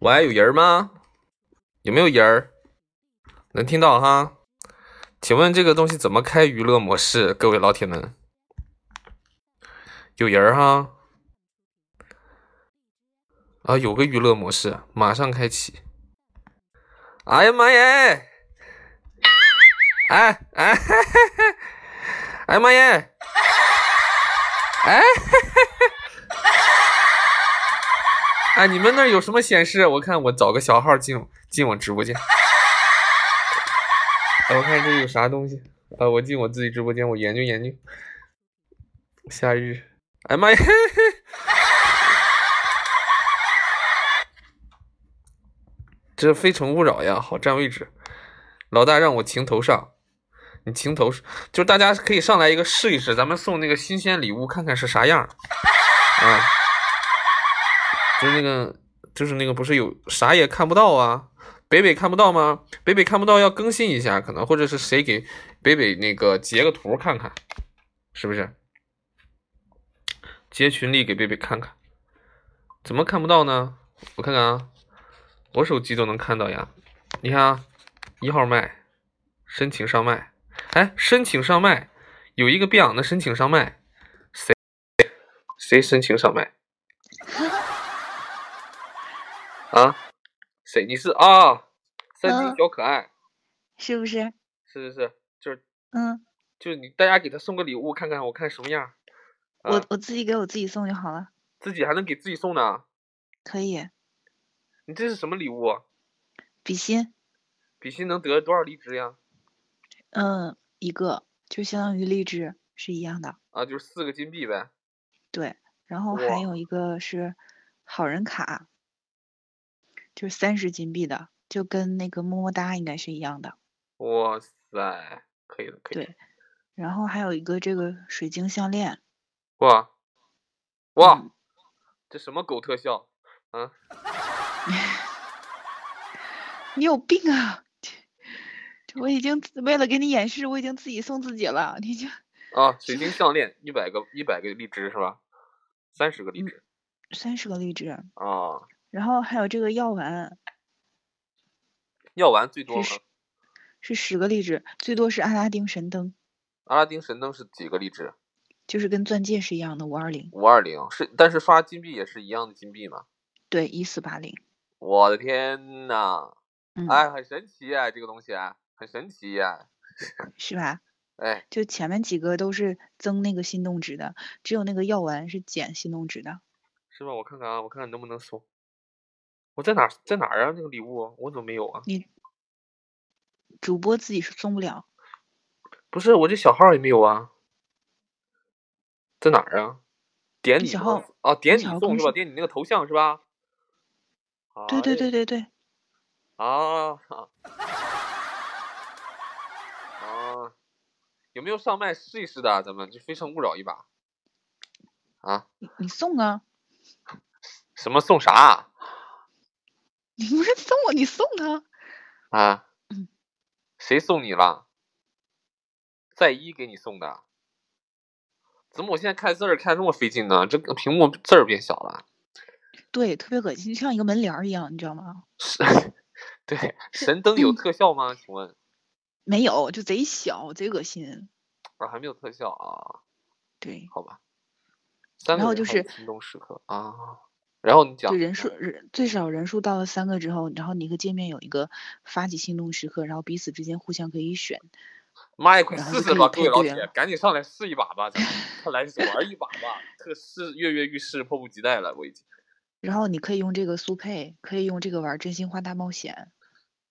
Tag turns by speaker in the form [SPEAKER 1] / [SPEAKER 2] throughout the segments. [SPEAKER 1] 喂，有人吗？有没有人儿？能听到哈？请问这个东西怎么开娱乐模式？各位老铁们，有人儿哈？啊，有个娱乐模式，马上开启。哎呀妈耶！哎哎， 嘿嘿哎呀妈耶！哎，嘿嘿哎，你们那儿有什么显示？我看我找个小号进进我直播间。哎我看这有啥东西？啊，我进我自己直播间，我研究研究。夏日，哎妈呀！ 嘿嘿这《非诚勿扰》呀，好占位置。老大让我情头上，你情头是就是大家可以上来一个试一试，咱们送那个新鲜礼物看看是啥样儿。啊，就是那个就是那个不是有啥也看不到啊？北北看不到吗？北北看不到要更新一下，可能或者是谁给北北那个截个图看看，是不是？截群里给北北看看，怎么看不到呢？我看看啊，我手机都能看到呀。你看啊，一号麦，申请上麦，哎，申请上麦，有一个变昂的申请上麦，谁谁申请上麦？ 啊？谁？你是啊？三斤
[SPEAKER 2] 啊
[SPEAKER 1] 小可爱，
[SPEAKER 2] 是不是？
[SPEAKER 1] 是是是，就是
[SPEAKER 2] 嗯，
[SPEAKER 1] 就是你大家给他送个礼物看看，我看什么样儿。啊
[SPEAKER 2] 我我自己给我自己送就好了，
[SPEAKER 1] 自己还能给自己送呢。
[SPEAKER 2] 可以。
[SPEAKER 1] 你这是什么礼物啊？
[SPEAKER 2] 比心，
[SPEAKER 1] 比心能得多少离职呀？
[SPEAKER 2] 嗯，一个就相当于荔枝是一样的，
[SPEAKER 1] 啊，就是四个金币呗。
[SPEAKER 2] 对。然后
[SPEAKER 1] 哇
[SPEAKER 2] 还有一个是好人卡，就是三十金币的，就跟那个么么哒应该是一样的。
[SPEAKER 1] 哇塞，可以了，可以了。
[SPEAKER 2] 对然后还有一个这个水晶项链，
[SPEAKER 1] 哇哇、
[SPEAKER 2] 嗯
[SPEAKER 1] 这什么狗特效？
[SPEAKER 2] 你有病啊！ 这我已经自为了给你演示，我已经自己送自己了，你就
[SPEAKER 1] 啊，水晶项链一百个，一百个荔枝是吧？三十个
[SPEAKER 2] 嗯
[SPEAKER 1] 荔枝
[SPEAKER 2] 三十个荔枝，
[SPEAKER 1] 啊，
[SPEAKER 2] 然后还有这个药丸，
[SPEAKER 1] 药丸最多吗
[SPEAKER 2] 是？十是十个荔枝，最多是阿拉丁神灯，
[SPEAKER 1] 阿拉丁神灯是几个荔枝？
[SPEAKER 2] 就是跟钻戒是一样的五二零，
[SPEAKER 1] 五二零是，但是刷金币也是一样的金币嘛？
[SPEAKER 2] 对，一四八零。
[SPEAKER 1] 我的天呐，
[SPEAKER 2] 嗯，
[SPEAKER 1] 哎，很神奇哎，这个东西哎很神奇哎，
[SPEAKER 2] 是吧？
[SPEAKER 1] 哎，
[SPEAKER 2] 就前面几个都是增那个心动值的，只有那个药丸是减心动值的。
[SPEAKER 1] 是吧？我看看啊，我看看能不能送。我在哪儿在哪儿啊？那个礼物我怎么没有啊？
[SPEAKER 2] 主播自己是送不了，
[SPEAKER 1] 不是，我这小号也没有啊。在哪儿啊？点
[SPEAKER 2] 你
[SPEAKER 1] 你
[SPEAKER 2] 小
[SPEAKER 1] 吗
[SPEAKER 2] 号
[SPEAKER 1] 啊，点
[SPEAKER 2] 你
[SPEAKER 1] 你
[SPEAKER 2] 小号
[SPEAKER 1] 送
[SPEAKER 2] 更
[SPEAKER 1] 是吧？
[SPEAKER 2] 新
[SPEAKER 1] 点你那个头像是吧？
[SPEAKER 2] 对对对
[SPEAKER 1] 哦对
[SPEAKER 2] 对对，
[SPEAKER 1] 啊啊！啊有没有上麦试一试的啊？咱们就非诚勿扰一把啊！
[SPEAKER 2] 你你送啊，
[SPEAKER 1] 什么送啥啊
[SPEAKER 2] 你不是送我，你送他，
[SPEAKER 1] 啊
[SPEAKER 2] 嗯？
[SPEAKER 1] 谁送你了？在一给你送的？怎么我现在看字儿看这么费劲呢？这个屏幕字儿变小了。
[SPEAKER 2] 对，特别恶心，就像一个门帘儿一样，你知道吗？
[SPEAKER 1] 是， 对，神灯有特效吗？请问
[SPEAKER 2] 没有，就贼小，贼恶心。
[SPEAKER 1] 啊，还没有特效啊？
[SPEAKER 2] 对，
[SPEAKER 1] 好吧，三个
[SPEAKER 2] 然后
[SPEAKER 1] 人
[SPEAKER 2] 就
[SPEAKER 1] 还有
[SPEAKER 2] 是
[SPEAKER 1] 心动时刻啊。然后你讲
[SPEAKER 2] 就人数人最少人数到了三个之后，然后你一个界面有一个发起心动时刻，然后彼此之间互相可以选。
[SPEAKER 1] 妈呀，快
[SPEAKER 2] 然后
[SPEAKER 1] 试
[SPEAKER 2] 就
[SPEAKER 1] 试
[SPEAKER 2] 可
[SPEAKER 1] 吧，
[SPEAKER 2] 以
[SPEAKER 1] 各位
[SPEAKER 2] 配
[SPEAKER 1] 老
[SPEAKER 2] 对
[SPEAKER 1] 铁
[SPEAKER 2] 了，
[SPEAKER 1] 赶紧上来试一把吧， 咱们快来玩一把吧，特试跃跃欲试，迫不及待了，我已经
[SPEAKER 2] 然后你可以用这个速配，可以用这个玩儿真心话大冒险，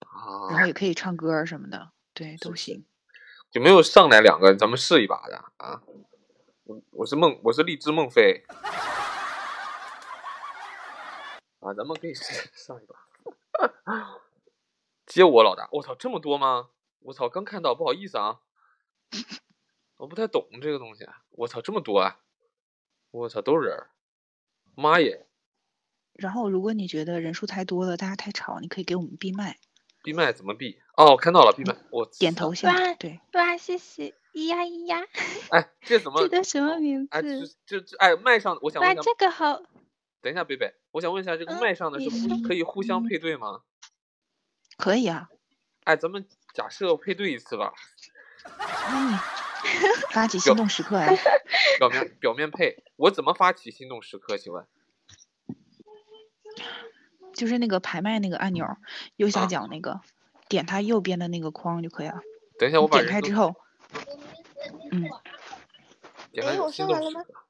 [SPEAKER 2] 然后
[SPEAKER 1] 啊。
[SPEAKER 2] 也可以唱歌儿什么的，对，
[SPEAKER 1] 是
[SPEAKER 2] 都
[SPEAKER 1] 是
[SPEAKER 2] 行。
[SPEAKER 1] 有没有上来两个，咱们试一把的啊？我我是孟，我是荔枝孟非 啊，咱们可以试上一把。 接我老大，我操，这么多吗？我操，刚看到，不好意思啊，我不太懂这个东西。我操，这么多啊！我操，都是人儿，妈耶！
[SPEAKER 2] 然后如果你觉得人数太多了，大家太吵，你可以给我们闭麦，
[SPEAKER 1] 闭麦怎么闭？哦，我看到了，闭麦。我
[SPEAKER 2] 点头像
[SPEAKER 3] 哇，
[SPEAKER 2] 对，
[SPEAKER 4] 啊
[SPEAKER 3] 哇，谢谢！咿呀咿呀，
[SPEAKER 1] 哎，这怎么
[SPEAKER 3] 这？都什么名
[SPEAKER 1] 哎，这
[SPEAKER 3] 字？
[SPEAKER 1] 这这哎，麦上，我想
[SPEAKER 3] 哇，
[SPEAKER 1] 问一下
[SPEAKER 3] 这，个好，
[SPEAKER 1] 等一下，北北，我想问一下，这个
[SPEAKER 4] 嗯
[SPEAKER 1] 麦上的
[SPEAKER 4] 你
[SPEAKER 1] 是互
[SPEAKER 4] 说嗯
[SPEAKER 1] 可以互相配对吗？
[SPEAKER 2] 可以啊，
[SPEAKER 1] 哎，咱们假设配对一次吧，
[SPEAKER 2] 嗯，发 起心动时刻呀、啊
[SPEAKER 1] 表面表面配，我怎么发起心动时刻？请问？
[SPEAKER 2] 就是那个拍卖那个按钮儿，右
[SPEAKER 1] 啊
[SPEAKER 2] 下角那个，点它右边的那个框就可以了。
[SPEAKER 1] 等一下，我
[SPEAKER 2] 你
[SPEAKER 1] 把
[SPEAKER 2] 点
[SPEAKER 1] 人
[SPEAKER 2] 开
[SPEAKER 1] 都
[SPEAKER 2] 之后，嗯，
[SPEAKER 1] 点
[SPEAKER 4] 哎
[SPEAKER 1] 开
[SPEAKER 4] 我
[SPEAKER 1] 心动
[SPEAKER 4] 说完了
[SPEAKER 1] 时
[SPEAKER 4] 吗
[SPEAKER 1] 刻，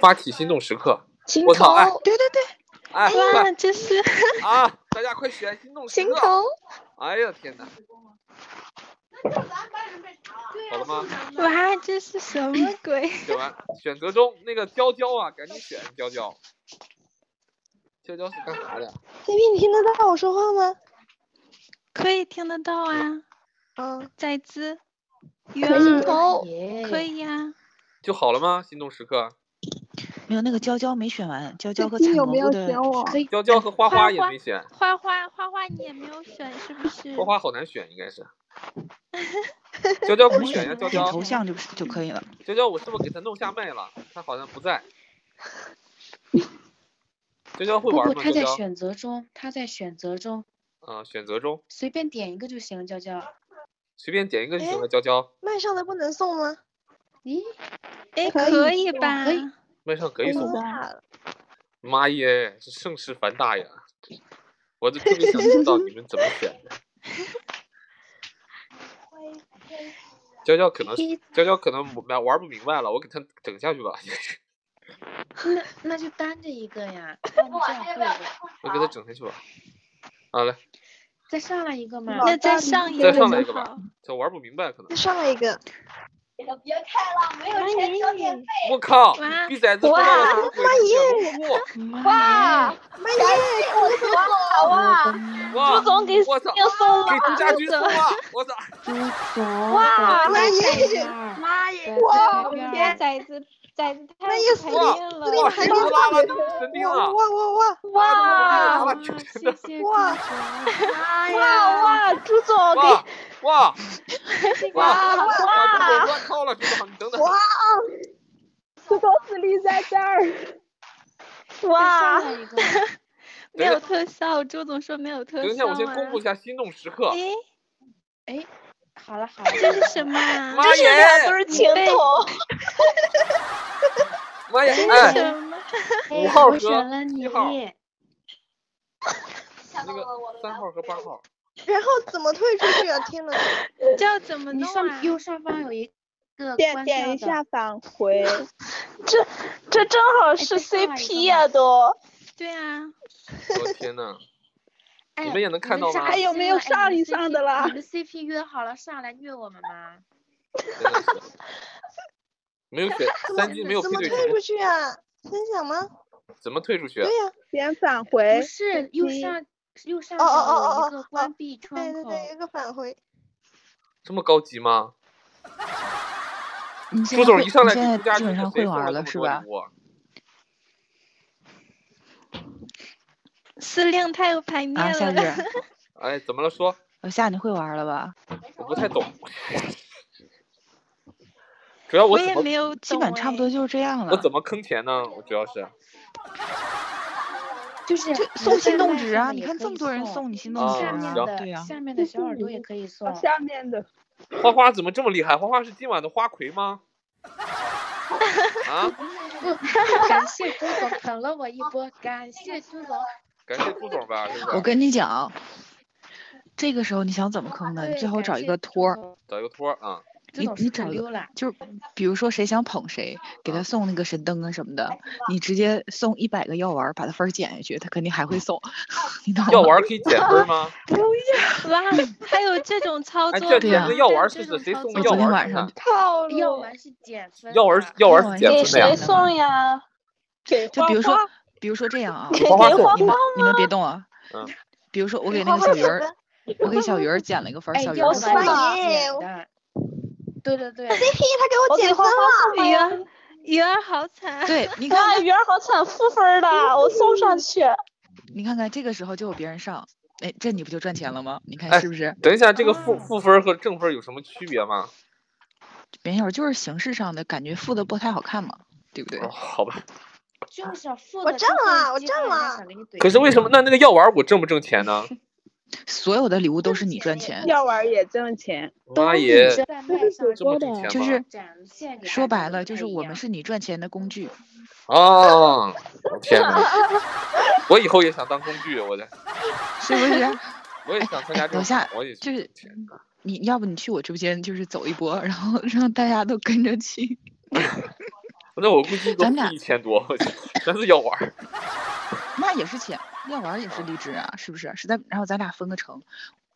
[SPEAKER 1] 发起心动时刻，
[SPEAKER 4] 情
[SPEAKER 1] 我操哎
[SPEAKER 4] 头，
[SPEAKER 2] 对对对，
[SPEAKER 1] 哎，
[SPEAKER 4] 哇，这 是
[SPEAKER 1] 快啊！大家快选心动时
[SPEAKER 4] 情
[SPEAKER 1] 刻！
[SPEAKER 4] 头，
[SPEAKER 1] 哎呀天哪！好了吗？
[SPEAKER 4] 哇，这是什么鬼？
[SPEAKER 1] 选完选择中，那个娇娇啊，赶紧选娇娇。娇娇是干啥的？
[SPEAKER 5] C P，你听得到我说话吗？
[SPEAKER 4] 可以听得到啊，
[SPEAKER 5] 嗯，
[SPEAKER 4] 在兹，
[SPEAKER 5] 可
[SPEAKER 4] 冤
[SPEAKER 5] 以
[SPEAKER 4] 头，可
[SPEAKER 5] 可以。
[SPEAKER 4] 以啊呀，
[SPEAKER 1] 就好了吗？心动时刻，
[SPEAKER 2] 没有那个娇娇没选完，娇娇
[SPEAKER 5] 这
[SPEAKER 2] 和
[SPEAKER 5] 期
[SPEAKER 2] 采
[SPEAKER 5] 有
[SPEAKER 2] 蘑
[SPEAKER 5] 没
[SPEAKER 2] 菇
[SPEAKER 5] 有
[SPEAKER 2] 的
[SPEAKER 5] 选我？
[SPEAKER 6] 可以
[SPEAKER 1] 娇娇和花花也没选，
[SPEAKER 4] 花花花花你也没有选是不 是
[SPEAKER 1] 花？花好难选，应该是。娇娇不
[SPEAKER 2] 我
[SPEAKER 1] 选呀，
[SPEAKER 2] 选
[SPEAKER 1] 娇
[SPEAKER 2] 点
[SPEAKER 1] 娇，
[SPEAKER 2] 头像就是就可以了。
[SPEAKER 1] 娇娇，我是不是给她弄下麦了？她好像不在。娇娇会
[SPEAKER 6] 不
[SPEAKER 1] 玩
[SPEAKER 6] 不，
[SPEAKER 1] 吗？
[SPEAKER 6] 他
[SPEAKER 1] 娇
[SPEAKER 6] 在
[SPEAKER 1] 娇，
[SPEAKER 6] 选择中，他在选择中，
[SPEAKER 1] 嗯、选择中
[SPEAKER 6] 随便点一个就行，娇娇。
[SPEAKER 1] 随便点一个就行了。
[SPEAKER 5] 哎
[SPEAKER 1] 娇娇，
[SPEAKER 5] 麦上的不能送吗？
[SPEAKER 6] 咦，
[SPEAKER 4] 哎，
[SPEAKER 5] 可以
[SPEAKER 4] 可以吧
[SPEAKER 6] 可？以
[SPEAKER 1] 麦上
[SPEAKER 6] 哎
[SPEAKER 1] 可以送。
[SPEAKER 5] 哇
[SPEAKER 1] 妈耶，这盛世繁大呀！我就特别想知道你们怎么选的。娇娇可能是，娇娇可能玩玩不明白了，我给她整下去吧，
[SPEAKER 6] 那那就单着一个呀，那你这样会不？
[SPEAKER 1] 我给她整下去吧。啊，来，
[SPEAKER 6] 再上来一个嘛。
[SPEAKER 4] 那再上一
[SPEAKER 1] 再
[SPEAKER 4] 个
[SPEAKER 1] 上来一个
[SPEAKER 4] 就
[SPEAKER 1] 吧
[SPEAKER 4] 好。
[SPEAKER 1] 这玩不明白可能
[SPEAKER 5] 再。上来一个，
[SPEAKER 4] 哎
[SPEAKER 1] 我靠
[SPEAKER 4] 哇，
[SPEAKER 1] 逼崽子说到了鬼
[SPEAKER 5] 妈耶
[SPEAKER 1] 的目
[SPEAKER 6] 哇，
[SPEAKER 5] 麦耶，
[SPEAKER 6] 好啊！
[SPEAKER 1] 录，哇，
[SPEAKER 4] 朱总给
[SPEAKER 1] 我操，
[SPEAKER 4] 又送了
[SPEAKER 1] 给朱家军
[SPEAKER 4] 朱
[SPEAKER 1] 送
[SPEAKER 4] 总
[SPEAKER 1] 了，我操，
[SPEAKER 6] 朱总，哇，
[SPEAKER 5] 麦耶，
[SPEAKER 4] 妈耶！
[SPEAKER 5] 哇
[SPEAKER 6] 天
[SPEAKER 4] 崽子崽子太
[SPEAKER 5] 那意思
[SPEAKER 4] 太
[SPEAKER 1] 哇
[SPEAKER 4] 厉害了！
[SPEAKER 1] 哇，神兵拉了，神兵
[SPEAKER 5] 哇
[SPEAKER 1] 了，
[SPEAKER 5] 哇哇哇！
[SPEAKER 1] 哇
[SPEAKER 6] 哇，
[SPEAKER 1] 真
[SPEAKER 6] 谢
[SPEAKER 1] 的
[SPEAKER 6] 谢朱
[SPEAKER 5] 哇
[SPEAKER 6] 总，
[SPEAKER 4] 哇哇，朱总
[SPEAKER 1] 哇哇
[SPEAKER 4] 给
[SPEAKER 1] 哇！哇！
[SPEAKER 4] 哇
[SPEAKER 1] 我我靠了，朱总，你等等，
[SPEAKER 5] 这都是力在这儿，
[SPEAKER 6] 再
[SPEAKER 4] 哇
[SPEAKER 6] 上！来一个嘛。
[SPEAKER 4] 没有特效，朱总说没有特效、啊。
[SPEAKER 1] 等一下，我先公布一下心动时刻。
[SPEAKER 4] 哎，
[SPEAKER 6] 哎，好了好了，
[SPEAKER 4] 这 是什么、啊？
[SPEAKER 1] 妈耶！
[SPEAKER 5] 是情头。
[SPEAKER 1] 妈耶！
[SPEAKER 4] 这是
[SPEAKER 1] 哎，
[SPEAKER 4] 什么？
[SPEAKER 1] 五号
[SPEAKER 6] 我
[SPEAKER 1] 和
[SPEAKER 6] 选了
[SPEAKER 1] 七
[SPEAKER 6] 你，
[SPEAKER 1] 号那个三号和八号，
[SPEAKER 5] 然后怎么退出去啊？听了，
[SPEAKER 4] 这要怎么
[SPEAKER 6] 你
[SPEAKER 4] 弄啊
[SPEAKER 6] 上？右上方有一个
[SPEAKER 7] 点
[SPEAKER 6] 关
[SPEAKER 7] 点一
[SPEAKER 6] 掉的
[SPEAKER 7] 下返回，
[SPEAKER 8] 这正
[SPEAKER 5] 哎
[SPEAKER 8] 好是
[SPEAKER 6] 再上来一个
[SPEAKER 8] CP 呀、
[SPEAKER 6] 吧
[SPEAKER 8] 都。
[SPEAKER 4] 对啊，
[SPEAKER 1] 我天呐，
[SPEAKER 6] 哎
[SPEAKER 1] 你
[SPEAKER 6] 呦
[SPEAKER 1] 们也能看到吗
[SPEAKER 6] 啥
[SPEAKER 7] 哎有没有
[SPEAKER 6] 心啊哎
[SPEAKER 7] 上
[SPEAKER 6] 你
[SPEAKER 7] 一
[SPEAKER 6] 们 CP
[SPEAKER 7] 上的啦
[SPEAKER 6] 你们 CP 约好了上来虐我们吗？
[SPEAKER 1] 真的是。没有选三金没有配
[SPEAKER 5] 怎么
[SPEAKER 1] 对啊
[SPEAKER 5] 退
[SPEAKER 1] 成
[SPEAKER 5] 出
[SPEAKER 1] 功，
[SPEAKER 5] 去啊？分享吗？
[SPEAKER 1] 怎么退出去
[SPEAKER 5] 对？呀，
[SPEAKER 7] 点返
[SPEAKER 6] 不
[SPEAKER 7] 回，
[SPEAKER 6] 是，右
[SPEAKER 7] 你
[SPEAKER 6] 上右上
[SPEAKER 5] 哎哦
[SPEAKER 6] 角
[SPEAKER 5] 哦哦
[SPEAKER 6] 有
[SPEAKER 5] 哦
[SPEAKER 6] 一个
[SPEAKER 5] 哦
[SPEAKER 6] 关闭窗
[SPEAKER 5] 对对
[SPEAKER 6] 口，
[SPEAKER 5] 对，有个返回。
[SPEAKER 1] 这么高级吗？
[SPEAKER 2] 你现
[SPEAKER 1] 朱
[SPEAKER 2] 在
[SPEAKER 1] 总
[SPEAKER 2] 会
[SPEAKER 1] 一上来
[SPEAKER 2] 你现
[SPEAKER 1] 给朱
[SPEAKER 2] 在
[SPEAKER 1] 家
[SPEAKER 2] 基本
[SPEAKER 1] 军
[SPEAKER 2] 上
[SPEAKER 1] 谁
[SPEAKER 2] 会
[SPEAKER 1] 送
[SPEAKER 2] 玩
[SPEAKER 1] 了
[SPEAKER 2] 了
[SPEAKER 1] 这
[SPEAKER 2] 是
[SPEAKER 1] 么多
[SPEAKER 2] 吧
[SPEAKER 1] 礼？物？
[SPEAKER 4] 司令太有牌面
[SPEAKER 2] 啊，夏
[SPEAKER 4] 了。
[SPEAKER 2] 日，
[SPEAKER 1] 哎，怎么了？说，
[SPEAKER 2] 我夏呃你会玩了吧？
[SPEAKER 1] 我不太懂。主要我怎
[SPEAKER 4] 也
[SPEAKER 1] 么
[SPEAKER 4] 没有懂、哎
[SPEAKER 2] 基本差不多。就是这样
[SPEAKER 1] 我
[SPEAKER 2] 了。
[SPEAKER 1] 怎么坑钱呢？我主要是
[SPEAKER 6] 就是
[SPEAKER 2] 就
[SPEAKER 6] 你
[SPEAKER 2] 送
[SPEAKER 6] 们
[SPEAKER 2] 心
[SPEAKER 6] 下
[SPEAKER 2] 动
[SPEAKER 6] 面
[SPEAKER 2] 纸
[SPEAKER 6] 的
[SPEAKER 2] 啊！
[SPEAKER 6] 也
[SPEAKER 2] 你看
[SPEAKER 6] 可
[SPEAKER 2] 这
[SPEAKER 6] 以
[SPEAKER 2] 么多人
[SPEAKER 6] 送，
[SPEAKER 2] 送你心动
[SPEAKER 1] 啊
[SPEAKER 2] 纸
[SPEAKER 6] 下
[SPEAKER 2] 啊
[SPEAKER 6] 面！
[SPEAKER 1] 行
[SPEAKER 6] 的、
[SPEAKER 2] 对呀，
[SPEAKER 6] 下面的小耳朵也可以
[SPEAKER 5] 哦
[SPEAKER 6] 送，
[SPEAKER 7] 下面的
[SPEAKER 1] 花花怎么这么厉害？花花是今晚的花魁吗？ 啊，
[SPEAKER 6] 感谢朱 总捧了我一波，感谢朱 总，
[SPEAKER 1] 感谢朱总吧，是不
[SPEAKER 2] 我
[SPEAKER 1] 是？
[SPEAKER 2] 跟你讲，这个时候你想怎么坑呢？
[SPEAKER 6] 对，
[SPEAKER 2] 你最好
[SPEAKER 6] 感
[SPEAKER 2] 找一
[SPEAKER 6] 谢
[SPEAKER 2] 个
[SPEAKER 6] 朱
[SPEAKER 2] 托儿，
[SPEAKER 6] 总，
[SPEAKER 1] 找一个托儿啊。
[SPEAKER 6] 朱
[SPEAKER 2] 你
[SPEAKER 6] 总
[SPEAKER 2] 你
[SPEAKER 6] 是
[SPEAKER 2] 找
[SPEAKER 6] 可
[SPEAKER 2] 一个
[SPEAKER 6] 溜了，
[SPEAKER 2] 就是比如说谁想捧谁，给他送那个神灯啊什么的，你直接送一百个药丸儿，把他分儿减下去，他肯定还会送。 你懂吗？
[SPEAKER 1] 药丸儿可以减分吗？
[SPEAKER 4] 哇，还有这种操
[SPEAKER 1] 哎，
[SPEAKER 4] 作
[SPEAKER 1] 这
[SPEAKER 2] 对
[SPEAKER 1] 简
[SPEAKER 2] 呀
[SPEAKER 1] 直
[SPEAKER 6] 这
[SPEAKER 1] 药丸儿是
[SPEAKER 6] 这
[SPEAKER 1] 指谁
[SPEAKER 6] 种操
[SPEAKER 1] 送
[SPEAKER 6] 作
[SPEAKER 1] 的
[SPEAKER 2] 我
[SPEAKER 1] 药丸
[SPEAKER 2] 昨天
[SPEAKER 1] 儿
[SPEAKER 2] 晚
[SPEAKER 1] 看
[SPEAKER 2] 上啊
[SPEAKER 1] 看？
[SPEAKER 5] 哦
[SPEAKER 7] 套
[SPEAKER 6] 药丸是减分的，
[SPEAKER 1] 药丸儿药丸
[SPEAKER 2] 药
[SPEAKER 1] 儿
[SPEAKER 2] 丸
[SPEAKER 1] 是减
[SPEAKER 2] 儿
[SPEAKER 8] 给谁？
[SPEAKER 1] 分的呀
[SPEAKER 8] 送呀？
[SPEAKER 7] 给
[SPEAKER 2] 就
[SPEAKER 7] 花
[SPEAKER 2] 比如说
[SPEAKER 7] 花，
[SPEAKER 2] 比如说这样啊，
[SPEAKER 8] 给
[SPEAKER 1] 花花
[SPEAKER 8] 给
[SPEAKER 1] 送
[SPEAKER 8] 花
[SPEAKER 2] 你们
[SPEAKER 8] 花
[SPEAKER 2] 你们别动啊。
[SPEAKER 1] 嗯。
[SPEAKER 2] 比如说我给
[SPEAKER 5] 给
[SPEAKER 2] 那个
[SPEAKER 5] 花
[SPEAKER 2] 小
[SPEAKER 5] 花
[SPEAKER 2] 鱼
[SPEAKER 5] 小
[SPEAKER 2] 儿，我给小鱼儿减了一个分儿，
[SPEAKER 6] 哎，
[SPEAKER 2] 小鱼
[SPEAKER 6] 药
[SPEAKER 2] 儿
[SPEAKER 6] 丸
[SPEAKER 5] 是
[SPEAKER 6] 是
[SPEAKER 5] 送
[SPEAKER 2] 送
[SPEAKER 5] 的
[SPEAKER 6] 减的，对 对对，
[SPEAKER 5] 嘿，他给我
[SPEAKER 8] 我给
[SPEAKER 5] 减分
[SPEAKER 8] 花
[SPEAKER 5] 了，
[SPEAKER 8] 花送
[SPEAKER 4] 鱼
[SPEAKER 8] 呀。
[SPEAKER 4] 儿鱼儿 好惨。啊
[SPEAKER 2] 对，你看
[SPEAKER 8] 哇，鱼儿好惨，负分的，我送上去。
[SPEAKER 2] 你看看这个时候就有别人上，哎，这你不就赚钱了吗？你
[SPEAKER 1] 哎
[SPEAKER 2] 看是不是？
[SPEAKER 1] 等一下，这个负
[SPEAKER 6] 啊
[SPEAKER 1] 负分儿和正分儿有什么区别吗？啊
[SPEAKER 2] 没有，就是形式上的感觉，负的不太好看嘛，对不对？
[SPEAKER 1] 哦，好吧，
[SPEAKER 6] 就是啊负
[SPEAKER 5] 我
[SPEAKER 6] 的
[SPEAKER 5] 挣
[SPEAKER 6] 就是
[SPEAKER 5] 了我
[SPEAKER 6] 鸡
[SPEAKER 5] 挣
[SPEAKER 6] 蛋加
[SPEAKER 5] 了
[SPEAKER 6] 少了一堆
[SPEAKER 1] 可是为什么？那那个药丸我挣不挣钱呢？
[SPEAKER 2] 所有的礼物都是你赚钱，
[SPEAKER 5] 药丸也挣钱，
[SPEAKER 1] 妈耶，
[SPEAKER 6] 在卖上
[SPEAKER 1] 这么挣钱吗？
[SPEAKER 2] 就是
[SPEAKER 6] 展现给
[SPEAKER 2] 说白
[SPEAKER 6] 大家
[SPEAKER 2] 了
[SPEAKER 6] 不
[SPEAKER 2] 就是
[SPEAKER 6] 太一
[SPEAKER 2] 我
[SPEAKER 6] 样
[SPEAKER 2] 们是你赚钱的工具。
[SPEAKER 1] 啊！我天哪！我以后也想当工具，我的，
[SPEAKER 2] 是不是？
[SPEAKER 1] 我也想参加这
[SPEAKER 2] 等
[SPEAKER 1] 种
[SPEAKER 2] 一下，
[SPEAKER 1] 我也
[SPEAKER 2] 就是
[SPEAKER 1] 去
[SPEAKER 2] 你要不你去我直播间就是走一波，然后让大家都跟着去。
[SPEAKER 1] 那我估计都
[SPEAKER 2] 咱俩
[SPEAKER 1] 一千多，我去，全是药丸儿。
[SPEAKER 2] 那也是钱，药丸儿也是励志啊，是不是？是在然后咱俩分个成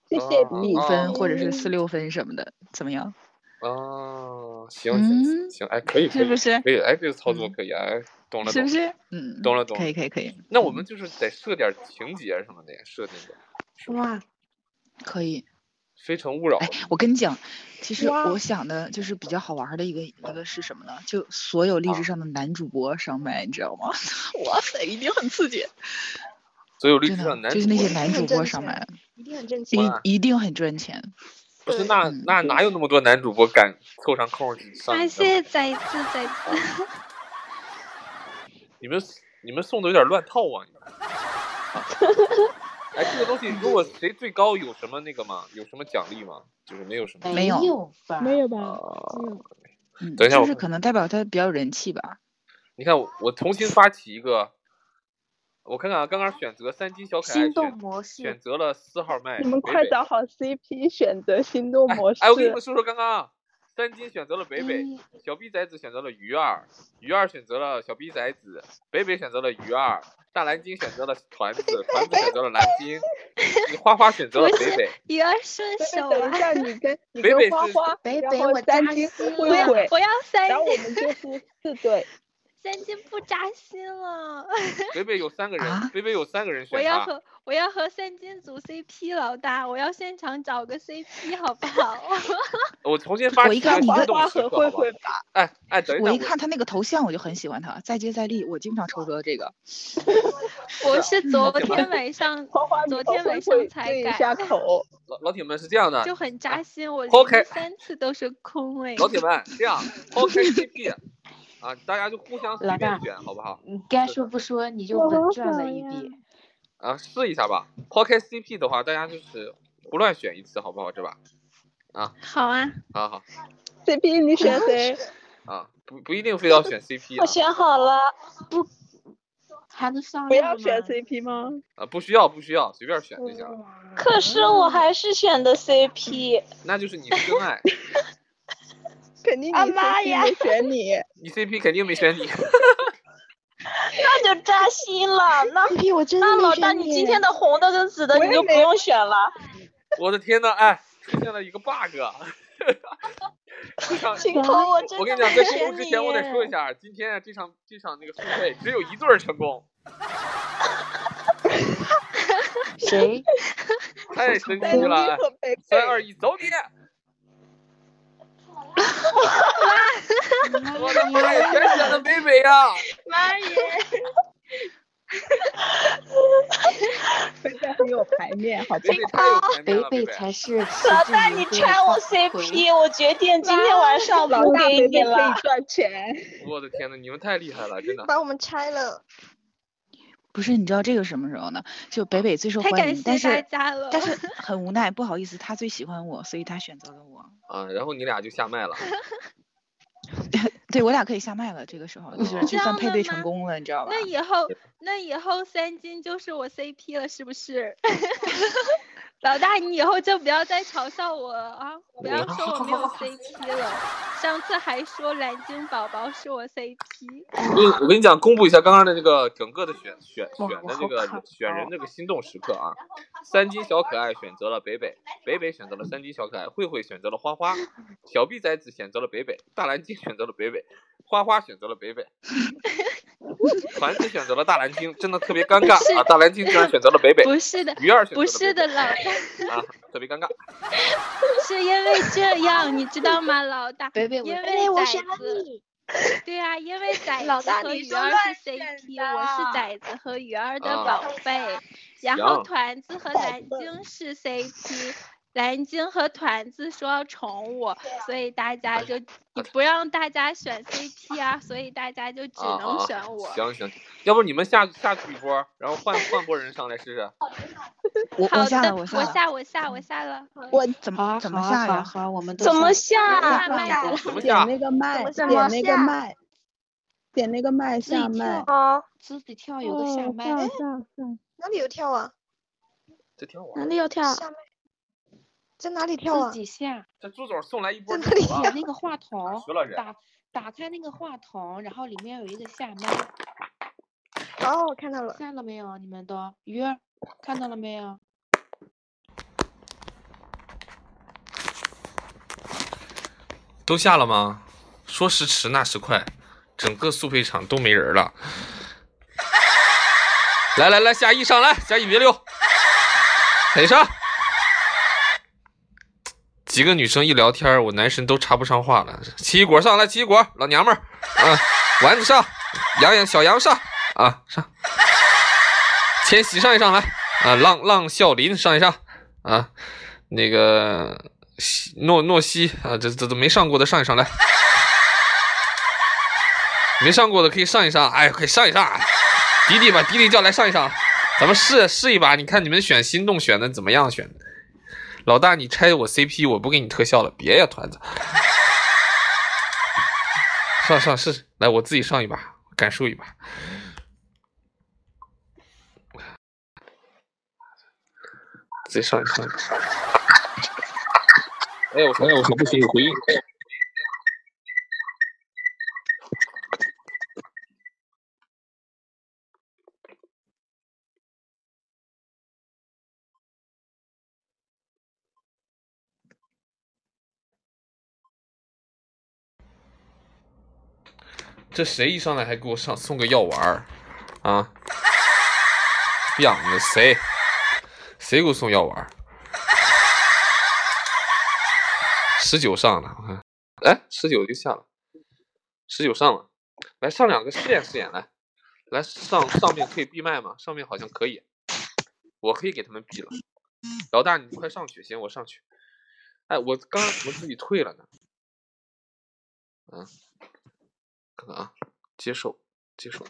[SPEAKER 5] 谢谢
[SPEAKER 1] 啊
[SPEAKER 2] 五
[SPEAKER 5] 你
[SPEAKER 2] 五。分或者是
[SPEAKER 5] 嗯
[SPEAKER 2] 四六分什么的，怎么样？
[SPEAKER 1] 啊，行行
[SPEAKER 2] 嗯
[SPEAKER 1] 行，哎，可以可
[SPEAKER 2] 是
[SPEAKER 1] 以
[SPEAKER 2] 不是？
[SPEAKER 1] 可以，哎，这个操作
[SPEAKER 2] 嗯
[SPEAKER 1] 可以，哎，懂了
[SPEAKER 2] 是
[SPEAKER 1] 懂了。
[SPEAKER 2] 不是？嗯，
[SPEAKER 1] 懂了懂
[SPEAKER 2] 可
[SPEAKER 1] 了
[SPEAKER 2] 以可嗯以可以
[SPEAKER 1] 那我们就是得设点情节什么的，设定点。
[SPEAKER 6] 哇，
[SPEAKER 2] 可以。
[SPEAKER 1] 非诚勿扰
[SPEAKER 2] 哎，我跟你讲，其实
[SPEAKER 4] 哦
[SPEAKER 2] 我想的就是比较好玩儿的一个一个是什么呢？就所有励
[SPEAKER 1] 啊
[SPEAKER 2] 志上的男主播上麦，你知道吗？ 哇塞，一定很刺激，
[SPEAKER 1] 所有励
[SPEAKER 2] 真
[SPEAKER 1] 志上
[SPEAKER 2] 的
[SPEAKER 1] 男主
[SPEAKER 2] 就是那
[SPEAKER 1] 播
[SPEAKER 2] 些男主
[SPEAKER 5] 很
[SPEAKER 2] 播
[SPEAKER 5] 挣
[SPEAKER 2] 上
[SPEAKER 5] 钱
[SPEAKER 2] 麦，
[SPEAKER 5] 一定很挣钱。
[SPEAKER 1] 哇
[SPEAKER 2] 一一定很赚钱。
[SPEAKER 1] 不是那
[SPEAKER 2] 嗯
[SPEAKER 1] 那哪有那么多男主播敢凑上空儿去上你
[SPEAKER 4] 啊，
[SPEAKER 1] 的？
[SPEAKER 4] 谢谢再一次再一次，
[SPEAKER 1] 你们你们送的有点乱套啊！你们哎，这个东西如果谁最高有什么那个吗？有什么奖励吗？就是没有什
[SPEAKER 6] 哎
[SPEAKER 1] 么。
[SPEAKER 2] 没有
[SPEAKER 6] 有吧？
[SPEAKER 5] 没有吧？
[SPEAKER 1] 啊
[SPEAKER 5] 嗯，
[SPEAKER 2] 嗯，
[SPEAKER 1] 等一下
[SPEAKER 2] 就
[SPEAKER 1] 我
[SPEAKER 2] 是
[SPEAKER 1] 看
[SPEAKER 2] 可能代表他比较有人气吧。
[SPEAKER 1] 你看我我重新发起一个，我看看啊，刚刚选择三金小可爱
[SPEAKER 6] 心动
[SPEAKER 1] 选
[SPEAKER 6] 模
[SPEAKER 1] 选
[SPEAKER 6] 式，
[SPEAKER 1] 择了四号麦，
[SPEAKER 5] 你们
[SPEAKER 1] 北
[SPEAKER 5] 快
[SPEAKER 1] 北
[SPEAKER 5] 找好 CP，选择心动模式。
[SPEAKER 1] 哎！哎，我跟你们说说刚刚啊，三金选择了北北，
[SPEAKER 6] 嗯
[SPEAKER 1] 小 B 崽子选择了鱼儿，鱼儿选择了小 B 崽子，北北选择了鱼儿，大蓝鲸选择了团子，团子选择了蓝鲸，你花花选择了北北。
[SPEAKER 4] 鱼儿顺
[SPEAKER 5] 所以
[SPEAKER 4] 手
[SPEAKER 5] 等
[SPEAKER 4] 啊
[SPEAKER 5] 一！下，你跟你
[SPEAKER 1] 北北
[SPEAKER 5] 跟花
[SPEAKER 1] 是
[SPEAKER 5] 花，
[SPEAKER 6] 北
[SPEAKER 5] 然
[SPEAKER 6] 北
[SPEAKER 5] 后
[SPEAKER 6] 我
[SPEAKER 5] 三
[SPEAKER 6] 扎
[SPEAKER 5] 金
[SPEAKER 6] 心
[SPEAKER 5] 互
[SPEAKER 6] 了
[SPEAKER 4] 我要
[SPEAKER 5] 怼，
[SPEAKER 4] 我要三
[SPEAKER 5] 然后我们
[SPEAKER 9] 哎
[SPEAKER 5] 就是四 对。
[SPEAKER 4] 三金不扎心了，
[SPEAKER 1] 北北有三个人，
[SPEAKER 2] 啊
[SPEAKER 1] 北北有三个人
[SPEAKER 4] 我
[SPEAKER 1] 选
[SPEAKER 4] 要
[SPEAKER 1] 他。
[SPEAKER 4] 和我要和三金组 CP 老大，我要现场找个 CP 好不好？
[SPEAKER 1] 我重新发
[SPEAKER 2] 我
[SPEAKER 1] 起
[SPEAKER 2] 一看你
[SPEAKER 1] 个
[SPEAKER 5] 花
[SPEAKER 1] 互动
[SPEAKER 5] 花
[SPEAKER 1] 时
[SPEAKER 5] 和
[SPEAKER 1] 刻
[SPEAKER 5] 慧
[SPEAKER 1] 好不好
[SPEAKER 5] 慧吧，
[SPEAKER 1] 哎哎，等一下，
[SPEAKER 2] 我一看他那个头像，我就很喜欢他，再接再厉。我经常抽到这个，
[SPEAKER 4] 我是昨
[SPEAKER 1] 干嘛
[SPEAKER 4] 天晚上
[SPEAKER 5] 花花，你
[SPEAKER 4] 昨
[SPEAKER 5] 和
[SPEAKER 4] 天
[SPEAKER 5] 慧
[SPEAKER 4] 晚上
[SPEAKER 5] 慧
[SPEAKER 4] 才
[SPEAKER 5] 对一
[SPEAKER 4] 改
[SPEAKER 5] 下口。
[SPEAKER 1] 老老铁们是这样的，
[SPEAKER 4] 就很扎心，我
[SPEAKER 1] 抛开
[SPEAKER 4] 连三次都是空位。
[SPEAKER 1] 老铁们这 样抛开 CP 啊，大家就互相随
[SPEAKER 6] 老大
[SPEAKER 1] 便选好不好？
[SPEAKER 6] 你该说不说，你就
[SPEAKER 5] 我
[SPEAKER 6] 稳
[SPEAKER 5] 好
[SPEAKER 6] 赚了一
[SPEAKER 5] 想呀
[SPEAKER 6] 笔。
[SPEAKER 1] 啊，试一下吧。抛开 CP 的话，大家就是胡乱选一次好不好？这把
[SPEAKER 4] 好啊，
[SPEAKER 1] 啊好
[SPEAKER 5] CP 你选谁？
[SPEAKER 1] 啊，不不一定非要选 CP
[SPEAKER 9] 我
[SPEAKER 1] 啊
[SPEAKER 9] 选好了，
[SPEAKER 6] 还能上
[SPEAKER 5] 不
[SPEAKER 9] 哎
[SPEAKER 6] 任
[SPEAKER 5] 要
[SPEAKER 6] 吗
[SPEAKER 5] 选 CP 吗？
[SPEAKER 1] 啊，不需要不需要，随便选就行
[SPEAKER 2] 哦
[SPEAKER 1] 了。
[SPEAKER 9] 可是
[SPEAKER 4] 嗯
[SPEAKER 9] 我还是选的 CP。
[SPEAKER 1] 那就是你是真爱，
[SPEAKER 5] 肯定你
[SPEAKER 9] 啊妈
[SPEAKER 5] CP
[SPEAKER 9] 呀
[SPEAKER 5] 没 选你。
[SPEAKER 1] 你 CP 肯定没选你。
[SPEAKER 9] 那就扎心了。那
[SPEAKER 5] CP 我真
[SPEAKER 9] 那老大，你今天的红的跟紫的
[SPEAKER 5] 我
[SPEAKER 9] 你
[SPEAKER 5] 也
[SPEAKER 9] 就不
[SPEAKER 5] 没
[SPEAKER 9] 用选了。
[SPEAKER 1] 我的天呐，哎，出现了一个 bug 啊。 这场
[SPEAKER 9] 晴空，我真
[SPEAKER 1] 我跟
[SPEAKER 9] 的
[SPEAKER 1] 你讲，在
[SPEAKER 9] 没
[SPEAKER 1] 公
[SPEAKER 9] 选
[SPEAKER 1] 布之
[SPEAKER 9] 你
[SPEAKER 1] 前，我得说一下，今天啊这场这场那个速配只有一对儿成功，
[SPEAKER 6] 谁？
[SPEAKER 1] 太 神奇
[SPEAKER 5] 三金
[SPEAKER 1] 了！
[SPEAKER 5] 和北北，
[SPEAKER 1] 三二一，走你！我的妈呀，全选的北啊北 呀！
[SPEAKER 4] 妈耶！
[SPEAKER 5] 北北很有牌面，好不
[SPEAKER 1] 北北？
[SPEAKER 5] 好
[SPEAKER 1] 太有才面
[SPEAKER 6] 北
[SPEAKER 1] 了，
[SPEAKER 6] 北
[SPEAKER 1] 北。
[SPEAKER 6] 才是持
[SPEAKER 9] 老
[SPEAKER 6] 之
[SPEAKER 9] 大，
[SPEAKER 6] 以
[SPEAKER 9] 你
[SPEAKER 6] 恒的
[SPEAKER 9] 穿我
[SPEAKER 6] 发挥
[SPEAKER 9] CP，我决定今天晚上
[SPEAKER 5] 老
[SPEAKER 9] 不
[SPEAKER 5] 大
[SPEAKER 9] 给
[SPEAKER 5] 北
[SPEAKER 9] 你
[SPEAKER 5] 北可
[SPEAKER 9] 了
[SPEAKER 5] 以。赚钱，
[SPEAKER 1] 我的天呐，你们太厉害了，真的。
[SPEAKER 5] 把我们拆了。
[SPEAKER 2] 不是？你知道这个什么时候呢？就北北最受
[SPEAKER 4] 太
[SPEAKER 2] 欢
[SPEAKER 4] 感
[SPEAKER 2] 迎，但
[SPEAKER 4] 谢大
[SPEAKER 2] 是
[SPEAKER 4] 家了。
[SPEAKER 2] 但是很无奈，不好意思，他最喜欢我，所以他选择了我。
[SPEAKER 1] 啊，然后你俩就下麦了。
[SPEAKER 2] 对我俩可以下麦了，这个时
[SPEAKER 4] 哦
[SPEAKER 2] 候就是
[SPEAKER 1] 你
[SPEAKER 2] 就
[SPEAKER 4] 知
[SPEAKER 2] 算
[SPEAKER 4] 道
[SPEAKER 2] 配
[SPEAKER 4] 了
[SPEAKER 2] 对成
[SPEAKER 4] 吗
[SPEAKER 2] 功了，你知道吧？
[SPEAKER 4] 那以后，那以后三金就是我 CP 了，是不是？ 老大，你以后就不要再嘲笑我了啊！不要说我没有 CP 了。上次还说蓝鲸宝宝是我 CP，
[SPEAKER 1] 我跟你我跟你讲，公布一下刚刚的这个整个的选选选
[SPEAKER 6] 哇
[SPEAKER 1] 的
[SPEAKER 6] 我
[SPEAKER 1] 这
[SPEAKER 6] 好
[SPEAKER 1] 个
[SPEAKER 6] 卡
[SPEAKER 1] 选人这个心动时刻啊。三金小可爱选择了北北，北北选择了三金小可爱，慧慧选择了花花，小 B 崽子选择了北北，大蓝鲸选择了北北，花花选择了北北，团子选择了大蓝鲸，真的特别尴尬啊！大蓝鲸居然选择了北北，
[SPEAKER 4] 不是的，
[SPEAKER 1] 鱼儿选择
[SPEAKER 4] 不
[SPEAKER 1] 了
[SPEAKER 4] 是
[SPEAKER 1] 北
[SPEAKER 4] 的，
[SPEAKER 1] 北
[SPEAKER 4] 老大，
[SPEAKER 1] 啊，特别尴尬。
[SPEAKER 4] 是因为这样，你知道吗，老大？
[SPEAKER 6] 北北我
[SPEAKER 4] 因为
[SPEAKER 9] 哎我
[SPEAKER 4] 崽
[SPEAKER 9] 选
[SPEAKER 4] 子，对啊，因 为崽
[SPEAKER 9] 老
[SPEAKER 4] 子
[SPEAKER 9] 大
[SPEAKER 4] 和
[SPEAKER 9] 你
[SPEAKER 4] 鱼
[SPEAKER 9] 是
[SPEAKER 4] 儿
[SPEAKER 9] 乱
[SPEAKER 4] 是 CP，
[SPEAKER 9] 的啊
[SPEAKER 4] 我是崽子 和鱼儿的
[SPEAKER 1] 啊
[SPEAKER 4] 宝贝，然后
[SPEAKER 1] 行
[SPEAKER 4] 团子和蓝鲸是 CP，
[SPEAKER 3] 蓝鲸和团子说要宠我，
[SPEAKER 9] 啊
[SPEAKER 3] 所以大
[SPEAKER 1] 哎
[SPEAKER 3] 家就你不让大家选 CP 啊，所以大家就只
[SPEAKER 1] 啊
[SPEAKER 3] 能
[SPEAKER 1] 啊啊
[SPEAKER 3] 选我。
[SPEAKER 1] 行行，要不你们下下去一波，然后换换波人上来试试。
[SPEAKER 2] 我
[SPEAKER 3] 好
[SPEAKER 2] 我下
[SPEAKER 3] 的，
[SPEAKER 2] 了，
[SPEAKER 3] 我
[SPEAKER 2] 下了，
[SPEAKER 3] 下我下我下了。
[SPEAKER 10] 我
[SPEAKER 2] 怎
[SPEAKER 6] 好啊
[SPEAKER 2] 么怎么
[SPEAKER 6] 好啊
[SPEAKER 2] 下
[SPEAKER 6] 好啊
[SPEAKER 2] 呀？
[SPEAKER 6] 好啊，我们都
[SPEAKER 5] 怎么
[SPEAKER 6] 是
[SPEAKER 5] 下？
[SPEAKER 3] 麦
[SPEAKER 6] 下
[SPEAKER 3] 子
[SPEAKER 1] 怎么
[SPEAKER 10] 点
[SPEAKER 1] 下？
[SPEAKER 10] 那个麦，
[SPEAKER 5] 怎
[SPEAKER 10] 点
[SPEAKER 5] 么
[SPEAKER 10] 那个
[SPEAKER 5] 下
[SPEAKER 10] 麦，点那个麦
[SPEAKER 6] 自己
[SPEAKER 10] 下麦
[SPEAKER 6] 跳，
[SPEAKER 5] 啊，
[SPEAKER 6] 自己跳有个下麦的，
[SPEAKER 11] 哪里有跳啊？
[SPEAKER 1] 这挺好
[SPEAKER 12] 哪
[SPEAKER 1] 玩的。
[SPEAKER 12] 里有跳？
[SPEAKER 11] 下麦，在哪里跳啊
[SPEAKER 6] 自？己下，
[SPEAKER 1] 这朱总送来一波
[SPEAKER 11] 在
[SPEAKER 1] 人
[SPEAKER 11] 哪里
[SPEAKER 1] 啊
[SPEAKER 6] 把那个话筒
[SPEAKER 1] 学了人。
[SPEAKER 6] 打打开那个话筒，然后里面有一个下麦，
[SPEAKER 11] 哦，我看到了，
[SPEAKER 6] 看到没有？你们都鱼儿看到了没有？
[SPEAKER 1] 都下了吗？说时迟，那时快，整个速配场都没人了。 来来来，夏意上来，夏意别溜，腿上。几个女生一聊天，我男神都插不上话了。奇异果上来，奇异果，老娘们儿，啊，丸子上，杨洋小杨上，啊上，千玺上一上来，啊浪浪笑林上一上，啊那个西诺诺西啊，这这这没上过的上一上来，没上过的可以上一上，哎，可以上一上，迪迪把迪迪叫来上一上，咱们试试一把，你看你们选心动选的怎么样选的？老大，你拆我 CP，我不给你特效了，别呀，团子，上上试试，来，我自己上一把，感受一把。自己上一上一把。哎，我哎，我说不行，有回音。这谁一上来还给我上送个药丸儿啊？养的谁？谁给我送药丸儿？十九上了，我看，哎，十九就下了，十九上了，来上两个试验试验，来，来上上面可以闭麦吗？上面好像可以，我可以给他们闭了。老大，你快上去，行，我上去。哎，我刚刚怎么自己退了呢？嗯，看看啊，接受，接受。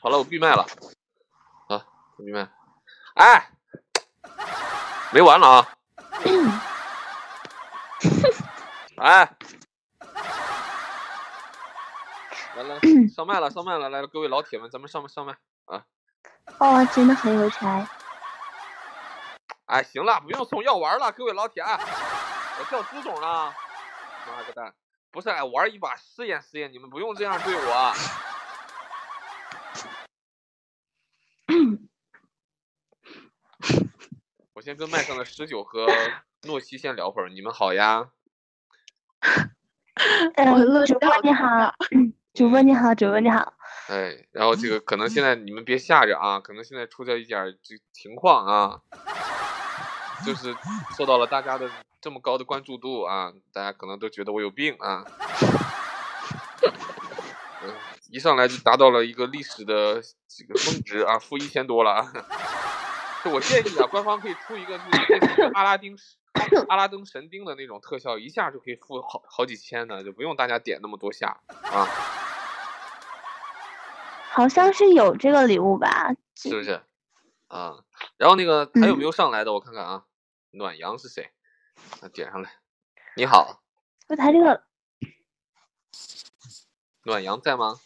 [SPEAKER 1] 好了，我闭麦了。啊，我闭麦。哎，没完了啊！哎，来 来，上麦了，上麦了，来了，各位老铁们，咱们上麦上麦。啊
[SPEAKER 12] 哦，真的很有才。
[SPEAKER 1] 哎，行了，不用送药丸了，各位老铁，哎我叫朱总了。妈个蛋，不是，哎，玩一把试验试验，你们不用这样对我。啊我先跟麦上的十九和诺西先聊会儿，你们好 呀。
[SPEAKER 12] 嗯，主播你好，嗯主播你好，主播你好。
[SPEAKER 1] 哎，然后这个可能现在你们别吓着啊，可能现在出现一点儿这情况啊，就是受到了大家的这么高的关注度啊，大家可能都觉得我有病啊。嗯，一上来就达到了一个历史的这个峰值啊，负一千多了啊。就我建议啊，官方可以出一个就是类似于阿拉丁神阿拉丁神钉的那种特效，一下就可以付好好几千呢，就不用大家点那么多下啊，
[SPEAKER 12] 好像是有这个礼物吧？嗯
[SPEAKER 1] 是不是？啊，然后那个还有没有上来的？我看看啊，暖阳是谁？啊点上来。你好，
[SPEAKER 12] 就他这个，
[SPEAKER 1] 暖阳在吗？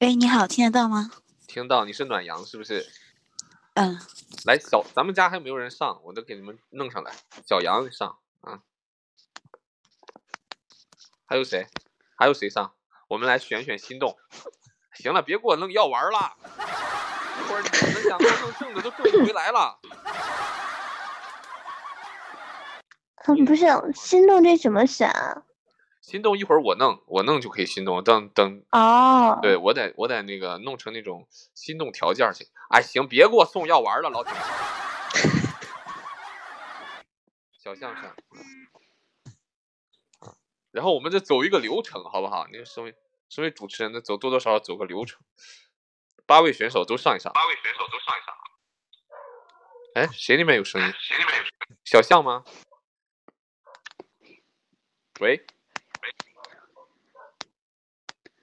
[SPEAKER 13] 喂，哎你好，听得到吗？
[SPEAKER 1] 听到你是暖阳是不是？
[SPEAKER 13] 嗯，
[SPEAKER 1] 来小，咱们家还有没有人上？我都给你们弄上来。小杨上啊，还有谁？还有谁上？我们来选选心动。行了，别给我弄药丸了，一会儿你们两个正正的都正不回来了。
[SPEAKER 12] 嗯，不是心动这怎么选啊？
[SPEAKER 1] 心动一会儿我弄，我弄就可以心动。等等
[SPEAKER 12] 哦，
[SPEAKER 1] 对我得我得那个弄成那种心动条件儿去。哎，行，别给我送药丸儿了，老铁。小象上，然后我们这走一个流程，好不好？那个稍微身为主持人呢，走多多少少走个流程，八位选手都上一上。八位选手都上一上。哎，谁那边有声音？谁那边有声音？小象吗？喂？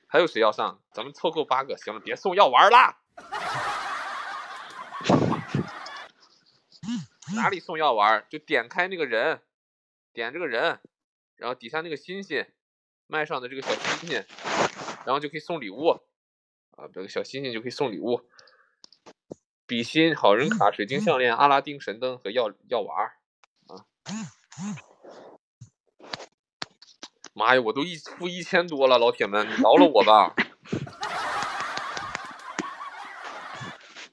[SPEAKER 1] 还有谁要上？咱们凑够八个，行了，别送药丸啦！哪里送药丸？就点开那个人，点这个人，然后底下那个星星，麦上的这个小星星，然后就可以送礼物啊，这个小星星就可以送礼物，比心、好人卡、水晶项链、阿拉丁神灯和药药丸儿啊。妈呀，我都一付一千多了，老铁们，你饶了我吧！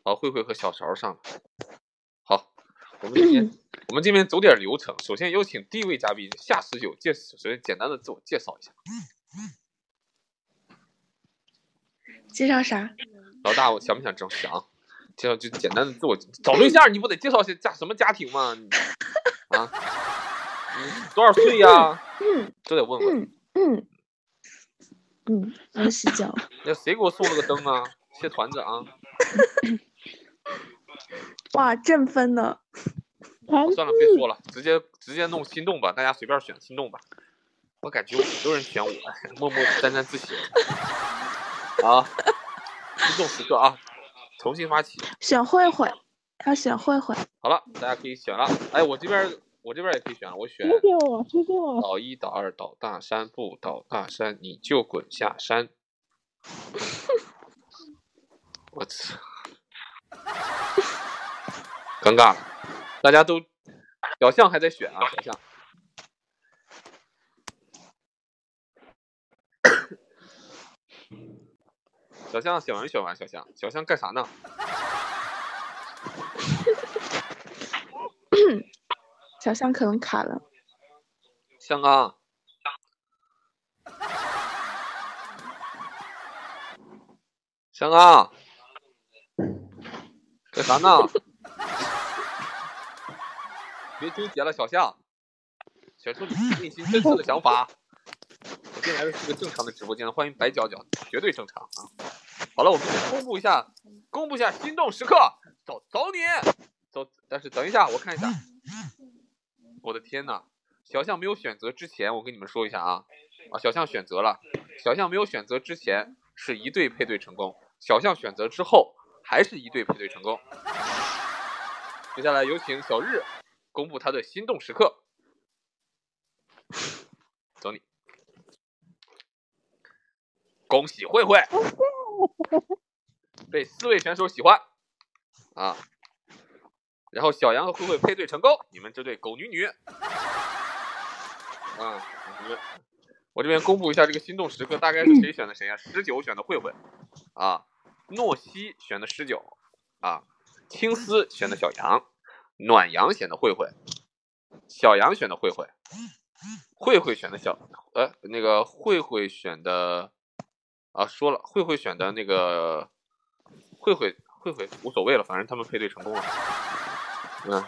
[SPEAKER 1] 好，慧慧和小勺上了。好，我们今天、我们这边走点流程，首先有请第一位嘉宾夏十九介，首先简单的自我介绍一下。
[SPEAKER 14] 介绍啥？
[SPEAKER 1] 老大，我想不想整想？介绍就简单的自我找对象，你不得介绍些家什么家庭吗？你啊，你多少岁呀、
[SPEAKER 14] 嗯
[SPEAKER 1] 都得问问。
[SPEAKER 14] 嗯嗯嗯，我洗脚。
[SPEAKER 1] 那谁给我送了个灯啊？谢团子啊！
[SPEAKER 14] 哇，正分呢。
[SPEAKER 1] 好算了，别说了，直接直接弄心动吧，大家随便选心动吧。我感觉有很多人选我， 默默沾沾自喜。啊，心动时刻啊，重新发起。
[SPEAKER 14] 选慧慧，要选慧慧。
[SPEAKER 1] 好了，大家可以选了。哎，我这边我这边也可以选了，我选
[SPEAKER 14] 给我，给我。
[SPEAKER 1] 倒一倒二倒大山不倒大山你就滚下山。我操！尴尬了，大家都小象还在选啊，小象。 小象选完没选完，小象，小象干啥呢？
[SPEAKER 14] 小象可能卡了。
[SPEAKER 1] 香港，香港，干啥呢？别纠结了，小象，选出你内心真实的想法。我进来的是个正常的直播间，欢迎白脚脚，绝对正常啊！好了，我们公布一下，公布一下心动时刻，走走你，走，但是等一下，我看一下，我的天呐，小象没有选择之前，我跟你们说一下啊，啊，小象选择了，小象没有选择之前是一对配对成功，小象选择之后还是一对配对成功。接下来有请小日公布他的心动时刻，走你，恭喜慧慧被四位选手喜欢啊，然后小杨和慧慧配对成功，你们这对狗女女。啊，你们，我这边公布一下这个心动时刻，大概是谁选的谁呀、啊？十九选的慧慧，啊，诺西选的十九，啊，青丝选的小杨，暖阳选的慧慧，小杨选的慧慧，慧慧选的小，呃，那个慧慧选的，啊，说了，慧慧选的那个，慧慧慧慧无所谓了，反正他们配对成功了，嗯。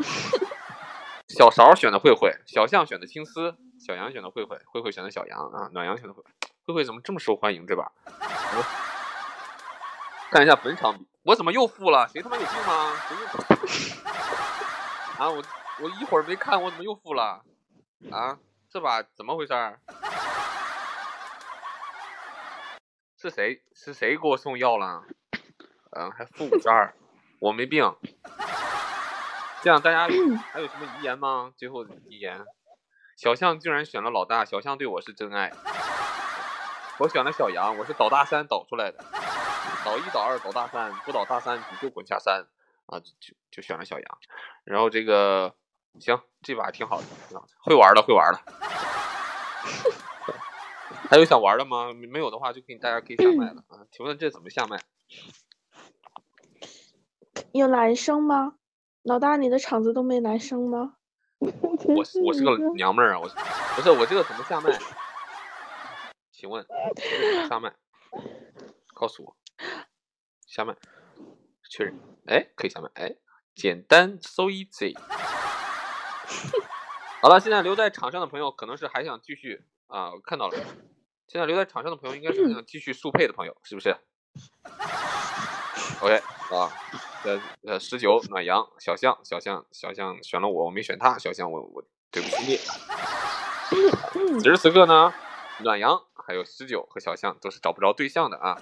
[SPEAKER 1] 小勺选的慧慧，小象选的青丝，小羊选的慧慧，慧慧选的小羊啊，暖阳选的慧慧，慧慧怎么这么受欢迎这把？我看一下本场比，我怎么又负了？谁他妈有病吗？谁又啊，我我一会儿没看，我怎么又负了？啊，这把怎么回事儿？是谁是谁给我送药了？嗯、还负五十二，我没病。这样大家还有什么遗言吗？最后遗言，小象居然选了老大，小象对我是真爱。我选了小羊，我是倒大山倒出来的，倒一倒二倒大三，不倒大三你就滚下山啊！就就就选了小羊，然后这个行，这把挺好的，挺好的， 会玩了会玩了。还有想玩的吗？没有的话就给你大家可以下麦了啊！请问这怎么下麦？
[SPEAKER 14] 有男生吗？老大，你的场子都没男生吗？
[SPEAKER 1] 我是我是个娘们儿啊！我不是我这个怎么下麦？请问这个怎么下麦？告诉我，下麦确认。哎，可以下麦。哎，简单，so easy。好了，现在留在场上的朋友可能是还想继续啊，我看到了，现在留在场上的朋友应该是想继续速配的朋友，是不是？OK 啊，呃呃，十九暖阳小象小象小象选了我，我没选他，小象我我对不起你。此时此刻呢，暖阳还有十九和小象都是找不着对象的啊。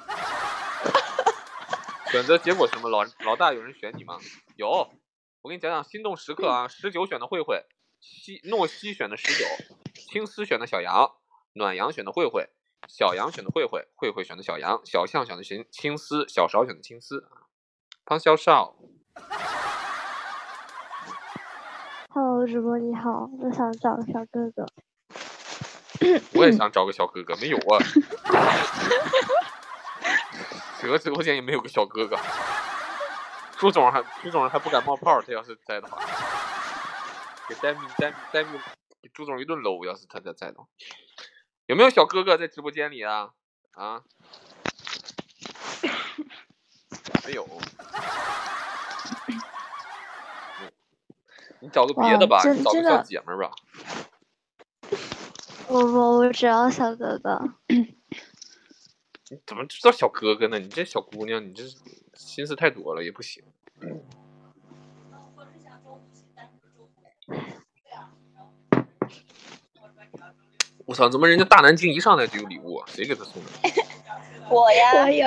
[SPEAKER 1] 选择结果是什么？老老大有人选你吗？有，我给你讲讲心动时刻啊。十九选的慧慧，西诺西选的十九，青丝选的小杨，暖阳选的慧慧，小杨选的慧慧，慧慧选的小杨，小象选的青青丝，小勺选的青丝啊。庞小少，
[SPEAKER 12] Hello，主播你好，我想找个小哥哥。
[SPEAKER 1] 我也想找个小哥哥，没有啊。整个直播间也没有个小哥哥。朱总还朱总还不敢冒泡，他要是在的话，给戴米戴米戴米给朱总一顿搂，要是他在在的话，有没有小哥哥在直播间里啊？啊？没有。嗯你找个别的吧，
[SPEAKER 12] 哇
[SPEAKER 1] 你找个
[SPEAKER 12] 真真的
[SPEAKER 1] 小姐们儿吧。
[SPEAKER 12] 我我我只要小哥哥。
[SPEAKER 1] 你怎么知道小哥哥呢？你这小姑娘，你这心思太多了，也不行。嗯我操！怎么人家大南京一上来就有礼物啊？谁给他送的？
[SPEAKER 5] 我呀，
[SPEAKER 9] 哎
[SPEAKER 10] 我有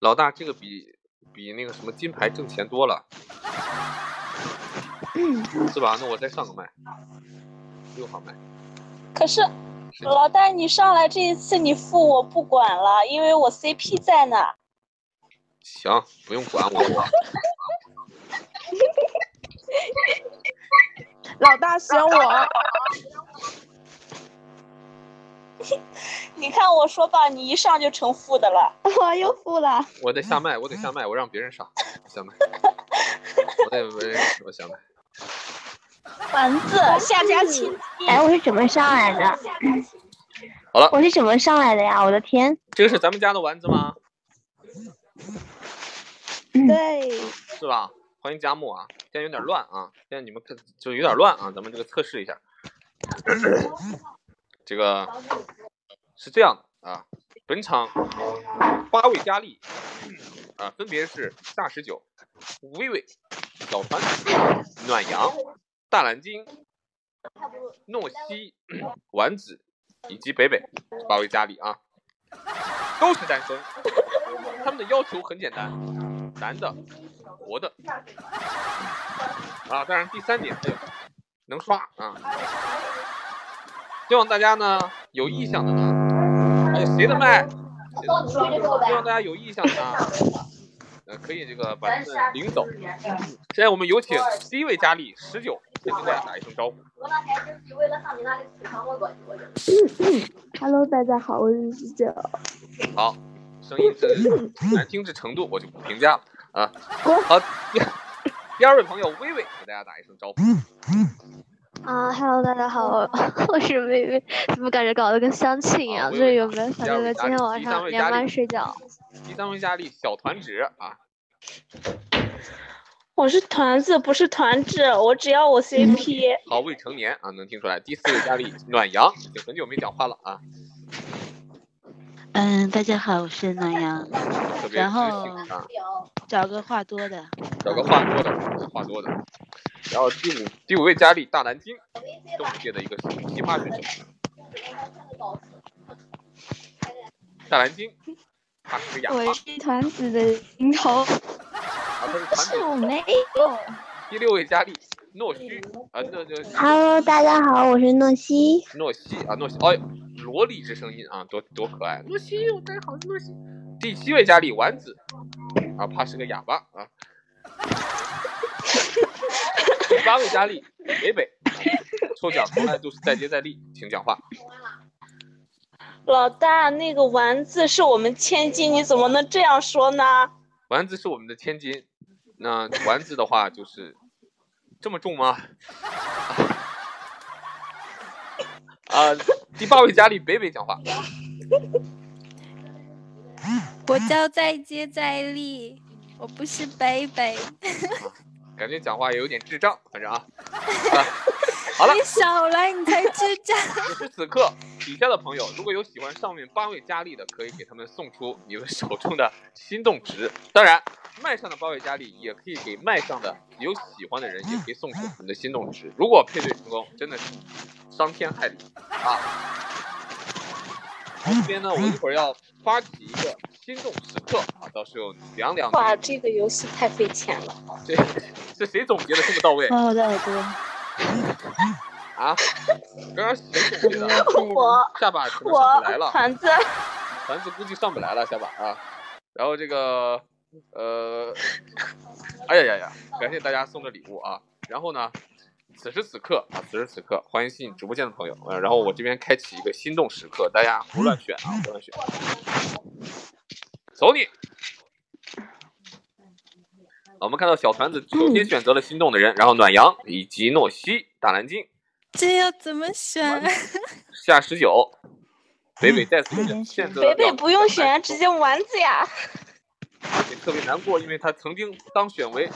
[SPEAKER 1] 老大，这个比比那个什么金牌挣钱多了，是吧？那我再上个麦，六号麦。
[SPEAKER 5] 可是老大，你上来这一次你付我不管了，因为我 CP 在那。
[SPEAKER 1] 行，不用管我，我
[SPEAKER 14] 老大选我，
[SPEAKER 5] 你看我说吧，你一上就成负的了。
[SPEAKER 12] 我又付了。
[SPEAKER 1] 我得
[SPEAKER 12] 啊
[SPEAKER 1] 下麦，我得下麦，我让别人上 下麦，我得我得我下麦。
[SPEAKER 5] 丸子下家亲亲，
[SPEAKER 12] 哎，我是怎么上来的？
[SPEAKER 1] 好了，
[SPEAKER 12] 我是怎么上来的呀？我的天！
[SPEAKER 1] 这个是咱们家的丸子吗？
[SPEAKER 5] 嗯
[SPEAKER 14] 对，
[SPEAKER 1] 是吧？欢迎加木啊！现在有点乱啊，现在你们看就有点乱啊，咱们这个测试一下。这个是这样的啊，本场八位佳丽啊，分别是大十九、薇薇、小团、暖阳、大蓝鲸、诺西、丸子以及北北八位佳丽啊，都是单身。他们的要求很简单，男的活的啊，当然第三点还有能刷啊。希望大家呢有意向的呢，哎呀，谁的麦？谁的麦希望大家有意向的呢，呃，可以这个把他们领走。现在我们有请第一位佳丽十九，先跟大家打一声招呼。
[SPEAKER 14] Hello，大家好，我是十九。
[SPEAKER 1] 好，声音是难听这程度，我就不评价了啊。好，第第二位朋友薇薇给大家打一声招呼。
[SPEAKER 15] 啊哈喽，大家好，我我是薇薇，怎么感觉搞得跟相亲一
[SPEAKER 1] 啊
[SPEAKER 15] 样？
[SPEAKER 1] 薇
[SPEAKER 15] 就是
[SPEAKER 1] 薇
[SPEAKER 15] 有没有小
[SPEAKER 1] 第二
[SPEAKER 15] 哥
[SPEAKER 1] 位
[SPEAKER 15] 哥
[SPEAKER 1] 佳
[SPEAKER 15] 今天
[SPEAKER 1] 丽
[SPEAKER 15] 晚
[SPEAKER 1] 第三
[SPEAKER 15] 上
[SPEAKER 1] 位
[SPEAKER 15] 连
[SPEAKER 1] 佳丽
[SPEAKER 15] 麦睡觉？
[SPEAKER 1] 第三位佳丽小团指啊，
[SPEAKER 5] 我是团子，不是团子，我只要我 CP。
[SPEAKER 1] 好未成年啊，能听出来。第四位佳丽暖阳，已经很久没讲话了啊，
[SPEAKER 13] 嗯，大家好，我是南阳，
[SPEAKER 1] 特别知
[SPEAKER 13] 然后
[SPEAKER 1] 性啊，
[SPEAKER 13] 找个话多的。
[SPEAKER 1] 找个话多的，话多的。然后第五第五位佳丽大南京，动物界的一个奇葩选手。大南京，她是个哑巴
[SPEAKER 10] 我，是团子的樱桃，
[SPEAKER 1] 啊，她是团
[SPEAKER 10] 是
[SPEAKER 1] 体。
[SPEAKER 10] 我没有。
[SPEAKER 1] 第六位佳丽诺虚啊，那那
[SPEAKER 12] Hello，大家好，我是诺西。
[SPEAKER 1] 诺西啊，诺西，哎呦，萝莉之声音啊，多多可爱！诺西，我真好，诺西。第七位佳丽丸子，啊，怕是个哑巴啊。第八位佳丽北北，啊抽奖从来都是再接再厉，请讲话。
[SPEAKER 5] 老大，那个丸子是我们千金，你怎么能这样说呢？
[SPEAKER 1] 丸子是我们的千金，那丸子的话就是这么重吗？啊，第八位佳丽北北讲话，
[SPEAKER 4] 我叫再接再厉，我不是北北。
[SPEAKER 1] 感觉讲话也有点智障，反正啊。
[SPEAKER 4] 你少来，你才智障。
[SPEAKER 1] 此时此刻，底下的朋友如果有喜欢上面八位佳丽的，可以给他们送出你们手中的心动值。当然，麦上的八位佳丽也可以给麦上的有喜欢的人，也可以送出你们的心动值。如果配对成功，真的是伤天害理啊！这边呢，我一会儿要发起一个心动时刻啊，到时候凉凉
[SPEAKER 5] 哇，这个游戏太费钱了。
[SPEAKER 1] 这这谁总结的这么到位
[SPEAKER 13] 哦，我的耳朵，
[SPEAKER 1] 啊？刚刚谁总结的？
[SPEAKER 5] 哎我
[SPEAKER 1] 下巴可能上
[SPEAKER 5] 我
[SPEAKER 1] 不来了。
[SPEAKER 5] 盘子，
[SPEAKER 1] 盘子估计上不来了，下巴啊。然后这个，呃，哎呀呀呀，感谢大家送的礼物啊。然后呢，此时此刻啊，此时此刻，欢迎新进直播间的朋友。呃，然后我这边开启一个心动时刻，大家胡乱选啊，胡乱选。走你！啊我们看到小团子首先选择了心动的人，然后暖阳以及诺西、大蓝鲸、
[SPEAKER 4] 这要怎么选？
[SPEAKER 1] 夏十九、北北再次选择了
[SPEAKER 5] 北北不用选，啊直接丸子呀。
[SPEAKER 1] 也特别难过，因为她曾经当选为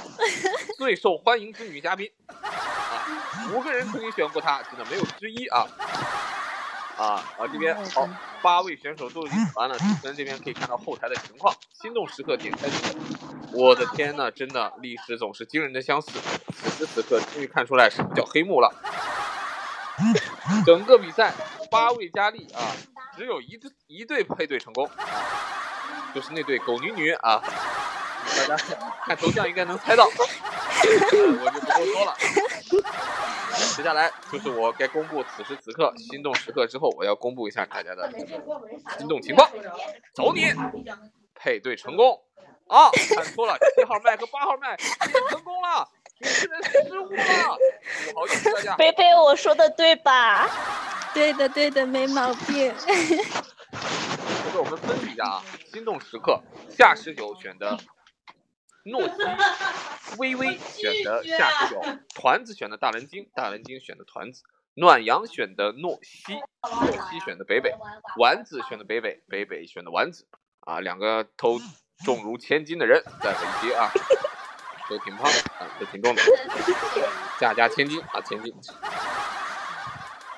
[SPEAKER 1] 最受欢迎之女嘉宾，啊，五个人曾经选过她，真的没有之一啊。啊啊！这边好、八位选手都已经完了，主持人这边可以看到后台的情况。心动时刻点开这个，我的天呐，真的历史总是惊人的相似。此时此刻终于看出来什么叫黑幕了。整个比赛八位佳丽啊，只有一对一对配对成功，就是那对狗女女啊。大家看头像应该能猜到，呃我就不多说了。接下来就是我该公布此时此刻心动时刻之后，我要公布一下大家的心动情况。走你，配对成功啊！看错了，七号麦和八号麦配对成功了，你是人失误了，不好意思大家。
[SPEAKER 5] 北北，我说的对吧？
[SPEAKER 4] 对的，对的，没毛 病。
[SPEAKER 1] 这个我们分析一下啊，心动时刻，夏十九选择诺基，微微选择夏十九，团子选的大蓝鲸，大蓝鲸选的团子，暖阳选的诺西，诺西选的北北，丸子选的北北，北北选的丸子，啊，两个都重如千斤的人在了一起啊，都挺胖的啊，都挺重的，价加千金啊，千金，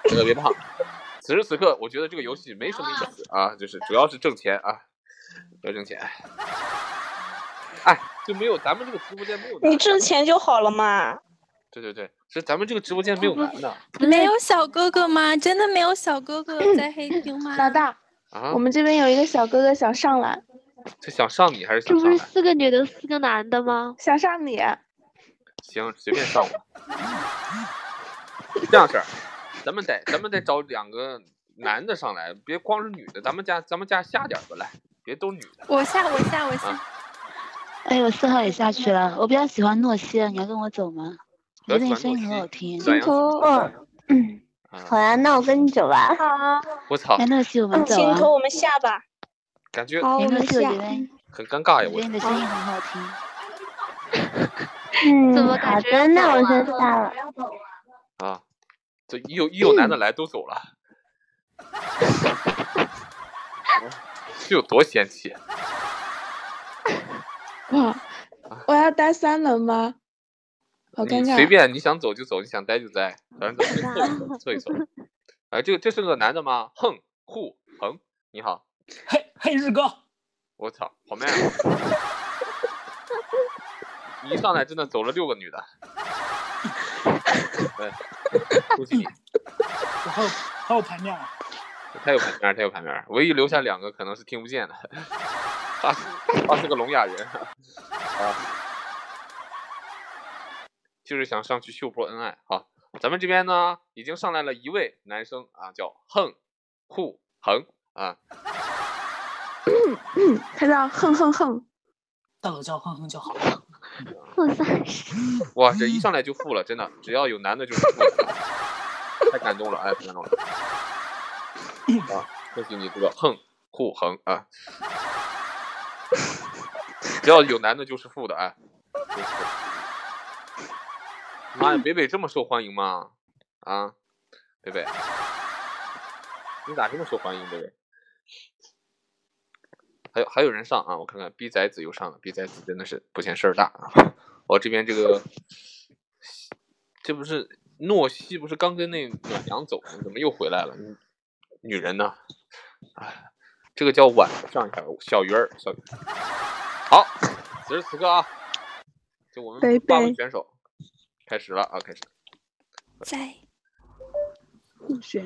[SPEAKER 1] 特别胖。此时此刻，我觉得这个游戏没什么意思啊，就是主要是挣钱啊，要挣钱。哎，就没有咱们这个直播间没有男的
[SPEAKER 5] 你挣钱就好了嘛。
[SPEAKER 1] 对对对，其实咱们这个直播间没有男的
[SPEAKER 4] 没有小哥哥吗？真的没有小哥哥在黑厅吗？
[SPEAKER 14] 老大，
[SPEAKER 1] 啊
[SPEAKER 14] 我。们这边有一个小哥哥想上来，
[SPEAKER 1] 这想上你还是
[SPEAKER 14] 这
[SPEAKER 1] 想上来？
[SPEAKER 14] 四个女的四个男的吗？想上你，
[SPEAKER 1] 行，随便上我。这样式儿，咱们得咱们得找两个男的上来，别光是女的，咱们家咱们家下点儿吧，来，别都女的
[SPEAKER 4] 我下，我下，我下。
[SPEAKER 1] 啊。
[SPEAKER 13] 哎呦，四号也下去了。我比较喜欢诺西，啊你要跟我走吗？我觉得你声音很好听。
[SPEAKER 1] 暖阳
[SPEAKER 14] 哦
[SPEAKER 13] 嗯，
[SPEAKER 1] 好
[SPEAKER 13] 呀，那我跟你走
[SPEAKER 5] 啊
[SPEAKER 13] 吧。
[SPEAKER 1] 我操
[SPEAKER 13] 哎，，诺西，我
[SPEAKER 4] 嗯
[SPEAKER 13] 们走
[SPEAKER 5] 镜
[SPEAKER 13] 啊。
[SPEAKER 5] 头我们下吧。
[SPEAKER 1] 感觉
[SPEAKER 13] 哎，诺西，我觉得
[SPEAKER 1] 很尴
[SPEAKER 16] 哎
[SPEAKER 1] 尬呀，
[SPEAKER 14] 嗯
[SPEAKER 13] 我觉得你的
[SPEAKER 1] 我
[SPEAKER 13] 声音很好听。
[SPEAKER 17] 嗯，
[SPEAKER 13] 怎么感
[SPEAKER 17] 好
[SPEAKER 13] 觉
[SPEAKER 17] 的，那我
[SPEAKER 13] 走
[SPEAKER 17] 先
[SPEAKER 13] 了
[SPEAKER 17] 下了。
[SPEAKER 1] 啊，这一有一有男的来都走了， 是有多嫌弃？啊
[SPEAKER 14] 哇，我要待三轮吗？好尴
[SPEAKER 1] 你
[SPEAKER 14] 尬。
[SPEAKER 1] 随便，你想走就走，你想待就待，反正咱们凑一凑，凑一凑。哎，这个这是个男的吗？哼，沪恒，你好，
[SPEAKER 18] 嘿，日哥，
[SPEAKER 1] 我操，好 man！啊一上来真的走了六个女的， 对，恭喜你，
[SPEAKER 18] 我还有还有盘面啊，
[SPEAKER 1] 太有盘面儿，太有盘面儿，唯一留下两个可能是听不见的，他是他是个聋哑人啊，就是想上去秀波恩爱哈。咱们这边呢，已经上来了一位男生啊，叫横沪恒啊，
[SPEAKER 14] 嗯，他叫哼哼哼，
[SPEAKER 18] 到了叫哼哼就好。
[SPEAKER 14] 哼三十。
[SPEAKER 1] 哇，这一上来就富了，真的，只要有男的就是富了，太感动了，哎，太感动了，啊，恭喜你这个横护横啊，只要有男的就是富的，哎，妈呀，北北这么受欢迎吗？啊，北北，你咋这么受欢迎，北北？还有还有人上啊！我看看逼崽子又上了，逼崽子真的是不嫌事儿大啊！ 我、这边这个，这不是诺西不是刚跟那暖阳走了，怎么又回来了？你女人呢？哎，这个叫晚上一下，小鱼儿，小鱼儿。好，此时此刻啊，就我
[SPEAKER 19] 拜
[SPEAKER 1] 们
[SPEAKER 19] 拜
[SPEAKER 1] 八位选手开始了啊，开始。
[SPEAKER 4] 在
[SPEAKER 19] 互选，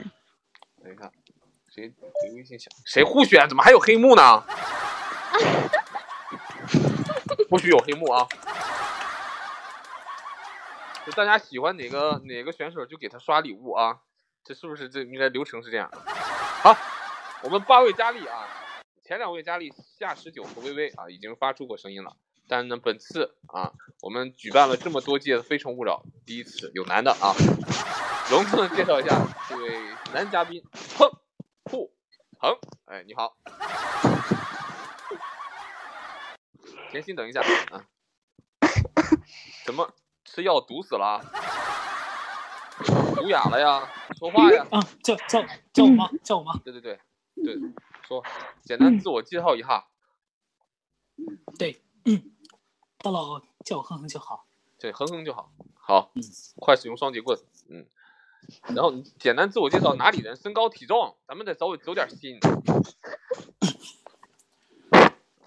[SPEAKER 1] 等一下，哎谁谁微信想谁互选？怎么还有黑幕呢？ 不许有黑幕啊！就大家喜欢哪个哪个选手就给他刷礼物啊，这是不是这应该流程是这样的？好，我们八位佳丽啊，前两位佳丽夏十九和薇薇啊已经发出过声音了，但呢本次啊我们举办了这么多届的《非诚勿扰》，第一次有男的啊，隆重的介绍一下这位男嘉宾哼酷恒，哎你好，甜心等一下啊，怎么吃药毒死了啊？毒哑了呀？说话呀？
[SPEAKER 16] 啊，叫叫叫我妈，叫我妈。
[SPEAKER 1] 对对对对，说简单自我介绍一下，
[SPEAKER 16] 对，嗯，到了叫我哼哼就好。
[SPEAKER 1] 对，哼哼就好。好，快使用双截棍，嗯。然后你简单自我介绍，哪里人，身高体重，咱们得走走点心。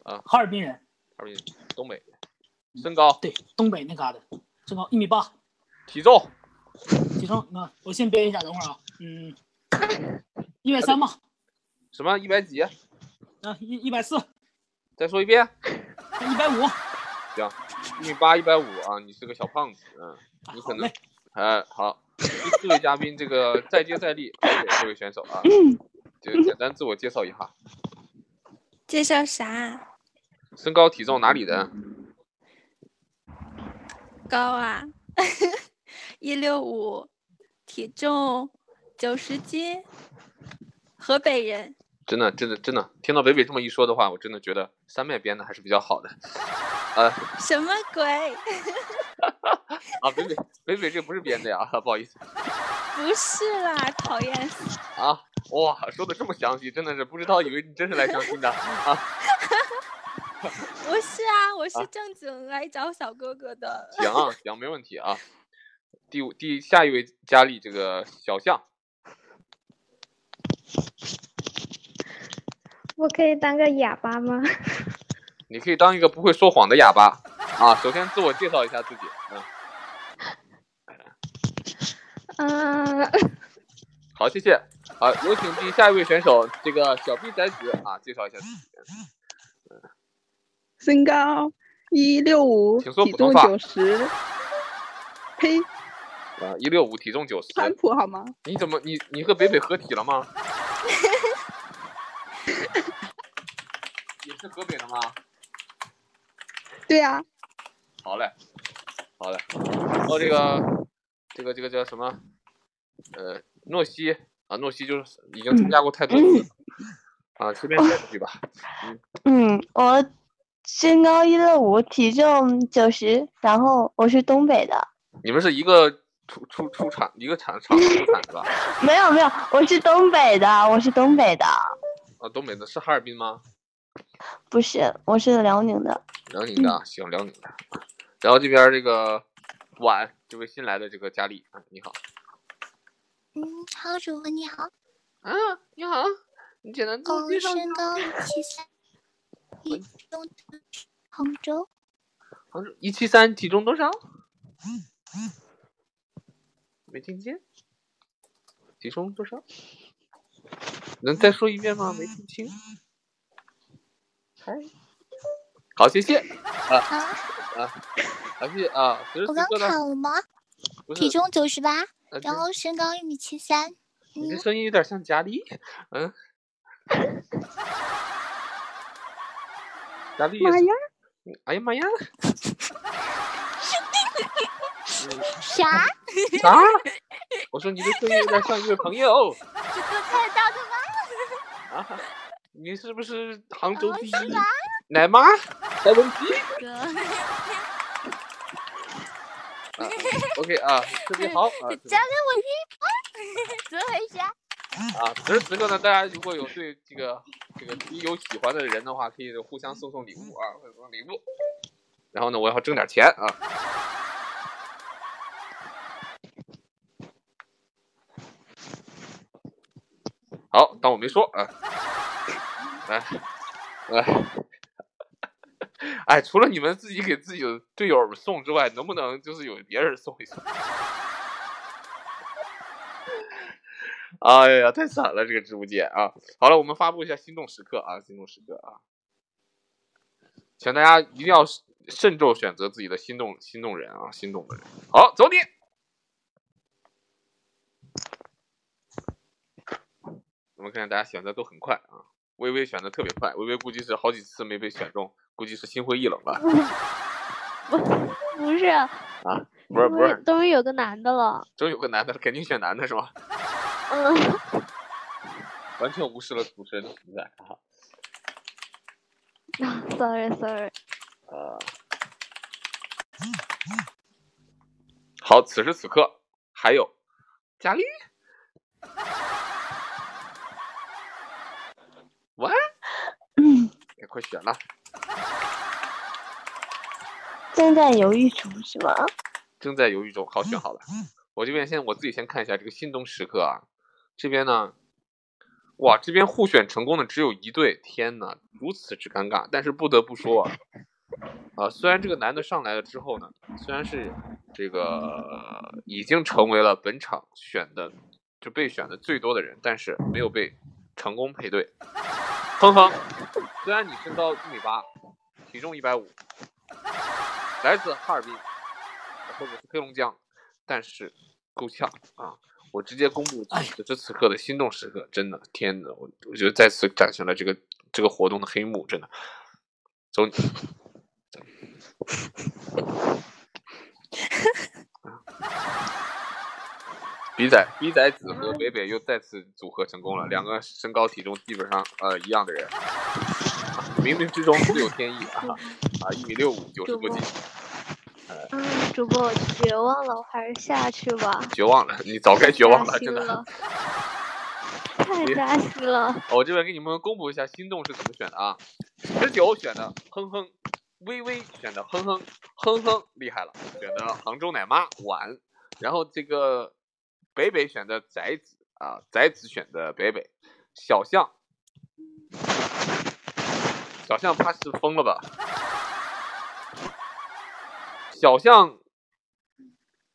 [SPEAKER 1] 啊，
[SPEAKER 16] 哈尔滨人，
[SPEAKER 1] 哈尔滨人，东北人，身高
[SPEAKER 16] 对，东北那嘎达，身高一米八，
[SPEAKER 1] 体重
[SPEAKER 16] 体重啊，我先编一下，等会儿啊，嗯，一百三吧，
[SPEAKER 1] 什么一百几？
[SPEAKER 16] 啊，一一百四，
[SPEAKER 1] 再说一遍。
[SPEAKER 16] 一百五，
[SPEAKER 1] 行，一米八一百五啊，你是个小胖子，嗯，你可能，哎，好，第四位嘉宾这个再接再厉，这位选手啊，就简单自我介绍一下，
[SPEAKER 4] 介绍啥？啊
[SPEAKER 1] 身高体重哪里人？
[SPEAKER 4] 高啊，一六五，体重九十斤，河北人。
[SPEAKER 1] 真的，真的，真的，听到北北这么一说的话，我真的觉得三妹编的还是比较好的，呃，
[SPEAKER 4] 什么鬼？
[SPEAKER 1] 啊，北北北北这不是编的呀， 不好意思
[SPEAKER 4] 不是啦，讨厌死！
[SPEAKER 1] 啊，哇，说的这么详细，真的是不知道以为你真是来相亲的啊，
[SPEAKER 4] 不是啊，我是正经来找小哥哥的。
[SPEAKER 1] 行啊行，没问题啊。第五第下一位佳丽这个小象，
[SPEAKER 20] 我可以当个哑巴吗？
[SPEAKER 1] 你可以当一个不会说谎的哑巴啊。首先自我介绍一下自己，嗯，
[SPEAKER 20] 嗯、
[SPEAKER 1] 好，谢谢。好，有请第下一位选手，这个小 B 仔子啊，介绍一下自己。
[SPEAKER 21] 身高一六五，
[SPEAKER 1] 请说
[SPEAKER 21] 体
[SPEAKER 1] 普通
[SPEAKER 21] 重
[SPEAKER 1] 话
[SPEAKER 21] 九十。呸，
[SPEAKER 1] 啊，一六五，体重九十。
[SPEAKER 21] 川普好吗？
[SPEAKER 1] 你怎么你你和北北合体了吗？也是河北的吗？
[SPEAKER 21] 对啊呀、
[SPEAKER 1] 好嘞，好嘞。哦，这个这个这个叫什么？呃，诺西啊，诺西就是已经参加过太多次了啊，随便选一句吧。
[SPEAKER 5] 嗯，我身高一六五，体重九十，然后我是东北的，
[SPEAKER 1] 你们是一个出出出产一个厂厂出产的吧？
[SPEAKER 5] 没有没有，我是东北的，我是东北的，
[SPEAKER 1] 啊，东北的是哈尔滨吗？
[SPEAKER 5] 不是，我是辽宁的。
[SPEAKER 1] 辽宁的啊，行，辽宁的。然后这边这个晚，这位新来的这个佳丽，啊你好，
[SPEAKER 15] 嗯，好，主播你好。
[SPEAKER 1] 啊，你好，你简单
[SPEAKER 15] 自我介绍。身高一七三，体重杭州。
[SPEAKER 1] 杭州一七三，体重多少？没听见，体重多少？能再说一遍吗？没听清。哎好，谢谢。啊啊啊！谢谢啊！此时
[SPEAKER 15] 我
[SPEAKER 1] 此
[SPEAKER 15] 刚
[SPEAKER 1] 刻呢，
[SPEAKER 15] 考了吗？
[SPEAKER 1] 不是
[SPEAKER 15] 体重九十八，
[SPEAKER 1] 呃
[SPEAKER 15] 然后身高一米七三。嗯
[SPEAKER 1] 你这声音有点像佳丽，嗯。佳丽，
[SPEAKER 15] 妈呀！
[SPEAKER 1] 哎呀妈呀！
[SPEAKER 15] 啥？
[SPEAKER 1] 啥？我说你这声音有点像一位朋友
[SPEAKER 15] 这都看得到的吗？ 哦
[SPEAKER 1] 啊！你是不是杭州第一
[SPEAKER 15] 是吧
[SPEAKER 1] 奶妈？来文姬啊？OK
[SPEAKER 15] 哎
[SPEAKER 1] 啊，特别 好啊！
[SPEAKER 15] 交给我一把，怎么回事？
[SPEAKER 1] 啊，此时此刻呢，大家如果有对这个这个有喜欢的人的话，可以互相送送礼物啊，送送礼物。然后呢，我要挣点钱啊。好，当我没说啊。哎来，来，哎，除了你们自己给自己的队友送之外，能不能就是有别人送一送？哎呀，太惨了，这个直播间啊！好了，我们发布一下心动时刻啊，心动时刻啊，请大家一定要慎重选择自己的心动心动人啊，心动的人。好，走你。我们看看大家选择都很快啊，微微选的特别快，微微估计是好几次没被选中，估计是心灰意冷吧？
[SPEAKER 22] 不， 不是啊，
[SPEAKER 1] 不是不
[SPEAKER 15] 嗯
[SPEAKER 1] 是，
[SPEAKER 22] 都是有个男的了，
[SPEAKER 1] 终于有个男的，肯定选男的是吧？
[SPEAKER 22] 嗯，
[SPEAKER 1] 完全无视了主持人的存在啊！
[SPEAKER 22] sorry sorry。
[SPEAKER 1] 啊，好，此时此刻还有贾丽，喂，该哎快选了，
[SPEAKER 15] 正在犹豫中是吗？
[SPEAKER 1] 正在犹豫中，好选好了。 我这边先我自己先看一下这个心动时刻啊，这边呢，哇，这边互选成功的只有一对，天呐，如此之尴尬。但是不得不说啊，啊，虽然这个男的上来了之后呢，虽然是这个已经成为了本场选的就被选的最多的人，但是没有被成功配对。芳芳，虽然你身高一米八，体重一百五，来自哈尔滨或者是黑龙江，但是够呛啊。我直接公布此时此刻的心动时刻，真的，天呐，我我觉得再次展现了这个这个活动的黑幕，真的。走你，走比仔比仔子和北北又再次组合成功了，两个身高体重基本上呃一样的人，啊冥冥之中自有天意啊啊，一米六五，九十多斤，
[SPEAKER 22] 嗯，主播我绝望了，我还是下去吧，
[SPEAKER 1] 绝望了，你早该绝望了，
[SPEAKER 22] 太
[SPEAKER 1] 真
[SPEAKER 22] 心
[SPEAKER 1] 的
[SPEAKER 22] 了。，太扎心了。
[SPEAKER 1] 我这边给你们公布一下心动是怎么选的啊，十九选的哼哼，微微选的哼哼，哼哼厉害了，选的杭州奶妈晚，然后这个北北选的宅子啊，宅子选的北北，小象，小象怕是疯了吧？小象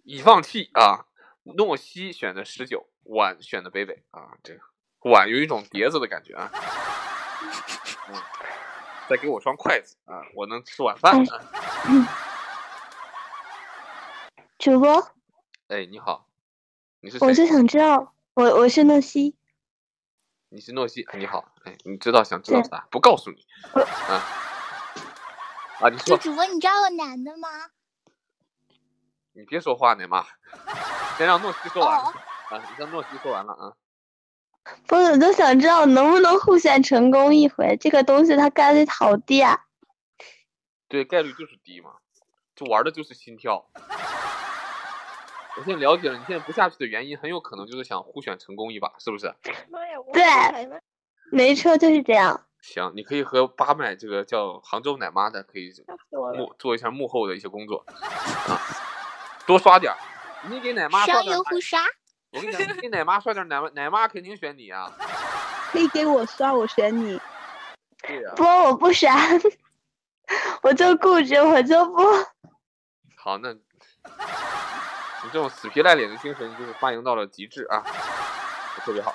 [SPEAKER 1] 已放弃啊，诺西选的十九，晚选的北北啊，这个碗有一种碟子的感觉啊。嗯，再给我双筷子啊，我能吃晚饭啊。
[SPEAKER 15] 主播，
[SPEAKER 1] 哎，你好，你是谁
[SPEAKER 15] 我？就想知道，我我是诺西，
[SPEAKER 1] 你是诺西，哎你好，哎，你知道想知道啥？不告诉你。啊啊，你
[SPEAKER 23] 就
[SPEAKER 1] 说，
[SPEAKER 23] 主播，你知道有男的吗？
[SPEAKER 1] 你别说话呢嘛，先让诺西说完啊，你让诺西说完了啊。
[SPEAKER 15] 不是，我就想知道能不能互选成功一回，这个东西它概率好低啊。
[SPEAKER 1] 对，概率就是低嘛，就玩的就是心跳。我现在了解了，你现在不下去的原因，很有可能就是想互选成功一把，是不是？
[SPEAKER 15] 对，没错，就是这样。
[SPEAKER 1] 行，你可以和八麦这个叫杭州奶妈的可以
[SPEAKER 15] 死我了
[SPEAKER 1] 幕做一下幕后的一些工作，啊，多刷点儿，你给奶妈刷
[SPEAKER 23] 上
[SPEAKER 1] 点儿
[SPEAKER 23] 油
[SPEAKER 1] 奶
[SPEAKER 23] 胡刷，
[SPEAKER 1] 我跟你讲，你给奶妈刷点儿奶妈，奶妈肯定选你啊。
[SPEAKER 24] 可以给我刷，我选你。
[SPEAKER 1] 对呀、
[SPEAKER 15] 不，我不删，我就固执，我就不。
[SPEAKER 1] 好，那你这种死皮赖脸的精神就是发扬到了极致啊，特别好。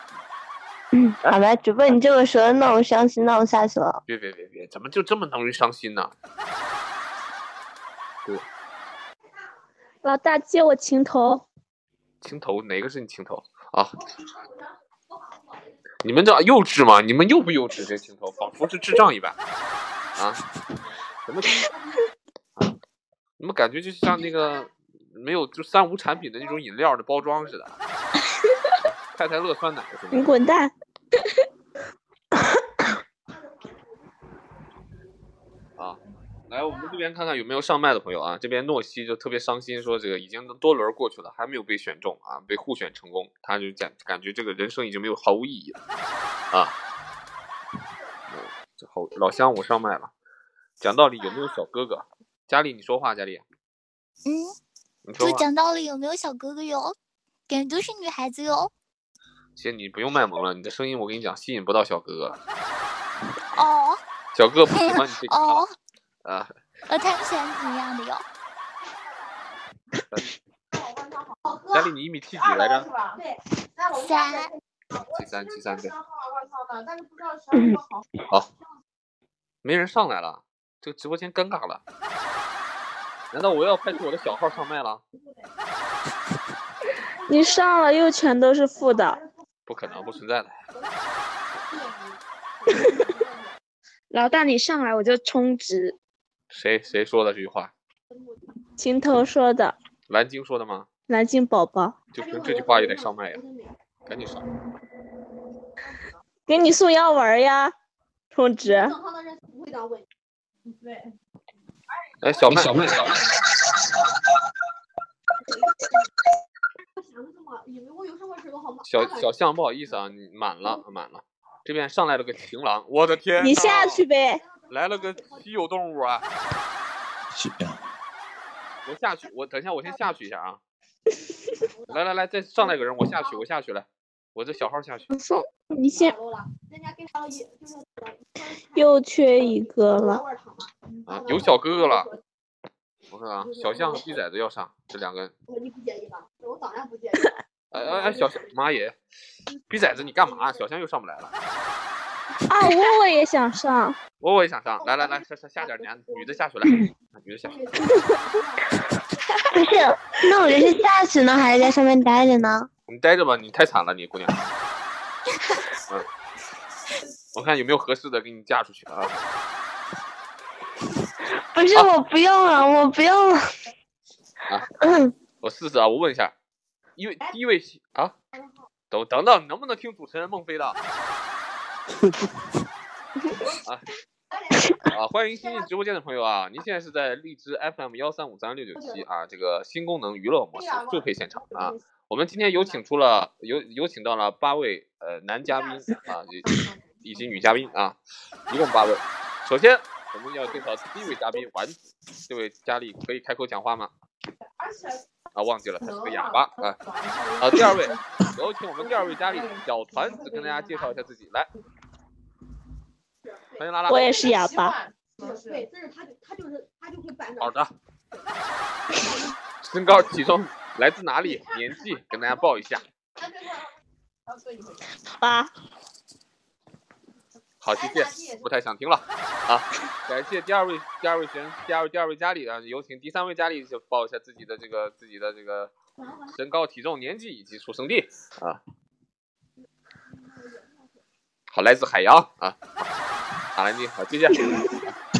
[SPEAKER 15] 嗯，好吧，主播，你这么说，那我伤心，那我下去了。
[SPEAKER 1] 别别别别，怎么就这么容易伤心呢？对，
[SPEAKER 17] 老大借我情头，
[SPEAKER 1] 情头哪个是你情头啊？你们这幼稚吗？你们幼不幼稚？这情头仿佛是智障一般啊！怎么啊？怎么感觉就像那个没有就三无产品的那种饮料的包装似的？ 太太乐酸奶是吗？
[SPEAKER 24] 你滚蛋！
[SPEAKER 1] 啊，来，我们这边看看有没有上麦的朋友啊。这边诺西就特别伤心，说这个已经多轮过去了，还没有被选中啊，被互选成功，他就感感觉这个人生已经没有毫无意义了啊。嗯这好，老乡，我上麦了。讲道理，有没有小哥哥？佳丽，你说话，佳丽，
[SPEAKER 23] 嗯，
[SPEAKER 1] 你说
[SPEAKER 23] 就
[SPEAKER 1] 话。
[SPEAKER 23] 讲道理有没有小哥哥哟？感觉都是女孩子哟。
[SPEAKER 1] 姐，你不用卖萌了，你的声音我跟你讲吸引不到小哥哥了，
[SPEAKER 23] 哦
[SPEAKER 1] 小哥不喜欢你这个
[SPEAKER 23] 哦，
[SPEAKER 1] 啊。
[SPEAKER 23] 呃，他们喜欢怎么样的哟？
[SPEAKER 1] 家里你一米七几来着？
[SPEAKER 23] 三，
[SPEAKER 1] 七三七三对。好，没人上来了，这个直播间尴尬了。难道我要派出我的小号上麦了？
[SPEAKER 14] 你上了又全都是负的。
[SPEAKER 1] 不可能，不存在的。
[SPEAKER 14] 老大，你上来我就充值。
[SPEAKER 1] 谁谁说的这句话？
[SPEAKER 14] 秦头说的，
[SPEAKER 1] 蓝鲸说的吗？
[SPEAKER 14] 南京宝宝，
[SPEAKER 1] 就凭这句话也得上麦呀，赶紧上。
[SPEAKER 14] 给你送药丸呀，充值。
[SPEAKER 1] 哎，小麦，小麦，小小象，不好意思啊，你满了，满了。这边上来了个情郎，我的天！
[SPEAKER 14] 你下去。呗。
[SPEAKER 1] 来了个稀有动物 啊！我下去，我等一下，我先下去一下啊。来来来，再上来个人，我下去，我下去来，我这小号下去。
[SPEAKER 14] 送你先。又缺一个了，
[SPEAKER 6] 嗯
[SPEAKER 1] 啊，有小哥哥了。我看啊，小象和逼崽子要上，这两个人。 哎哎哎，小象，妈耶！逼崽子，你干嘛？小象又上不来了。
[SPEAKER 14] 啊，我我也想上，
[SPEAKER 1] 我我也想上，来来来，下下下点男女的下去来，女的下去。
[SPEAKER 15] 不是，那我这是下去呢，还是在上面待着呢？
[SPEAKER 1] 你待着吧，你太惨了，你姑 娘。嗯，我看有没有合适的给你嫁出去啊？
[SPEAKER 15] 不是，我不用了，我不用了。
[SPEAKER 1] 啊，我试试啊，我问一下，一位
[SPEAKER 15] 哎
[SPEAKER 1] 第一位啊，等等等，能不能听主持人孟非的？啊啊！欢迎新进直播间的朋友啊！您现在是在荔枝 FM 幺三五三六九七啊，这个新功能娱乐模式最配现场啊！我们今天有请出了有有请到了八位呃男嘉宾 啊，以以及女嘉宾啊，一共八位。首先我们要介绍第一位嘉宾丸子，这位佳丽可以开口讲话吗？啊，忘记了，他是个哑巴啊。啊，第二位，有请我们第二位佳丽小团子跟大家介绍一下自己，来，欢迎拉拉。
[SPEAKER 14] 我也是哑巴。
[SPEAKER 25] 对，但是他就他就是他就会搬
[SPEAKER 1] 好的。身高、体重、来自哪里、年纪，跟大家报一下。
[SPEAKER 5] 啊
[SPEAKER 14] 八。
[SPEAKER 1] 好，谢谢，不太想听了啊！感谢第二位第二位学生，第二位第二位佳丽啊，有请第三位佳丽就报一下自己的这个自己的这个身高、体重、年纪以及出生地啊。好，来自海洋啊，马兰蒂，好，谢谢。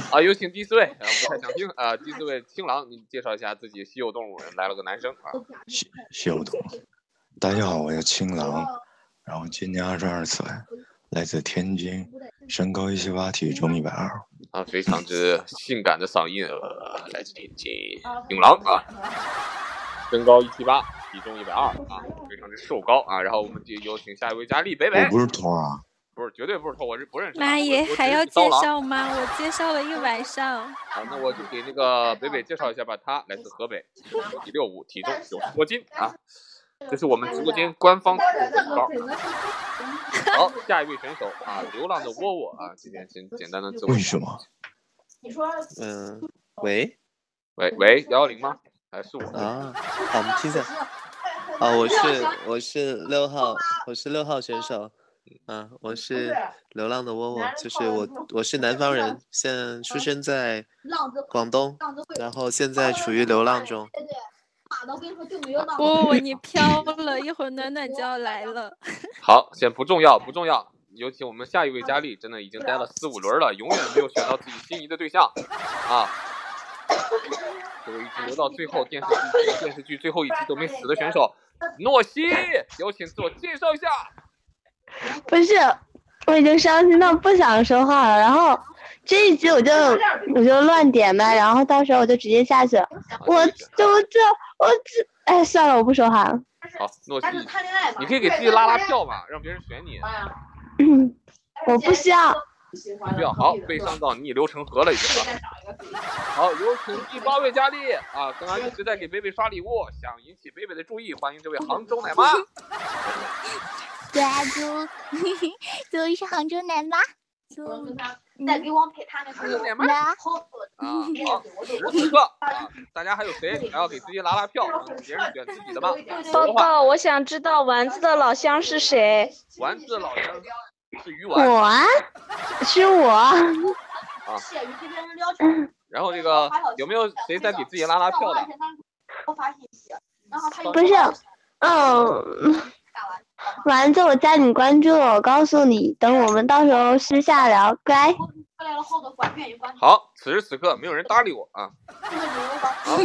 [SPEAKER 1] 啊，有请第四位，啊、不太想听啊，第四位青狼，你介绍一下自己稀有动物，来了个男生啊，
[SPEAKER 26] 谢有东，大家好，我叫青狼，然后今年二十二岁，来自天津，身高一七八，体重一百二。
[SPEAKER 1] 啊，非常 之性感的嗓音，呃、来自天津青狼啊，身高一七八，体重一百二啊，非常之瘦高啊。然后我们就有请下一位佳丽北北，
[SPEAKER 26] 我不是托儿啊，
[SPEAKER 1] 不是，绝对不是头，我是不认识他。啊
[SPEAKER 4] 妈耶，
[SPEAKER 1] 我
[SPEAKER 4] 还要介？
[SPEAKER 1] 我只是刀郎
[SPEAKER 4] 绍吗？我介绍了一晚 上。
[SPEAKER 1] 啊，那我就给那个北北介绍一下吧，他来自河北，一六五，体重九十多斤啊。这是我们直播间官方号。好，下一位选手啊，流浪的窝窝啊，今天简简单的自我。
[SPEAKER 26] 为什么？
[SPEAKER 25] 你说
[SPEAKER 16] 嗯，喂
[SPEAKER 1] 喂喂，幺幺零吗？哎，是我
[SPEAKER 16] 啊，啊我们听见啊，我是我是六号，我是六号选手，啊，我是流浪的窝窝，就是我我是南方人，现出生在
[SPEAKER 25] 浪子
[SPEAKER 16] 广东，然后现在处于流浪中。
[SPEAKER 25] 骂的，我跟你说就没有脑
[SPEAKER 23] 哦
[SPEAKER 4] 不，我哦你飘了，一会儿暖暖就要来了。
[SPEAKER 1] 好，先不重要，不重要。有请我们下一位佳丽，真的已经待了四五轮了，永远没有选到自己心仪的对象啊！这位一直留到最后电视剧电视剧最后一集都没死的选手诺西，有请自我介绍一下。啊
[SPEAKER 15] 不是，我已经伤心到不想说话了。然后这一集我就我就乱点呗，然后到时候我就直接下去。我这我这我这，哎，算了，我不说话了。
[SPEAKER 1] 好，诺西，你可以给自己拉拉票嘛，让别人选你。
[SPEAKER 6] 哎
[SPEAKER 15] 我不需要。
[SPEAKER 1] 不要，好，悲伤到逆流成河了已经啊。
[SPEAKER 16] 嗯
[SPEAKER 1] 好，有请第八位佳丽啊，刚刚一直在给贝贝刷礼物，想引起贝贝的注意，欢迎这位杭州奶妈。
[SPEAKER 23] 对啊， 就就是杭州奶 妈，就
[SPEAKER 25] 嗯再给我陪他们
[SPEAKER 1] 说
[SPEAKER 23] 嗯
[SPEAKER 1] 奶妈。啊，好，五十个啊！大家还有谁还要给自己拉拉票？别人选自己的吧。
[SPEAKER 27] 报告，我想知道丸子的老乡是谁？
[SPEAKER 1] 丸子的老乡是鱼丸。
[SPEAKER 15] 我，是我。啊。
[SPEAKER 1] 然后这个有没有谁再给自己拉拉票的？
[SPEAKER 15] 不是，嗯，丸子，我加你关注了，我告诉你，等我们到时候私下聊，乖。
[SPEAKER 1] 好，此时此刻没有人搭理我啊！好，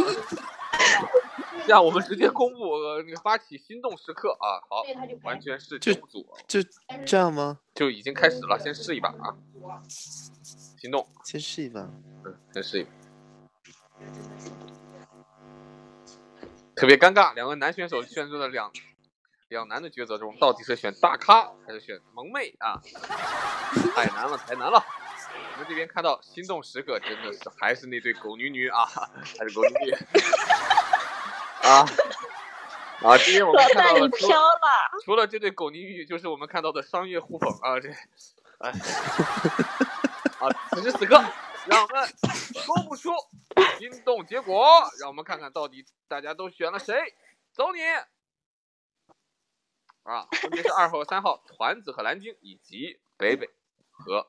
[SPEAKER 1] 这样我们直接公布，呃、发起心动时刻啊！好，完全是节目组，
[SPEAKER 16] 就这样吗？
[SPEAKER 1] 就已经开始了，先试一把啊！心动，
[SPEAKER 16] 先试一把，
[SPEAKER 1] 嗯，先试一把。特别尴尬，两个男选手陷入了两两难的抉择中，到底是选大咖还是选萌妹啊？太难了，太难了！我们这边看到心动时刻真的是还是那对狗女女啊，还是狗女女啊啊！这边我们看到了，
[SPEAKER 27] 飘了
[SPEAKER 1] 除了这对狗女女，就是我们看到的商业互捧啊，这哎啊，此时此刻。让我们公布出心动结果，让我们看看到底大家都选了谁。走你！啊，分别是二号、三号团子和蓝鲸，以及北北和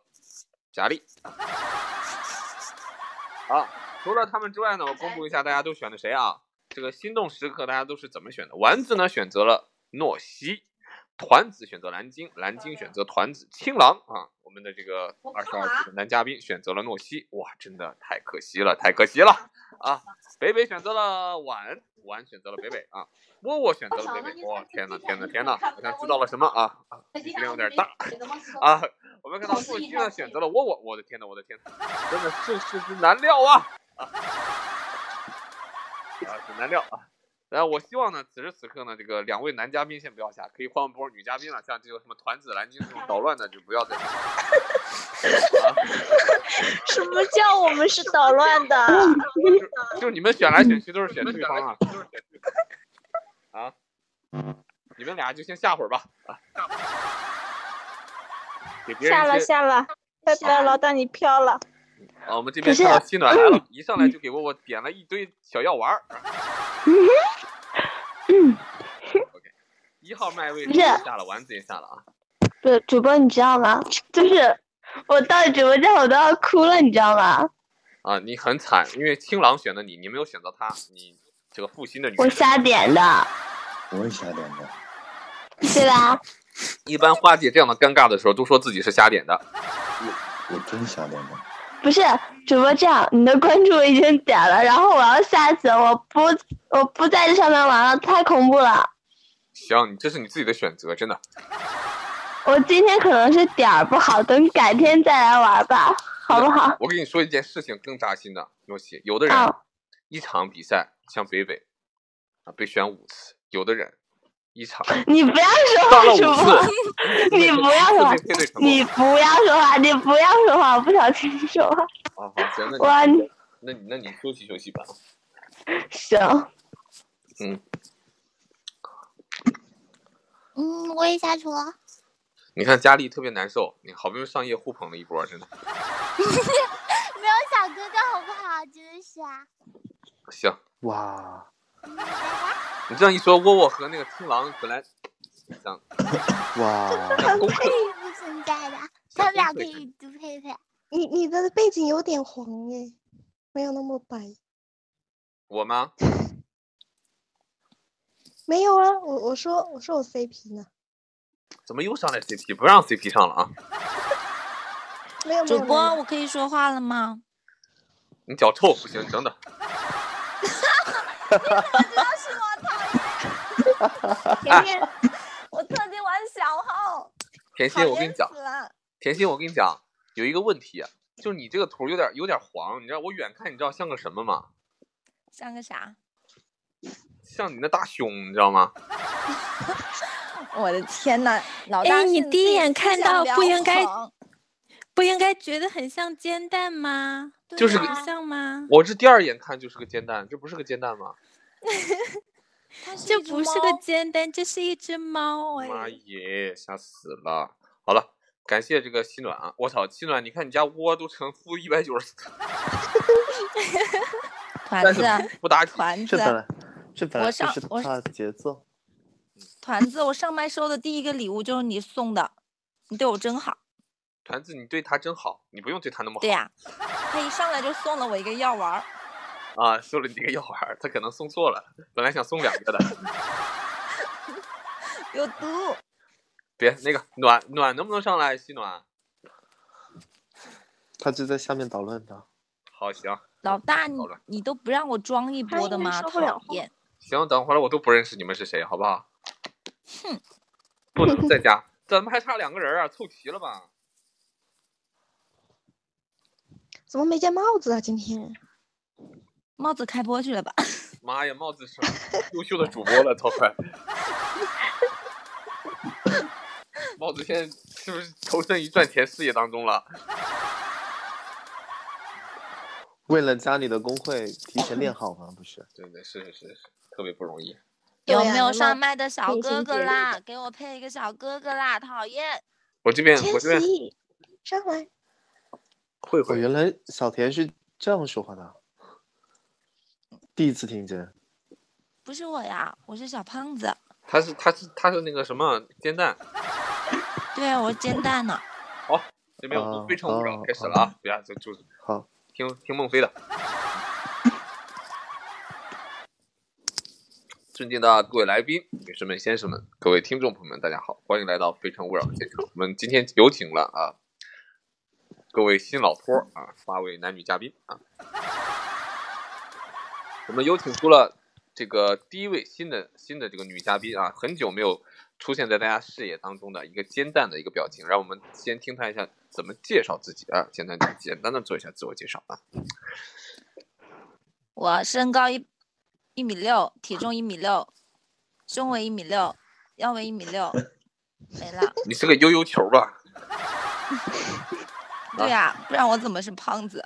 [SPEAKER 1] 佳丽。啊，除了他们之外呢，我公布一下大家都选的谁啊？这个心动时刻大家都是怎么选的？丸子呢选择了诺西，团子选择蓝鲸，蓝鲸选择团子，青狼啊。我们的这个二十二岁的男嘉宾选择了诺西，哇，真的太可惜了，太可惜了啊！北北选择了婉，婉选择了北北啊，窝窝选择了北北，哇、哦，天呐，天呐，天呐，好像知道了什么啊？力、啊、量有点大 啊！我们看到诺西呢选择了窝窝，我的天呐，我的天呐，真的世事之难料啊！ 啊，很难料啊！然后我希望呢，此时此刻呢，这个两位男嘉宾先不要下，可以换波女嘉宾了。像这个什么团子、蓝鲸这种捣乱的，就不要 再。
[SPEAKER 27] 什么叫我们是捣乱的？
[SPEAKER 11] 嗯
[SPEAKER 1] 就,就你们选来选去都是选对方啊！啊，你们俩就先下会儿吧。啊、给别人
[SPEAKER 27] 下了下了，拜拜，老大你飘了。
[SPEAKER 1] 啊，我们这边看到西暖来
[SPEAKER 15] 嗯
[SPEAKER 1] 了，一上来就给我我点了一堆小药丸儿。 嗯，OK，一号麦位下了，丸子也下了啊。
[SPEAKER 15] 对，主播你知道吗？就是我到直播间我都要哭了，你知道吗？
[SPEAKER 1] 啊，你很惨，因为青狼选的你，你没有选择他，你这个负心的女。
[SPEAKER 15] 我瞎点的。
[SPEAKER 26] 我也瞎点的。
[SPEAKER 15] 对吧？
[SPEAKER 1] 一般花姐这样的尴尬的时候，都说自己是瞎点的。
[SPEAKER 26] 我我真瞎点的。
[SPEAKER 15] 不是主播这样，你的关注我已经点了，然后我要下去，我不我不在这上面玩了，太恐怖了。
[SPEAKER 1] 行，你这是你自己的选择，真的。
[SPEAKER 15] 我今天可能是点儿不好，等改天再来玩吧，好不好？
[SPEAKER 1] 我跟你说一件事情更扎心的，诺西，有的人
[SPEAKER 15] 啊
[SPEAKER 1] 一场比赛、哦、像北北啊被选五次，有的人一场
[SPEAKER 15] 你不要
[SPEAKER 1] 上了五次。
[SPEAKER 15] 你不要说话，你不要说话，你不要说话，我不想听你说话。
[SPEAKER 1] 啊，好，行，那你，那你，那你休息休息吧。
[SPEAKER 15] 行。
[SPEAKER 1] 嗯。
[SPEAKER 23] 嗯，我也下去了。
[SPEAKER 1] 你看佳丽特别难受，你好不容易上夜互捧了一波，真的。
[SPEAKER 23] 没有小哥哥好不好？真是啊。
[SPEAKER 1] 行。
[SPEAKER 16] 哇。
[SPEAKER 1] 你这样一说，窝窝和那个青狼本来。像
[SPEAKER 16] 哇，
[SPEAKER 23] 配不存在的，他们俩可以独配配。
[SPEAKER 11] 你你的背景有点黄哎，没有那么白。
[SPEAKER 1] 我吗？
[SPEAKER 11] 没有啊，我我说我说我 CP 呢。
[SPEAKER 1] 怎么又上来 CP？不让 CP 上了啊？
[SPEAKER 11] 没有
[SPEAKER 4] 主播，我可以说话了吗？
[SPEAKER 1] 你脚臭不行，等等。
[SPEAKER 23] 你怎么知道是我？讨厌！甜甜。我特地玩小号，
[SPEAKER 1] 甜心，我跟你讲，甜心，我跟你讲，有一个问题，就是你这个图有点有点黄，你知道我远看你知道像个什么吗？
[SPEAKER 4] 像个啥？
[SPEAKER 1] 像你那大胸，你知道吗？
[SPEAKER 4] 我的天呐，老
[SPEAKER 27] 哎
[SPEAKER 4] 大，你第一眼看到不应该不应该觉得很像煎蛋吗？
[SPEAKER 1] 就是
[SPEAKER 4] 像吗？
[SPEAKER 1] 我这第二眼看就是个煎蛋，这不是个煎蛋吗？
[SPEAKER 3] 这不是个煎蛋，这是一只猫哎！
[SPEAKER 1] 妈耶，吓死了！好了，感谢这个西暖啊！我操，西暖，你看你家窝都成负一百九十，
[SPEAKER 4] 团子
[SPEAKER 1] 但是不打
[SPEAKER 4] 团
[SPEAKER 16] 这
[SPEAKER 4] 子
[SPEAKER 16] 本来这本来
[SPEAKER 4] 我
[SPEAKER 16] 就
[SPEAKER 4] 上
[SPEAKER 16] 是
[SPEAKER 4] 我
[SPEAKER 16] 怕节奏。
[SPEAKER 4] 团子，我上麦收的第一个礼物就是你送的，你对我真好。
[SPEAKER 1] 团子，你对他真好，你不用对他那么好。
[SPEAKER 4] 对呀、他一上来就送了我一个药丸儿，
[SPEAKER 1] 啊，送了你这个药丸儿，他可能送错了，本来想送两个的。
[SPEAKER 4] 有
[SPEAKER 11] 哦
[SPEAKER 4] 毒。
[SPEAKER 1] 别那个暖暖能不能上来？西暖，
[SPEAKER 16] 他就在下面捣乱呢。
[SPEAKER 1] 好行
[SPEAKER 4] 老大，你你都不让我装一波的吗？
[SPEAKER 1] 该说不了
[SPEAKER 4] 讨厌。
[SPEAKER 1] 行，等会儿我都不认识你们是谁，好不好？
[SPEAKER 4] 哼，
[SPEAKER 1] 不能再加，咱们还差两个人啊，凑齐了吧？
[SPEAKER 11] 怎么没见帽子啊？今天
[SPEAKER 4] 帽子开播去了吧？
[SPEAKER 1] 妈呀，帽子是 优秀的主播了，超快。帽子现在是不是投身于赚钱事业当中了？
[SPEAKER 16] 为了家里的工会提前练好吗？不是，
[SPEAKER 1] 对对是是是是，特别不容易。
[SPEAKER 23] 啊
[SPEAKER 4] 有没
[SPEAKER 27] 哎
[SPEAKER 4] 有上麦的小哥哥啦？给我配一个小哥哥啦！讨厌。
[SPEAKER 1] 我这边
[SPEAKER 16] 我这边
[SPEAKER 11] 上来。
[SPEAKER 16] 会会，哦原来小田是这样说话的，第一次听见。
[SPEAKER 4] 不是我呀，我是小胖子。
[SPEAKER 1] 他是他是他是那个什么煎蛋。
[SPEAKER 4] 对，我煎蛋哦呢。
[SPEAKER 1] 好，这边我们非诚勿扰
[SPEAKER 16] 哦
[SPEAKER 1] 开始了啊！不要就就是
[SPEAKER 16] 好，
[SPEAKER 1] 听听孟非的。尊敬的各位来宾、女士们、先生们、各位听众朋友们，大家好，欢迎来到《非诚勿扰》现场。我们今天有请了啊，各位新老托儿啊，八位男女嘉宾啊。我们有请出了这个第一位新的新的这个女嘉宾啊，很久没有出现在大家视野当中的一个煎蛋的一个表情，让我们先听她一下怎么介绍自己啊，简单简单的做一下自我介绍啊。
[SPEAKER 4] 我身高一一米六，体重一米六，胸围一米六，腰围一米六，没了。
[SPEAKER 1] 你是个悠悠球吧？
[SPEAKER 4] 对呀、不然我怎么是胖子？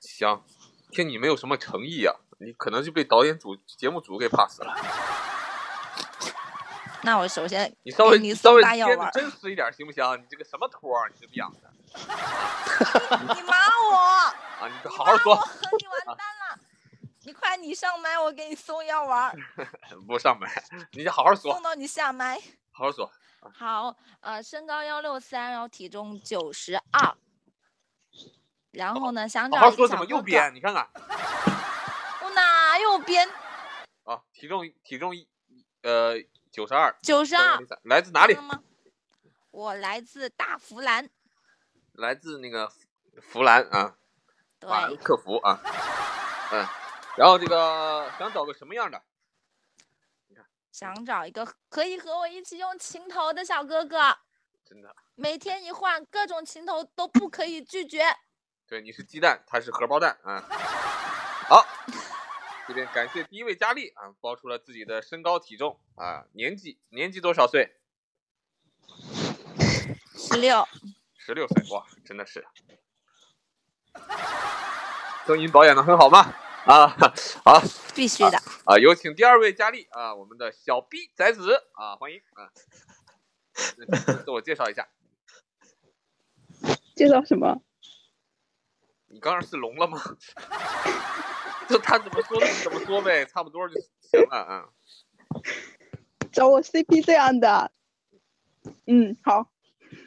[SPEAKER 1] 行，听你没有什么诚意啊，你可能就被导演组、节目组给 pass 了。
[SPEAKER 4] 那我首先
[SPEAKER 1] 你稍微
[SPEAKER 4] 给你
[SPEAKER 1] 稍
[SPEAKER 4] 送
[SPEAKER 1] 微
[SPEAKER 4] 大药
[SPEAKER 1] 编的
[SPEAKER 4] 丸儿。
[SPEAKER 1] 真实一点行不行？你这个什么托儿，你这逼养的
[SPEAKER 4] 你骂我，
[SPEAKER 1] 啊！你好好说，
[SPEAKER 4] 你快你上麦，我给你送药丸儿，
[SPEAKER 1] 不上麦，你好好说
[SPEAKER 4] 送，到你下麦。
[SPEAKER 1] 好好说。
[SPEAKER 4] 好，呃，身高幺六三，然后体重九十二，然后呢，想
[SPEAKER 1] 好
[SPEAKER 4] 找
[SPEAKER 1] 好
[SPEAKER 4] 一个
[SPEAKER 1] 说，怎
[SPEAKER 4] 小
[SPEAKER 1] 么
[SPEAKER 4] 哥
[SPEAKER 1] 又
[SPEAKER 4] 哥。
[SPEAKER 1] 编？你看看
[SPEAKER 4] 我哪有编？
[SPEAKER 1] 啊，体重体重一呃九十二，嗯
[SPEAKER 4] 92
[SPEAKER 1] 来自哪里？
[SPEAKER 4] 我来自大福兰，
[SPEAKER 1] 来自那个弗兰啊，
[SPEAKER 4] 对
[SPEAKER 1] 法兰克福啊，嗯，然后这个想找个什么样的？
[SPEAKER 4] 想找一个可以和我一起用琴头的小哥哥，
[SPEAKER 1] 真的，
[SPEAKER 4] 每天一换，各种琴头都不可以拒绝。
[SPEAKER 1] 对，你是鸡蛋，他是荷包蛋啊。好，这边感谢第一位佳丽啊，报出了自己的身高、体重啊、年纪，年纪多少岁？
[SPEAKER 4] 十六，
[SPEAKER 1] 十六岁，哇，真的是。 声音保养的很好吗？啊，好
[SPEAKER 4] 必须的。
[SPEAKER 1] 啊，有请第二位佳丽啊，我们的小 B 崽子啊，欢迎啊。 自我介绍一下，
[SPEAKER 24] 介绍什么？
[SPEAKER 1] 你刚刚是聋了吗？ 就他怎么说的怎么说呗，差不多就行了啊。
[SPEAKER 24] 找我 CP 这样的。嗯，好，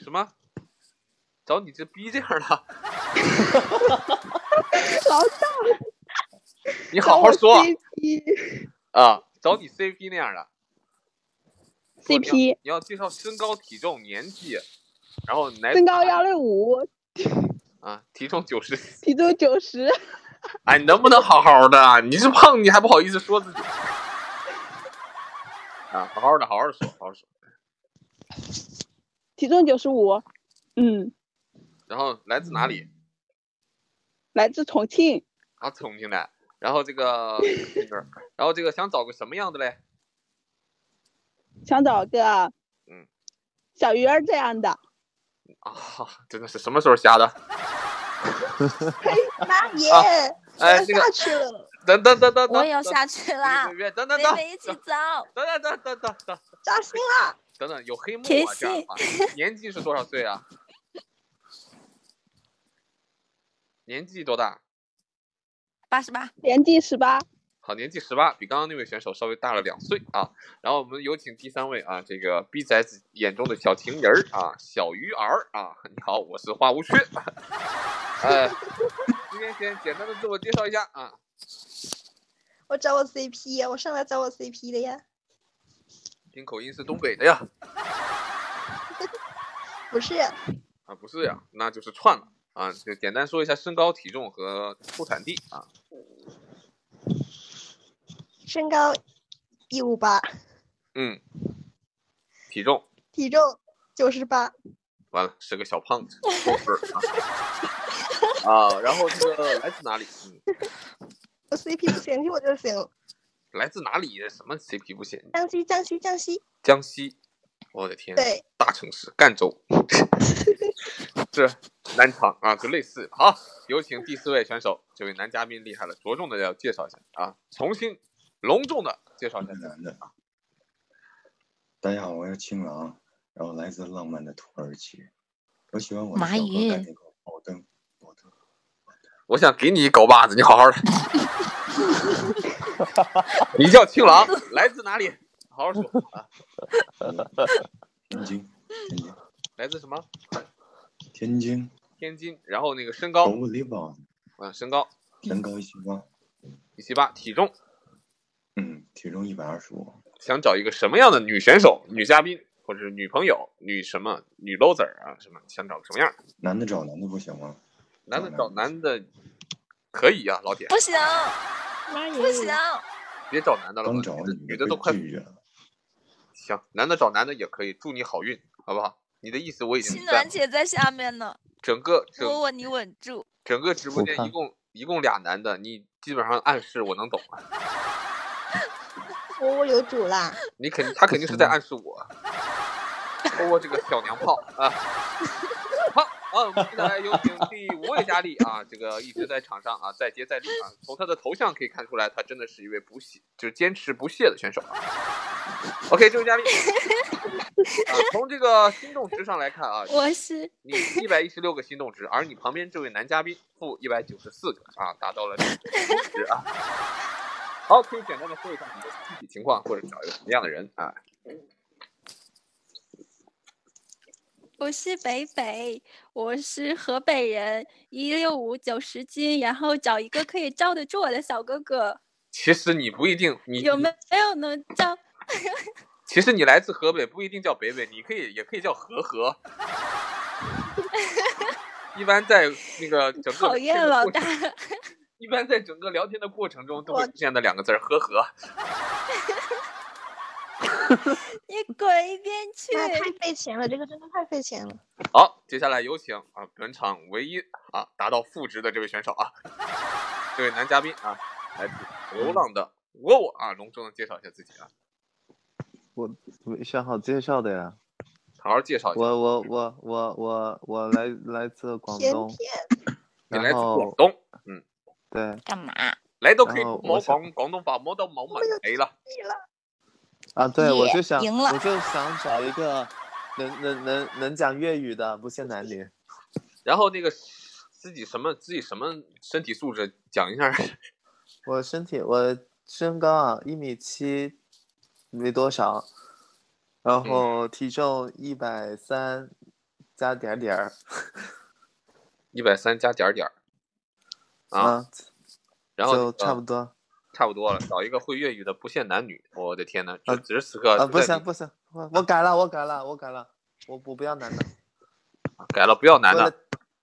[SPEAKER 1] 什么？找你这逼这样的？
[SPEAKER 24] 老大，
[SPEAKER 1] 你 好好说
[SPEAKER 24] CP
[SPEAKER 1] 啊！找你 CP 那样的。不你要
[SPEAKER 24] CP
[SPEAKER 1] 你要介绍身高、体重、年纪，然后来
[SPEAKER 24] 身高幺六五，
[SPEAKER 1] 啊，体重九十。
[SPEAKER 24] 体重九十，
[SPEAKER 1] 哎，你能不能好好的啊？你是胖，你还不好意思说自己 啊？好好的，好好的说，好好地说。
[SPEAKER 24] 体重九十五，嗯，
[SPEAKER 1] 然后来自哪里？
[SPEAKER 24] 来自重庆，
[SPEAKER 1] 啊，重庆的。然后这个，这个然后这个想找个什么样的嘞？
[SPEAKER 24] 想找个
[SPEAKER 1] 嗯
[SPEAKER 24] 小鱼儿这样的。
[SPEAKER 1] 啊，真的是什么时候瞎的？
[SPEAKER 24] 妈
[SPEAKER 1] 耶啊哎这个
[SPEAKER 11] 下去了。
[SPEAKER 1] 等等等等，
[SPEAKER 4] 我也要下去啦！
[SPEAKER 1] 等等等，
[SPEAKER 4] 妹妹一起走。
[SPEAKER 1] 等等等等等等，
[SPEAKER 24] 扎心了。
[SPEAKER 1] 等等，有黑幕啊！这样的话， 年纪是多少岁啊？年纪多大？
[SPEAKER 4] 八十八。
[SPEAKER 24] 年纪十八。
[SPEAKER 1] 好，年纪十八，比刚刚那位选手稍微大了两岁啊。然后我们有请第三位啊，这个 B 仔眼中的小情人儿啊，小鱼儿啊。 你好，我是花无缺。呃，今天先简单的自我介绍一下啊。
[SPEAKER 10] 我找我 CP 呀，我上来找我 CP 的呀。
[SPEAKER 1] 听口音是东北的呀？
[SPEAKER 10] 不是。
[SPEAKER 1] 啊，不是呀，那就是串了啊。就简单说一下身高、体重和出产地啊。
[SPEAKER 10] 身高一五八。
[SPEAKER 1] 嗯。体重。
[SPEAKER 10] 体重九十八。
[SPEAKER 1] 完了，是个小胖子，过分 啊！啊，然后这个来自哪里？
[SPEAKER 10] 嗯、我 CP 不嫌弃我就行。
[SPEAKER 1] 来自哪里？什么 CP 不嫌弃？
[SPEAKER 10] 江西，江西，江西。
[SPEAKER 1] 江西，我的天！
[SPEAKER 10] 对，
[SPEAKER 1] 大城市赣州，这南昌啊，就类似。好，有请第四位选手，这位男嘉宾厉害了，着重的要介绍一下啊，重新隆重的介绍一下
[SPEAKER 26] 男的。大家好，我是青狼，然后来自浪漫的土耳其，我喜欢我的小哥干那个宝灯，宝灯。
[SPEAKER 1] 我想给你一狗巴子，你好好的。你叫青狼，来自哪里？好好说啊。
[SPEAKER 26] 嗯
[SPEAKER 1] 嗯
[SPEAKER 26] 天津，天津。
[SPEAKER 1] 来自什么？
[SPEAKER 26] 天津。
[SPEAKER 1] 天津，然后那个身高。
[SPEAKER 26] 我离吧。
[SPEAKER 1] 嗯，身高。
[SPEAKER 26] 身高一七八。
[SPEAKER 1] 一七八，体重。
[SPEAKER 26] 嗯，体重一百二十五。
[SPEAKER 1] 想找一个什么样的女选手、女嘉宾，或者是女朋友、女什么、女 loser 啊？什么？想找什么样？
[SPEAKER 26] 男的找男的不行吗？
[SPEAKER 1] 男的找男的可以呀、啊，老铁。
[SPEAKER 4] 不行。不行，
[SPEAKER 1] 嗯别找男的了，
[SPEAKER 26] 光找
[SPEAKER 1] 女的都快行，男的找男的也可以，祝你好运，好不好？你的意思我已经。
[SPEAKER 4] 新暖姐在下面呢，
[SPEAKER 1] 整个
[SPEAKER 4] 我吻你吻住。
[SPEAKER 1] 整个直播间一共一共俩男的，你基本上暗示我能懂了。
[SPEAKER 10] 我我有主啦。
[SPEAKER 1] 你肯他肯定是在暗示我，我这个小娘炮啊！好。好，我们接下来有请第五位佳丽啊，这个一直在场上啊，再接再厉啊。从她的头像可以看出来，她真的是一位不懈，就是坚持不懈的选手啊。OK，这位佳丽，啊，从这个心动值上来看啊，
[SPEAKER 4] 我是
[SPEAKER 1] 你一百一十六个心动值，而你旁边这位男嘉宾负一百九十四个啊，达到了这个值啊。 好，可以简单的说一下你的具体情况，或者找一个什么样的人啊？
[SPEAKER 4] 我是北北，我是河北人，一六五九十斤，然后找一个可以罩得住我的小哥哥。
[SPEAKER 1] 其实你不一定，你
[SPEAKER 4] 有没有能罩？
[SPEAKER 1] 其实你来自河北，不一定叫北北，你可以也可以叫河河。一般在那个整个
[SPEAKER 4] 讨厌老大。
[SPEAKER 1] 一般在整个聊天的过程中都会出现的两个字儿“呵呵”。
[SPEAKER 4] 你滚一边去！
[SPEAKER 10] 太费钱了，这个真的太费钱了。
[SPEAKER 1] 好，接下来有请啊，本场唯一啊达到负值的这位选手啊，这位男嘉宾啊，来自流浪的我我啊，隆重的介绍一下自己啊。
[SPEAKER 16] 我没想好介绍的呀，
[SPEAKER 1] 好好介绍一下。
[SPEAKER 16] 我我我我我我来来自广东，
[SPEAKER 1] 你来自广东，嗯，
[SPEAKER 16] 对。
[SPEAKER 4] 干嘛？
[SPEAKER 1] 来都可以冇广广东话，冇到冇问题了。
[SPEAKER 16] 啊，对，我就想，我就想找一个能能能能讲粤语的，不限男女。
[SPEAKER 1] 然后那个自己什么自己什么身体素质讲一下。
[SPEAKER 16] 我身体我身高啊一米七，没多少，
[SPEAKER 1] 嗯
[SPEAKER 16] 然后体重一百三加点点儿。
[SPEAKER 1] 一百三加点点儿。啊，
[SPEAKER 16] 啊
[SPEAKER 1] 然后、那个、啊
[SPEAKER 16] 就差不多。
[SPEAKER 1] 差不多了，找一个会粤语的，不限男女。我的天呐，此时此刻
[SPEAKER 16] 啊，不行不行，我我改了，我改了，我改了，我我不要男的，
[SPEAKER 1] 改了不要男的。
[SPEAKER 16] 为了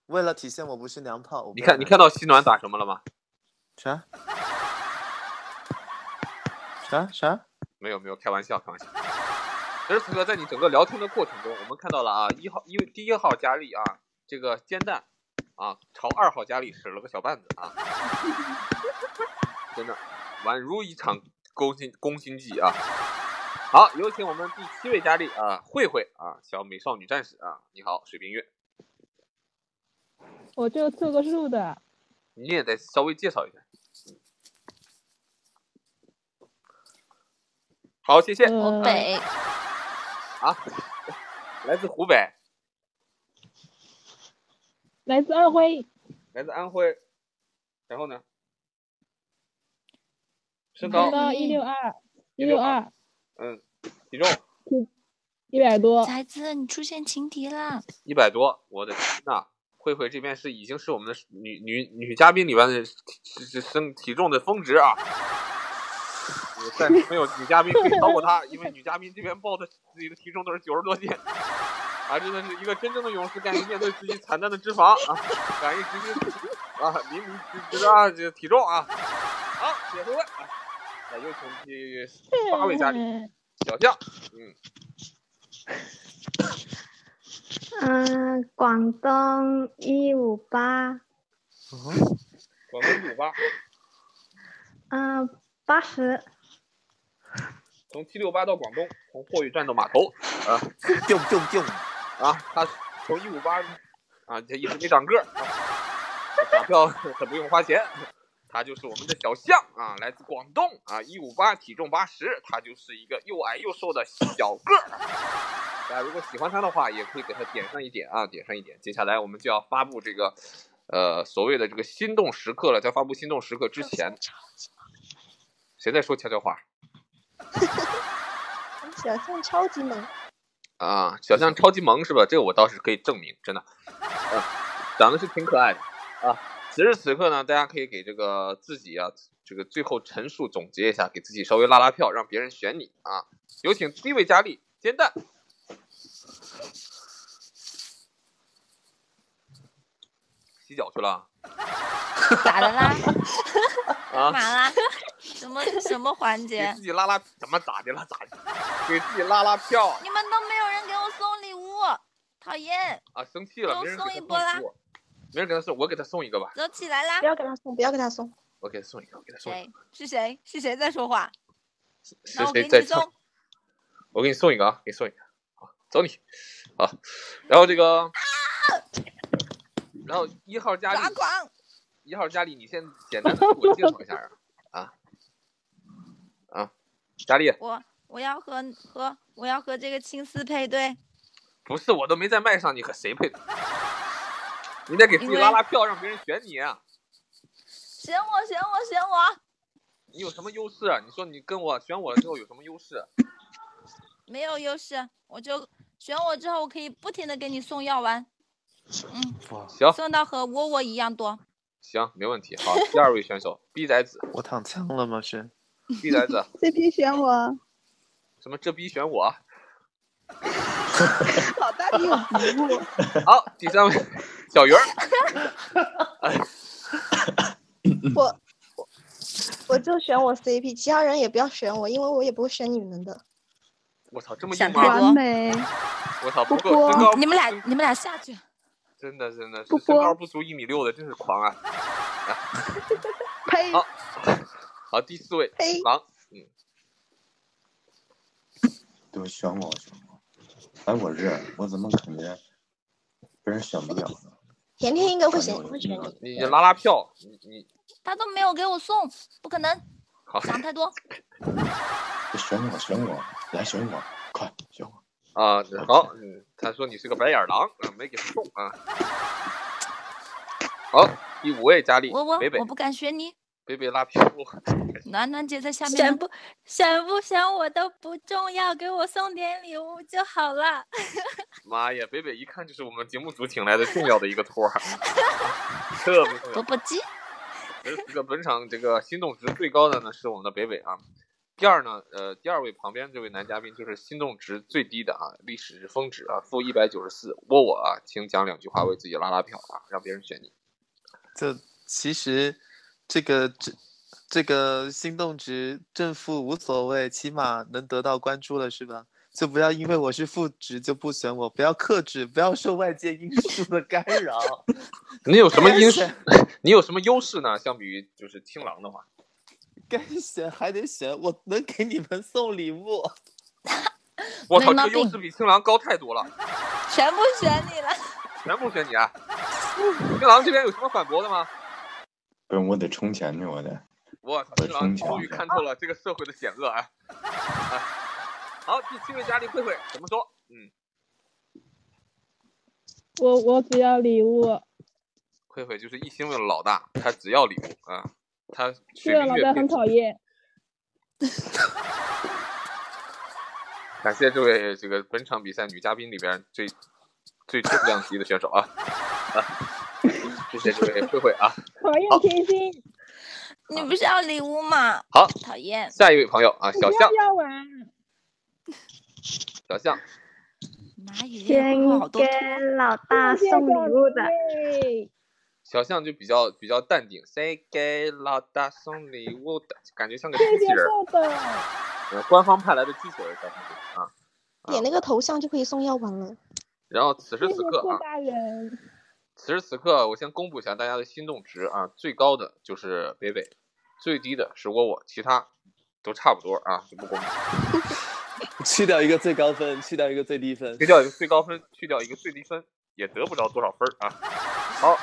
[SPEAKER 16] 为了体现我不是娘炮，
[SPEAKER 1] 你看你看到西暖打什么了吗？
[SPEAKER 16] 啥？啥啥？
[SPEAKER 1] 没有没有，开玩笑开玩笑。此时此刻，在你整个聊天的过程中，我们看到了啊，一号因为第一号佳丽啊，这个煎蛋啊，朝二号佳丽使了个小绊子啊，真的。宛如一场攻心攻心计啊！好，有请我们第七位佳丽啊，慧慧啊，小美少女战士啊，你好，水冰月。
[SPEAKER 2] 我就凑个数的。
[SPEAKER 1] 你也得稍微介绍一下。好，谢谢。
[SPEAKER 23] 湖北。
[SPEAKER 1] 啊，来自湖北，
[SPEAKER 2] 来自安徽，
[SPEAKER 1] 来自安徽，然后呢？身
[SPEAKER 2] 身
[SPEAKER 28] 嗯
[SPEAKER 1] 高
[SPEAKER 2] 高一六二，一六二，
[SPEAKER 1] 嗯，体重
[SPEAKER 2] 一百
[SPEAKER 28] 嗯
[SPEAKER 2] 多，
[SPEAKER 23] 崽子，你出现情敌啦！
[SPEAKER 1] 一百多，我的天呐！慧慧这边是已经是我们的女女女嘉宾里边的身体重的峰值啊，我暂时没有女嘉宾可以超过她，因为女嘉宾这边报的自己的体重都是九十多斤，啊，真的是一个真正的勇士，敢于面对自己惨淡的脂肪啊，敢于直接啊淋漓直直啊这体重啊，好，谢慧慧啊，那有请去八位嘉宾，小象，嗯。
[SPEAKER 28] 嗯，广东一五八，
[SPEAKER 1] 广东一五八，
[SPEAKER 28] 嗯，八十，
[SPEAKER 1] 从七六八到广东，从货运站到码头，啊， 定定定，啊，他从一五八，啊，这一直没长个儿，打票很不用花钱，他就是我们的小象啊，来自广东啊，一五八，体重八十，他就是一个又矮又瘦的小个儿。大家如果喜欢他的话，也可以给他点上一点啊，点上一点。接下来我们就要发布这个，呃，所谓的这个心动时刻了。在发布心动时刻之前，谁在说悄悄话？
[SPEAKER 11] 小象超级萌，
[SPEAKER 1] 啊，小象超级萌是吧？这个我倒是可以证明，真的，呃、长得是挺可爱的啊。此时此刻呢，大家可以给这个自己啊，这个最后陈述总结一下，给自己稍微拉拉票，让别人选你啊。有请第一位佳丽煎蛋。洗脚去了？
[SPEAKER 23] 咋的啦？
[SPEAKER 1] 啊
[SPEAKER 23] 干嘛 啦？什么什么环
[SPEAKER 1] 给
[SPEAKER 23] 节
[SPEAKER 1] 自？己拉拉怎么咋的了？咋的？给自己拉拉票啊
[SPEAKER 23] 你们都没有人给我送礼物，讨厌！
[SPEAKER 1] 啊！生气了，
[SPEAKER 23] 给我
[SPEAKER 1] 没人给
[SPEAKER 23] 送
[SPEAKER 1] 他
[SPEAKER 23] 一
[SPEAKER 1] 送
[SPEAKER 23] 波啦
[SPEAKER 1] 礼物，没人给他送，我给他送一个吧，
[SPEAKER 23] 走起来啦！
[SPEAKER 11] 不要给他送，不要给他送。
[SPEAKER 1] 我给他送一个，我给他送一
[SPEAKER 23] 谁
[SPEAKER 1] 个。
[SPEAKER 23] 是谁是谁在说话？
[SPEAKER 1] 是
[SPEAKER 23] 哎那我给
[SPEAKER 1] 谁
[SPEAKER 23] 你
[SPEAKER 1] 在
[SPEAKER 23] 送
[SPEAKER 1] 唱？我给你送一个啊，给你送一个，好，走你，好。然后这个，然后一号佳丽，一号佳丽，你先简单的自我介绍一下啊，啊啊，佳丽，
[SPEAKER 23] 我我要和和我要和这个青丝配对，
[SPEAKER 1] 不是我都没在麦上，你和谁配的？ 你得给自己拉拉票，让别人选你啊。
[SPEAKER 23] 选我选我选我！
[SPEAKER 1] 你有什么优势啊？你说你跟我选我之后有什么优势？啊
[SPEAKER 23] 没有优势，我就选我之后，我可以不停的给你送药丸，
[SPEAKER 4] 啊
[SPEAKER 1] 行
[SPEAKER 23] 送到和窝窝一样多。
[SPEAKER 1] 行，没问题。好，第二位选手 B 崽子
[SPEAKER 16] 我躺枪了吗？是
[SPEAKER 1] ，B 崽子，
[SPEAKER 24] CP 选我，
[SPEAKER 1] 什么这逼选我？
[SPEAKER 24] 老 大你有服务，
[SPEAKER 1] 好，第三位小鱼儿，
[SPEAKER 11] 我我我就选我 CP，其他人也不要选我，因为我也不会选你们 的。
[SPEAKER 1] 我操，这么硬
[SPEAKER 23] 想
[SPEAKER 1] 吗？
[SPEAKER 23] 太多。
[SPEAKER 1] 我操，不够身高，
[SPEAKER 23] 你们俩你们俩下去。
[SPEAKER 1] 真的真的是身高不足一米六的，真是狂啊！啊
[SPEAKER 11] 呸！
[SPEAKER 1] 好，好，第四位狼，嗯，
[SPEAKER 26] 对，选我，选我。哎，我是，我怎么感觉别人选不了呢？
[SPEAKER 11] 甜甜应该会选会选你。
[SPEAKER 1] 你拉拉票，你你
[SPEAKER 23] 他都没有给我送，不可能，
[SPEAKER 1] 好，
[SPEAKER 23] 想太多。
[SPEAKER 26] 选我，选我，来选我，快选我！
[SPEAKER 1] 啊，好，嗯，他说你是个白眼狼，啊没给他送啊。好，第五位佳丽
[SPEAKER 23] 我我
[SPEAKER 1] 北北
[SPEAKER 23] 我，不敢选你，
[SPEAKER 1] 北北拉票，
[SPEAKER 23] 暖暖姐在下面呢。
[SPEAKER 4] 选不选不选我都不重要，给我送点礼物就好了。
[SPEAKER 1] 妈呀，北北一看就是我们节目组请来的重要的一个托儿， 特别重要。
[SPEAKER 23] 钵钵鸡，
[SPEAKER 1] 而这个本场这个心动值最高的呢是我们的北北啊，第二呢，呃，第二位旁边这位男嘉宾就是心动值最低的啊，历史峰值啊，负一百九十四。窝我啊，请讲两句话为自己拉拉票啊，让别人选你。
[SPEAKER 16] 就其实这个这这个心动值正负无所谓，起码能得到关注了，是吧？就不要因为我是负值就不选我，不要克制，不要受外界因素的干扰。
[SPEAKER 1] 你有什么优势？你有什么优势呢？相比于就是青狼的话，
[SPEAKER 16] 该选还得选，我能给你们送礼物。
[SPEAKER 1] 我操，这个优势比青狼高太多了，
[SPEAKER 23] 全部选你了。
[SPEAKER 1] 全部选你啊！青狼这边有什么反驳的吗？
[SPEAKER 26] 不是，我得充钱去，我得。
[SPEAKER 1] 我操，
[SPEAKER 26] 我
[SPEAKER 1] 青狼
[SPEAKER 26] 充钱
[SPEAKER 1] 终于看透了这个社会的险恶啊！啊好，第七位佳丽慧慧怎么说？嗯，
[SPEAKER 2] 我我只要礼物。
[SPEAKER 1] 慧慧就是一心为了老大，她只要礼物啊，她
[SPEAKER 2] 对老大很讨厌。
[SPEAKER 1] 感谢这位这个本场比赛女嘉宾里边最最重量级的选手啊！啊， 谢谢这位慧慧啊！
[SPEAKER 2] 讨厌甜心，
[SPEAKER 23] 你不是要礼物吗？
[SPEAKER 1] 好，
[SPEAKER 23] 讨厌。
[SPEAKER 1] 下一位朋友啊，小象。
[SPEAKER 2] 要玩。
[SPEAKER 1] 小象。
[SPEAKER 23] 蚂蚁
[SPEAKER 28] 给老大送礼物的。
[SPEAKER 1] 小象就比较比较淡定，谁给老大送礼物的？感觉像个机
[SPEAKER 2] 谢
[SPEAKER 1] 器
[SPEAKER 2] 谢
[SPEAKER 1] 人。
[SPEAKER 2] 豆豆。
[SPEAKER 1] 呃，官方派来的机器人小象就是啊。
[SPEAKER 11] 点那个头像就可以送药丸了。
[SPEAKER 1] 然后此时
[SPEAKER 2] 谢
[SPEAKER 1] 此
[SPEAKER 2] 谢
[SPEAKER 1] 刻
[SPEAKER 2] 顾
[SPEAKER 1] 啊，
[SPEAKER 2] 大人，
[SPEAKER 1] 此时此刻我先公布一下大家的心动值啊，最高的就是北北，最低的是窝窝，其他都差不多啊，就不公布。
[SPEAKER 16] 去掉一个最高分，去掉一个最低分，
[SPEAKER 1] 去掉一个最高分，去掉一个最低分，也得不着多少分儿啊。好，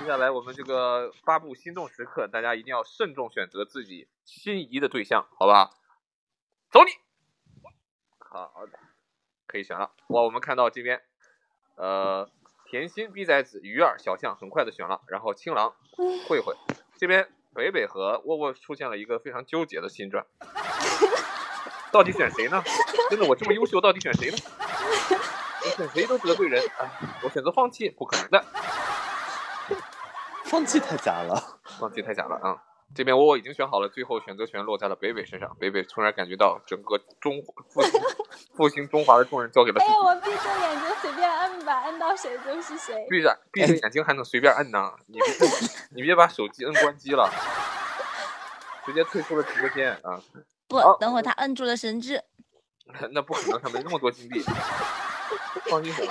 [SPEAKER 1] 接下来我们这个发布心动时刻，大家一定要慎重选择自己心仪的对象，好吧？走你。好的，可以选了。哇，我们看到这边，呃，甜心、逼崽子、鱼儿、小象很快的选了，然后青狼、慧慧这边，北北和沃沃出现了一个非常纠结的新转。到底选谁呢？真的，我这么优秀，到底选谁呢？我选谁都得罪人，哎，我选择放弃，不可能的，
[SPEAKER 16] 放弃太假了。
[SPEAKER 1] 放弃太假了啊！这边窝窝已经选好了，最后选择权落在了北北身上。北北突然感觉到整个中复兴复兴中华的重任交给了自
[SPEAKER 4] 哎
[SPEAKER 1] 己，，
[SPEAKER 4] 我闭着眼睛随便摁吧，摁到谁就是谁。
[SPEAKER 1] 闭着闭着眼睛还能随便摁呢，你别你别把手机摁关机了，直接退出了直播间啊！
[SPEAKER 23] 不，等会他摁住了神志。
[SPEAKER 1] 那不可能，他没那么多金币。 放心好了，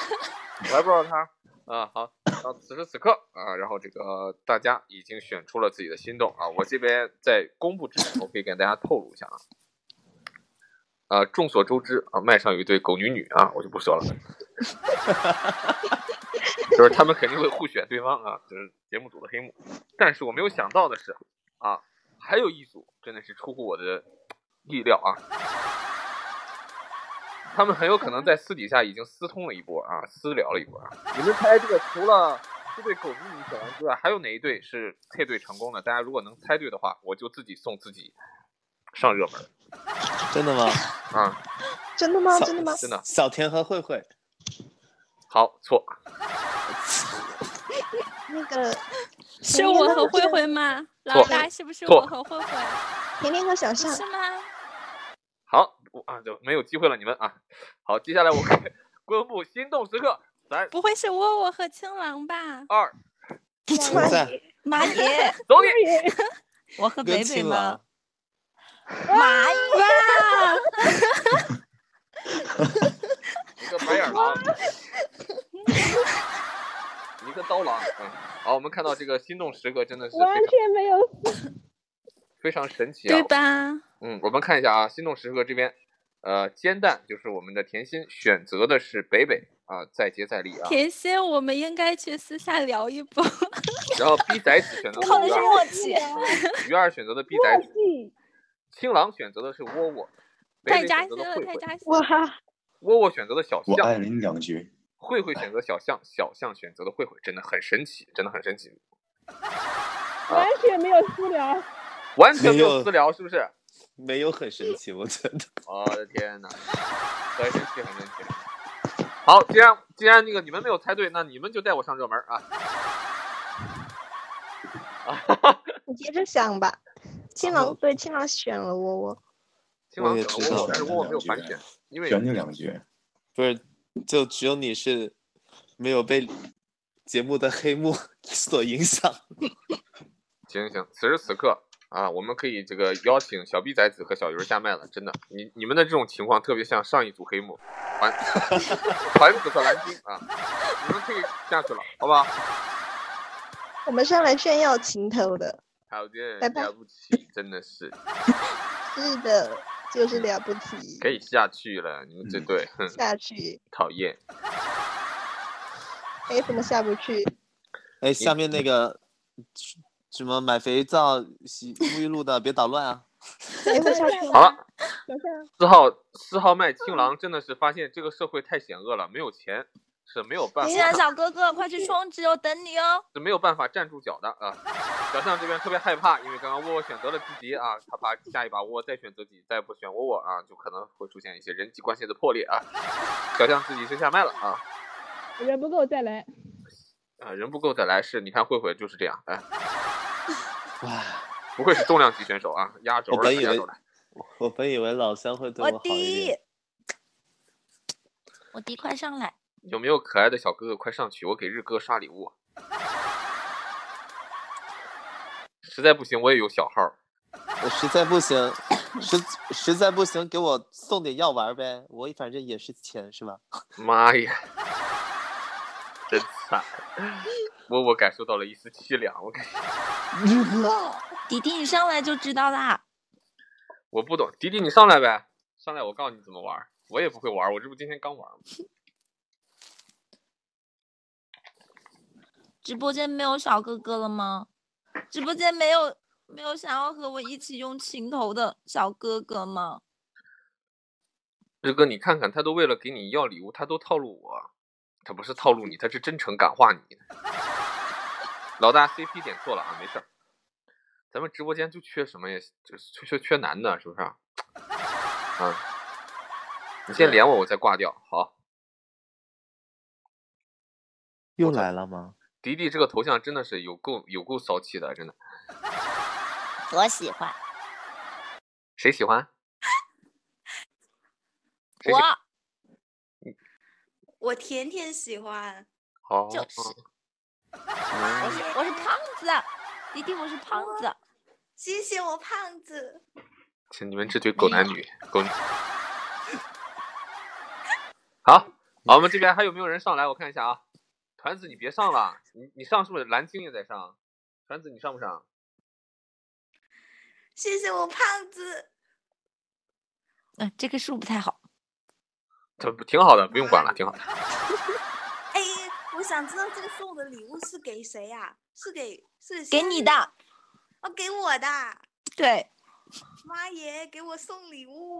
[SPEAKER 1] 我还不知道他啊。好，到此时此刻啊，然后这个大家已经选出了自己的心动啊。我这边在公布之前，我可以给大家透露一下啊。啊，众所周知啊，麦上有一对狗女女啊，我就不说了，就是他们肯定会互选对方啊，就是节目组的黑幕。但是我没有想到的是啊，还有一组真的是出乎我的意料啊，他们很有可能在私底下已经私通了一波啊，私聊了一波啊。你们猜这个除了这对狗迷你小羊之外，还有哪一对是配对成功的？大家如果能猜对的话，我就自己送自己上热门
[SPEAKER 16] 真的吗？
[SPEAKER 1] 啊！
[SPEAKER 11] 真的吗？
[SPEAKER 16] 小
[SPEAKER 11] 真的吗？
[SPEAKER 1] 真的
[SPEAKER 16] 小田和慧慧，
[SPEAKER 1] 好错，
[SPEAKER 11] 那个
[SPEAKER 4] 是我和慧慧吗？老
[SPEAKER 1] 错
[SPEAKER 4] 大是不是
[SPEAKER 1] 错
[SPEAKER 4] 我和慧慧？
[SPEAKER 11] 甜甜和小象
[SPEAKER 4] 是吗？
[SPEAKER 1] 好我啊，就没有机会了，你们啊。好，接下来我公布心动时刻，三
[SPEAKER 4] 不会是窝窝和青狼吧？
[SPEAKER 1] 二
[SPEAKER 16] 不存在，
[SPEAKER 23] 蚂 蚁，
[SPEAKER 1] 走
[SPEAKER 23] 我和
[SPEAKER 16] 跟
[SPEAKER 23] 北北
[SPEAKER 16] 青
[SPEAKER 23] 吗
[SPEAKER 16] 狼？
[SPEAKER 23] 蚂蚁啊！
[SPEAKER 1] 一个白眼狼，一个刀狼。嗯，好，我们看到这个心动时刻真的是非
[SPEAKER 2] 完
[SPEAKER 1] 常
[SPEAKER 2] 全没有
[SPEAKER 1] 非常神奇啊，
[SPEAKER 4] 对吧？
[SPEAKER 1] 嗯，我们看一下啊，心动时刻这边，呃，煎蛋就是我们的甜心选择的是北北啊，再接再厉啊。
[SPEAKER 4] 甜心，我们应该去私下聊一 波。
[SPEAKER 1] 然后逼崽子选择
[SPEAKER 23] 靠的
[SPEAKER 1] 鱼
[SPEAKER 23] 是
[SPEAKER 1] 儿，嗯
[SPEAKER 23] 默契。
[SPEAKER 1] 鱼儿选择的逼崽子，青狼选择的是窝窝，北
[SPEAKER 4] 太
[SPEAKER 1] 北
[SPEAKER 4] 扎
[SPEAKER 1] 选
[SPEAKER 4] 心
[SPEAKER 1] 择的
[SPEAKER 4] 了，
[SPEAKER 1] 慧慧，
[SPEAKER 4] 太扎心
[SPEAKER 11] 哇
[SPEAKER 4] 了！，
[SPEAKER 1] 窝窝选择的小
[SPEAKER 26] 我爱
[SPEAKER 1] 象，
[SPEAKER 26] 您两句。
[SPEAKER 1] 慧慧选择小象，小象选择的慧慧，真的很神奇，真的很神奇，
[SPEAKER 2] 完全没有私聊，
[SPEAKER 1] 完全没
[SPEAKER 16] 没
[SPEAKER 1] 有
[SPEAKER 16] 有
[SPEAKER 1] 私聊，是不是？
[SPEAKER 16] 没有很神奇，我觉得。
[SPEAKER 1] 我的天呐，很神奇，很神奇。好，既然既然那个你们没有猜对，那你们就带我上热门啊！
[SPEAKER 11] 你接着想吧。青狼对青狼选了窝窝，
[SPEAKER 1] 青狼
[SPEAKER 16] 我也
[SPEAKER 1] 选
[SPEAKER 16] 知
[SPEAKER 1] 了窝窝，
[SPEAKER 16] 道
[SPEAKER 1] 但是窝窝没有反选，因为
[SPEAKER 26] 选你两句，
[SPEAKER 16] 不是，就只有你是没有被节目的黑幕 所影响。
[SPEAKER 1] 行行，此时此刻啊，我们可以这个邀请小 B 崽子和小鱼儿下麦了，真的，你你们的这种情况特别像上一组黑幕，团 团子和蓝鲸啊，你们可以下去了，好不好？
[SPEAKER 11] 我们上来炫耀情头的，
[SPEAKER 1] 好的，
[SPEAKER 11] 拜拜
[SPEAKER 1] 了不起，真的是
[SPEAKER 11] 是的，就是了不起。
[SPEAKER 1] 可以下去了，你们这对，哼，
[SPEAKER 11] 下去
[SPEAKER 1] 讨厌。
[SPEAKER 11] 哎，怎么下不去？
[SPEAKER 16] 哎，下面那个什么买肥皂、洗沐浴露的，别捣乱啊！
[SPEAKER 11] 哎，我下去
[SPEAKER 1] 好了，四号四号麦青狼真的是发现这个社会太险恶了，没有钱是没有办
[SPEAKER 16] 哎
[SPEAKER 1] 法，
[SPEAKER 23] 西南小哥哥，快
[SPEAKER 11] 嗯
[SPEAKER 23] 去充值哦，等你哦。
[SPEAKER 1] 是没有办法站住脚的啊。小象这边特别害怕，因为刚刚窝窝选择了自己啊，他怕下一把窝再选择自己，再不选窝窝啊，就可能会出现一些人际关系的破裂啊。小象自己先下麦了啊。
[SPEAKER 2] 人不够再来。
[SPEAKER 1] 啊，人不够再来是，你看慧慧就是这样，哎， 哇，不愧是重量级选手啊，压轴
[SPEAKER 16] 我本以
[SPEAKER 1] 压
[SPEAKER 16] 为
[SPEAKER 1] 轴来。
[SPEAKER 16] 我本以为老乡会对
[SPEAKER 23] 我
[SPEAKER 16] 好一
[SPEAKER 23] 第一
[SPEAKER 16] 点，，
[SPEAKER 23] 我第一，快上来。
[SPEAKER 1] 有没有可爱的小哥哥快上去，我给日哥刷礼物。啊实在不行我也有小号，
[SPEAKER 16] 我实在不行，实实在不行给我送点药丸呗，我反正也是钱是吧？
[SPEAKER 1] 妈呀，真惨！我我感受到了一丝凄凉，我感觉
[SPEAKER 23] 日哥，迪迪，你上来就知道啦。
[SPEAKER 1] 我不懂，迪迪你上来呗，上来我告诉你怎么玩儿，我也不会玩儿，我这不今天刚玩儿吗？
[SPEAKER 23] 直播间没有小哥哥了吗？直播间没有没有想要和我一起用情头的小哥哥吗？
[SPEAKER 1] 日哥，你看看，他都为了给你要礼物，他都套路我，他不是套路你，他是真诚感化你。老大 CP 点错了啊，没事儿，咱们直播间就缺什么呀？就是缺缺缺男的，是不是啊？嗯，你
[SPEAKER 16] 啊
[SPEAKER 1] 先连我，我再挂掉。好，
[SPEAKER 16] 又来了吗？
[SPEAKER 1] 迪迪这个头像真的是有够有够骚气的，真的，
[SPEAKER 23] 我喜欢
[SPEAKER 1] 谁喜欢？谁喜
[SPEAKER 23] 我，
[SPEAKER 6] 我甜甜喜欢，
[SPEAKER 1] 好，
[SPEAKER 23] 就是我
[SPEAKER 1] 嗯
[SPEAKER 23] 是我是胖子，迪迪我是胖子，
[SPEAKER 6] 谢谢我胖子。
[SPEAKER 1] 请你们这对狗男女，狗女。好，好，我们这边还有没有人上来？我看一下啊。团子，你别上了，你你上是不是蓝鲸也在上？团子，你上不上？
[SPEAKER 6] 谢谢我胖子，
[SPEAKER 23] 嗯，这棵树不太好。
[SPEAKER 1] 这不挺好的，不用管了，挺好的。
[SPEAKER 6] 哎，我想知道这个送的礼物是给谁呀、是给是
[SPEAKER 23] 给你的，
[SPEAKER 6] 哦，给我的，
[SPEAKER 23] 对，
[SPEAKER 6] 妈耶，给我送礼物，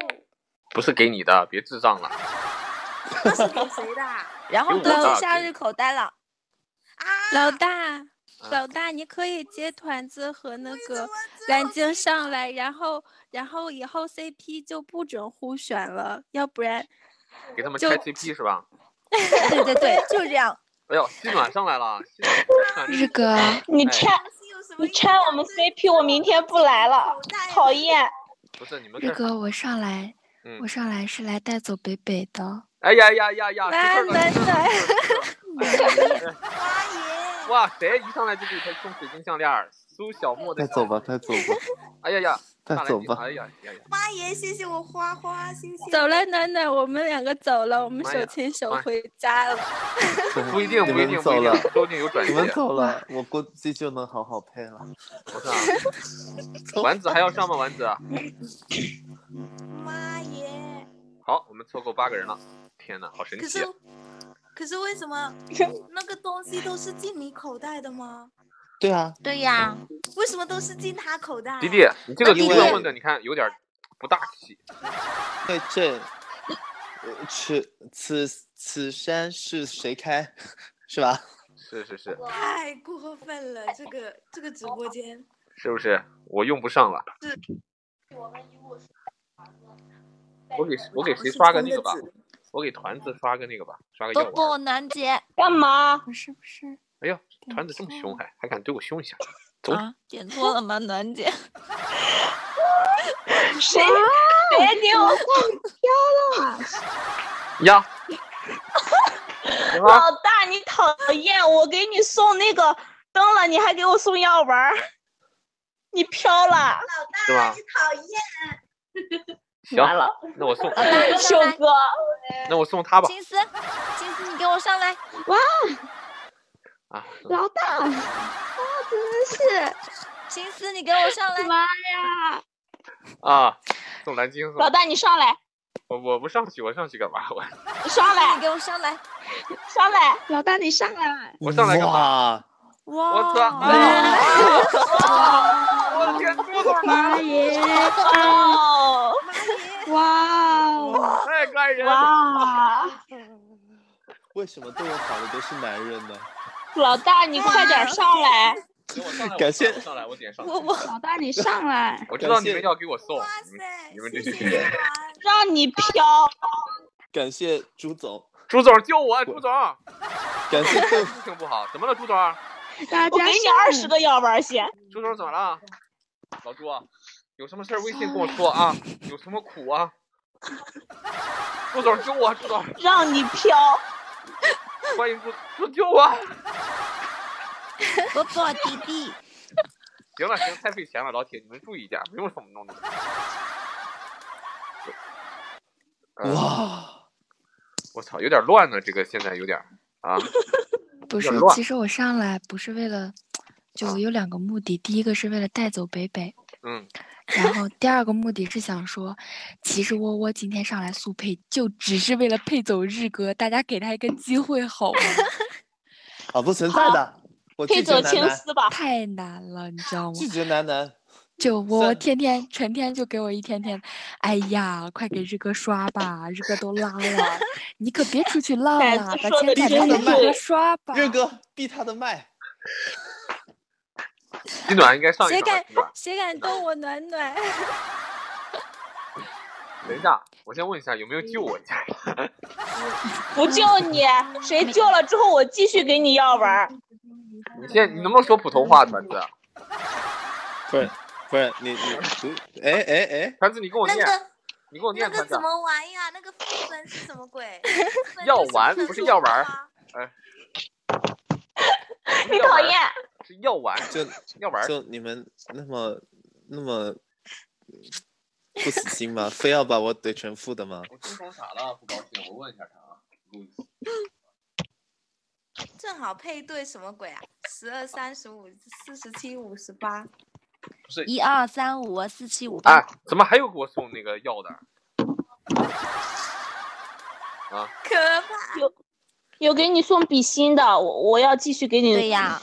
[SPEAKER 1] 不是给你的，别智障了。
[SPEAKER 6] 那是给谁的？啊
[SPEAKER 23] 然后
[SPEAKER 1] 给我
[SPEAKER 23] 得
[SPEAKER 1] 的
[SPEAKER 23] 进夏日口袋了，
[SPEAKER 4] 老大，老大，你可以接团子和那个蓝鲸上来，然后，然后以后 CP 就不准互选了，要不然，
[SPEAKER 1] 给他们
[SPEAKER 4] 就
[SPEAKER 1] 拆 CP 是吧？
[SPEAKER 23] 对对对，就这 样。
[SPEAKER 1] 哎呦，心暖上来了，心暖
[SPEAKER 13] 日哥，
[SPEAKER 5] 你
[SPEAKER 1] 哎
[SPEAKER 5] 拆你拆我们 CP，我明天不来了，讨厌。
[SPEAKER 1] 不是你们
[SPEAKER 13] 日
[SPEAKER 1] 这。
[SPEAKER 13] 哥，我 上来，
[SPEAKER 1] 嗯
[SPEAKER 13] 我上来是来带走北北的。
[SPEAKER 1] 哎呀呀呀呀！
[SPEAKER 13] 来
[SPEAKER 1] 出事
[SPEAKER 13] 来
[SPEAKER 1] 儿了
[SPEAKER 13] 来！
[SPEAKER 1] 出事儿了哎呀哇，谁一上来就给他送水晶项链儿？苏小莫的
[SPEAKER 16] 带走吧，带走吧，
[SPEAKER 1] 哎呀呀，
[SPEAKER 16] 带
[SPEAKER 1] 大蓝
[SPEAKER 16] 走
[SPEAKER 1] 鲸
[SPEAKER 16] 吧
[SPEAKER 1] 哎呀呀呀！
[SPEAKER 6] 妈耶，谢谢我花花，谢谢。
[SPEAKER 4] 走了，暖暖，我们两个走了，我们
[SPEAKER 1] 妈呀
[SPEAKER 4] 手牵手
[SPEAKER 1] 妈呀
[SPEAKER 4] 回家了。
[SPEAKER 1] 不一定，
[SPEAKER 16] 你
[SPEAKER 1] 不一定，
[SPEAKER 16] 们
[SPEAKER 1] 不
[SPEAKER 16] 走
[SPEAKER 1] 一定
[SPEAKER 16] 了，
[SPEAKER 1] 说不定有转
[SPEAKER 16] 你
[SPEAKER 1] 机。
[SPEAKER 16] 们走了，我估计就能好好配了。
[SPEAKER 1] 我看啊，丸子还要上吗？丸子，
[SPEAKER 6] 妈耶，
[SPEAKER 1] 好，我们凑够八个人了。天哪，好神
[SPEAKER 6] 可
[SPEAKER 1] 奇啊
[SPEAKER 6] 是！可是为 什么那个东西都是进你口袋的吗？
[SPEAKER 16] 对啊，
[SPEAKER 23] 对呀，
[SPEAKER 6] 为什么都是进他口袋？
[SPEAKER 1] 迪迪，你这个提
[SPEAKER 16] 因为
[SPEAKER 1] 问问的，你看有点不大气。
[SPEAKER 16] 对，这，呃此此此山是谁开， 是吧？
[SPEAKER 1] 是是是，
[SPEAKER 6] 太过分了，这个这个直播间
[SPEAKER 1] 是不是？我用不上了，
[SPEAKER 6] 是
[SPEAKER 1] 我给我给谁刷个那个吧？我给团子刷个那个吧，刷个药
[SPEAKER 23] 波
[SPEAKER 1] 丸。
[SPEAKER 23] 波楠姐，
[SPEAKER 5] 干嘛？
[SPEAKER 23] 是不是
[SPEAKER 1] 哎呦，团子这么凶，还还敢对我凶一下？走，
[SPEAKER 23] 啊？点错了吗，暖姐？
[SPEAKER 5] 谁谁给我送飘了？
[SPEAKER 1] 呀，
[SPEAKER 5] 老大，你讨厌！我给你送那个灯了，你还给我送药丸儿，你飘了。
[SPEAKER 1] 是吧？
[SPEAKER 5] 讨厌！
[SPEAKER 1] 行
[SPEAKER 5] 完了，
[SPEAKER 1] 那我送，
[SPEAKER 5] 秀
[SPEAKER 2] 嗯
[SPEAKER 5] 哥，
[SPEAKER 1] 那我送他吧。
[SPEAKER 23] 金丝，金丝，你给我上来！
[SPEAKER 27] 哇，
[SPEAKER 1] 啊，
[SPEAKER 27] 老大，哇，真的是，
[SPEAKER 23] 金丝，你给我上来！
[SPEAKER 27] 妈呀！
[SPEAKER 1] 啊，送蓝鲸，送
[SPEAKER 5] 老大，你上来，
[SPEAKER 1] 我我不上去，我上去干嘛？我
[SPEAKER 5] 上来，
[SPEAKER 23] 你给我上来，
[SPEAKER 5] 上来，
[SPEAKER 27] 老大你上来！
[SPEAKER 1] 我上来干
[SPEAKER 5] 哦
[SPEAKER 16] 嘛？
[SPEAKER 23] 哇！
[SPEAKER 1] 我操！
[SPEAKER 5] 哎
[SPEAKER 27] 哎
[SPEAKER 23] 哇
[SPEAKER 1] 我天，多多
[SPEAKER 27] 妈耶！
[SPEAKER 5] 哦，
[SPEAKER 6] 妈耶，
[SPEAKER 27] 哦
[SPEAKER 29] 二人。
[SPEAKER 5] 哇！哦
[SPEAKER 16] 为什么对我好的都是男人呢？
[SPEAKER 5] 老大，你快点上来！
[SPEAKER 1] 给我上来！
[SPEAKER 16] 感谢
[SPEAKER 1] 上来，我点上。
[SPEAKER 5] 我我老大，你上来！
[SPEAKER 1] 我知道你们要给我送，嗯你们这些人
[SPEAKER 5] 让你飘。
[SPEAKER 16] 感谢朱总，
[SPEAKER 1] 朱总救我！啊朱总，
[SPEAKER 16] 感谢
[SPEAKER 1] 心情不好，怎么了，朱总？
[SPEAKER 5] 我给你二十个药丸先。
[SPEAKER 1] 朱总怎么了？老朱，啊有什么事微信跟我说啊！有什么苦啊？朱总救我！朱总
[SPEAKER 5] 让你飘。
[SPEAKER 1] 欢迎朱朱救 我！
[SPEAKER 13] 伯伯弟弟。
[SPEAKER 1] 行了行，太费钱了，老铁，你们注意一点，不用怎么弄的。
[SPEAKER 16] 呃、哇！
[SPEAKER 1] 我操，有点乱呢，这个现在有点啊。
[SPEAKER 2] 不是，其实我上来不是为了，就有两个目的，啊、第一个是为了带走北北，
[SPEAKER 1] 嗯，
[SPEAKER 2] 然后第二个目的是想说，其实窝窝今天上来速配，就只是为了配走日哥，大家给他一个机会好吗？
[SPEAKER 16] 啊，不存在的，我
[SPEAKER 5] 配走青丝吧，
[SPEAKER 2] 太难了，你知道吗？
[SPEAKER 16] 拒绝男男。
[SPEAKER 2] 就我天天成天就给我一天天，哎呀，快给日哥刷吧，日哥都拉了， 你可别出去浪了，啊把钱给日哥刷吧。
[SPEAKER 16] 日哥闭他的麦。
[SPEAKER 1] 取暖应该上一
[SPEAKER 4] 谁敢 谁敢动我暖暖？
[SPEAKER 1] 等一下，我先问一下有没有救我一下？
[SPEAKER 5] 不救你，谁救了之后我继续给你药丸。
[SPEAKER 2] 嗯
[SPEAKER 1] 你现在你能不能说普通话，团子？
[SPEAKER 16] 不是。不是你你哎哎哎，
[SPEAKER 1] 团子你给我念，
[SPEAKER 15] 那个、
[SPEAKER 1] 你给我念
[SPEAKER 15] 那个怎么玩呀？那个赋分是什 么啊鬼？
[SPEAKER 1] 药丸不是药丸，哎，
[SPEAKER 5] 你讨厌
[SPEAKER 1] 是药丸，
[SPEAKER 16] 就
[SPEAKER 1] 药丸
[SPEAKER 16] 就你们那么那么不死心吗？非要把我怼成负的吗？
[SPEAKER 1] 我听懂啥了？不高兴，我问一下他啊。
[SPEAKER 15] 正好配对什么鬼啊？十二、三十五、四十七、五十八。
[SPEAKER 1] 不是
[SPEAKER 13] 一二三五四七五
[SPEAKER 1] 哎，怎么还有给我送那个药的？啊，
[SPEAKER 15] 可怕！
[SPEAKER 5] 有有给你送比心的，我我要继续给你
[SPEAKER 13] 对呀，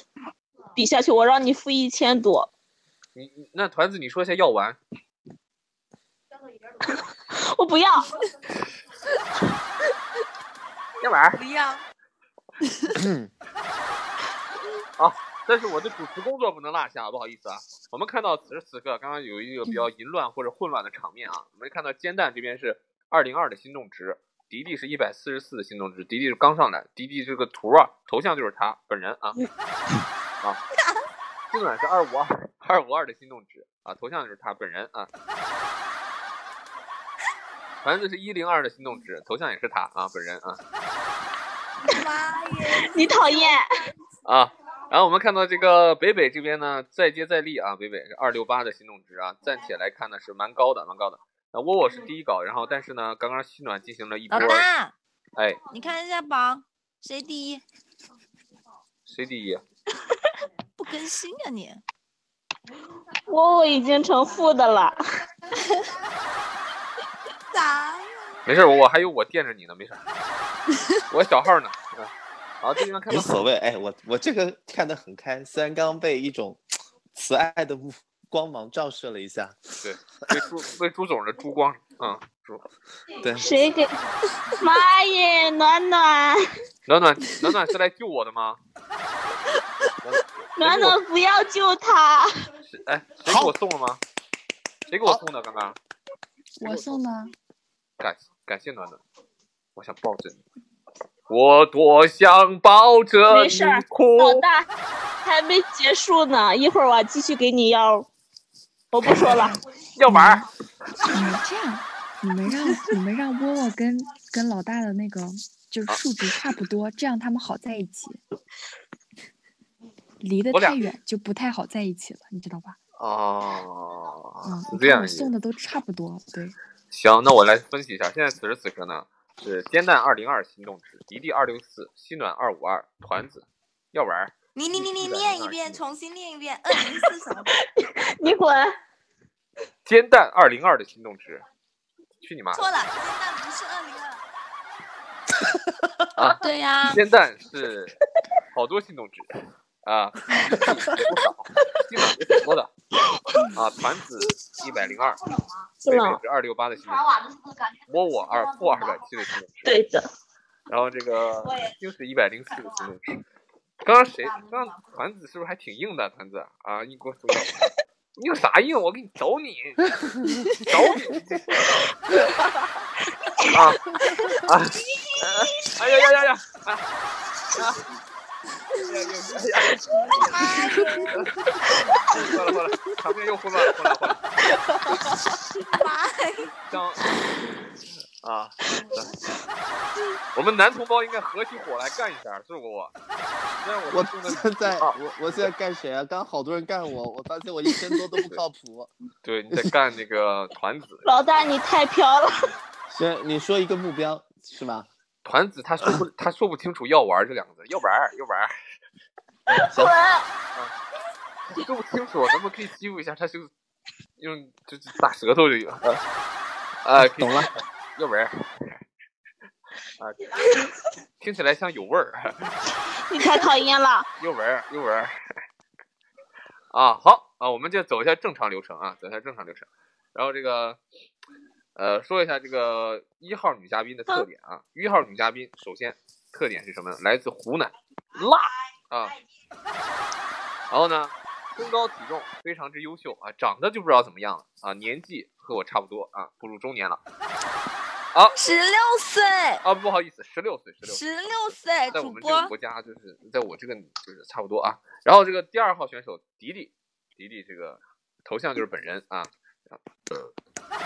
[SPEAKER 5] 比下去，我让你付一千多。
[SPEAKER 1] 你那团子，你说一下药丸。
[SPEAKER 5] 我不要。
[SPEAKER 1] 药丸
[SPEAKER 15] 不要。
[SPEAKER 1] 啊。但是我的主持工作不能落下，不好意思啊。我们看到此时此刻，刚刚有一个比较淫乱或者混乱的场面啊。我们看到煎蛋这边是二零二的心动值，迪迪是一百四十四的心动值，迪迪是刚上来，迪迪这个图啊，头像就是他本人啊啊。今晚是二五二二五二的心动值啊，头像就是他本人啊。反正是一零二的心动值，头像也是他啊，本人啊。
[SPEAKER 15] 妈 耶！
[SPEAKER 5] 你讨厌
[SPEAKER 1] 啊。然后我们看到这个北北这边呢，再接再厉啊，北北是二六八的心动值啊，暂且来看呢是蛮高的，蛮高的。那窝窝是第一高，然后但是呢，刚刚西暖进行了一波，
[SPEAKER 13] 老大，
[SPEAKER 1] 哎，
[SPEAKER 13] 你看一下榜，谁第一？
[SPEAKER 1] 谁第一？
[SPEAKER 13] 不更新啊你！
[SPEAKER 5] 窝窝已经成负的了，
[SPEAKER 15] 咋呀？
[SPEAKER 1] 没事，我还有我垫着你呢，没事，我小号呢。嗯好，这地方看
[SPEAKER 16] 无所谓，哎，我我这个看得很开，虽然刚刚被一种慈爱的光芒照射了一下，
[SPEAKER 1] 对，被朱被朱总的珠光，嗯，朱，
[SPEAKER 16] 对，
[SPEAKER 5] 谁给？妈耶，暖暖，
[SPEAKER 1] 暖暖，暖暖是来救我的吗？
[SPEAKER 5] 暖暖不要救他，
[SPEAKER 1] 哎，谁给我送了吗？谁给我送的？刚刚
[SPEAKER 2] 我送的，
[SPEAKER 1] 感感谢暖暖，我想抱着你。我多想抱着
[SPEAKER 5] 没事儿，
[SPEAKER 1] 老
[SPEAKER 5] 大还没结束呢，一会儿我继续给你要，我不 说了，
[SPEAKER 1] 要
[SPEAKER 2] 嗯
[SPEAKER 1] 玩。
[SPEAKER 2] 你们这样，你们让你们让窝窝跟跟老大的那个就是数值差不多，这样他们好在一起。离得太远就不太好在一起了，你知道吧？
[SPEAKER 1] 哦，
[SPEAKER 2] 嗯，
[SPEAKER 1] 这样
[SPEAKER 2] 送的都差不多，对。
[SPEAKER 1] 行，那我来分析一下，现在此时此刻呢。是煎蛋二零二心动值，迪迪二六四，西暖二五二，团子，药丸。
[SPEAKER 15] 你你你你念一遍，重新念一遍，二零四什么？
[SPEAKER 5] 你滚！
[SPEAKER 1] 煎蛋二零二的心动值，去你妈！
[SPEAKER 15] 错了，煎蛋不是二零
[SPEAKER 1] 二。啊，
[SPEAKER 4] 对呀、啊，
[SPEAKER 1] 煎蛋是好多心动值。 啊，多少？基本是多的 啊，团子一百零二，
[SPEAKER 5] 是
[SPEAKER 1] 北
[SPEAKER 5] 吗
[SPEAKER 1] 纬是二六八的新冷值，摸我二破二百七的新冷值，
[SPEAKER 5] 对的，
[SPEAKER 1] 然后这个京是一百零四的新冷值。刚刚谁？刚刚团子是不是还挺硬的？团子啊，你给我说，你有啥硬？我给你找你，找你啊啊！哎呀呀呀呀！啊啊！哎呀，哎呀，哎呀！了了，场面又混乱了，混乱混乱。张啊，我们男同胞应该合起伙来干一下，是不我？但是我
[SPEAKER 16] 我
[SPEAKER 1] 们中
[SPEAKER 16] 现在我我现在干谁啊？刚刚好多人干我，我发现我一千多都不靠谱。
[SPEAKER 1] 对你在干那个团子，
[SPEAKER 5] 老大你太飘了，
[SPEAKER 16] 行，你说一个目标是吧？
[SPEAKER 1] 团子他说不他说不清楚“药丸”这两个字，要玩儿要 玩儿，
[SPEAKER 16] 滚！
[SPEAKER 1] 嗯说不清楚，咱们可以欺负一下他，就用就是打舌头这个，啊，懂了，要玩儿，啊，听起来像有味儿，
[SPEAKER 5] 你太讨厌了。
[SPEAKER 1] 又玩儿又玩儿，啊，好啊，我们就走一下正常流程啊，走一下正常流程，然后这个。呃，说一下这个一号女嘉宾的特点啊。一号女嘉宾首先特点是什么呢？来自湖南，辣啊。然后呢，身高体重非常之优秀啊，长得就不知道怎么样了啊，年纪和我差不多啊，步入中年了。好、
[SPEAKER 30] 十六岁，
[SPEAKER 1] 啊，不好意思，十六岁，十六岁。
[SPEAKER 30] 十六岁
[SPEAKER 1] 在我
[SPEAKER 30] 主
[SPEAKER 1] 们这个
[SPEAKER 30] 播
[SPEAKER 1] 国家，就是在我这个就是差不多啊。然后这个第二号选手迪迪，迪迪这个头像就是本人啊。呃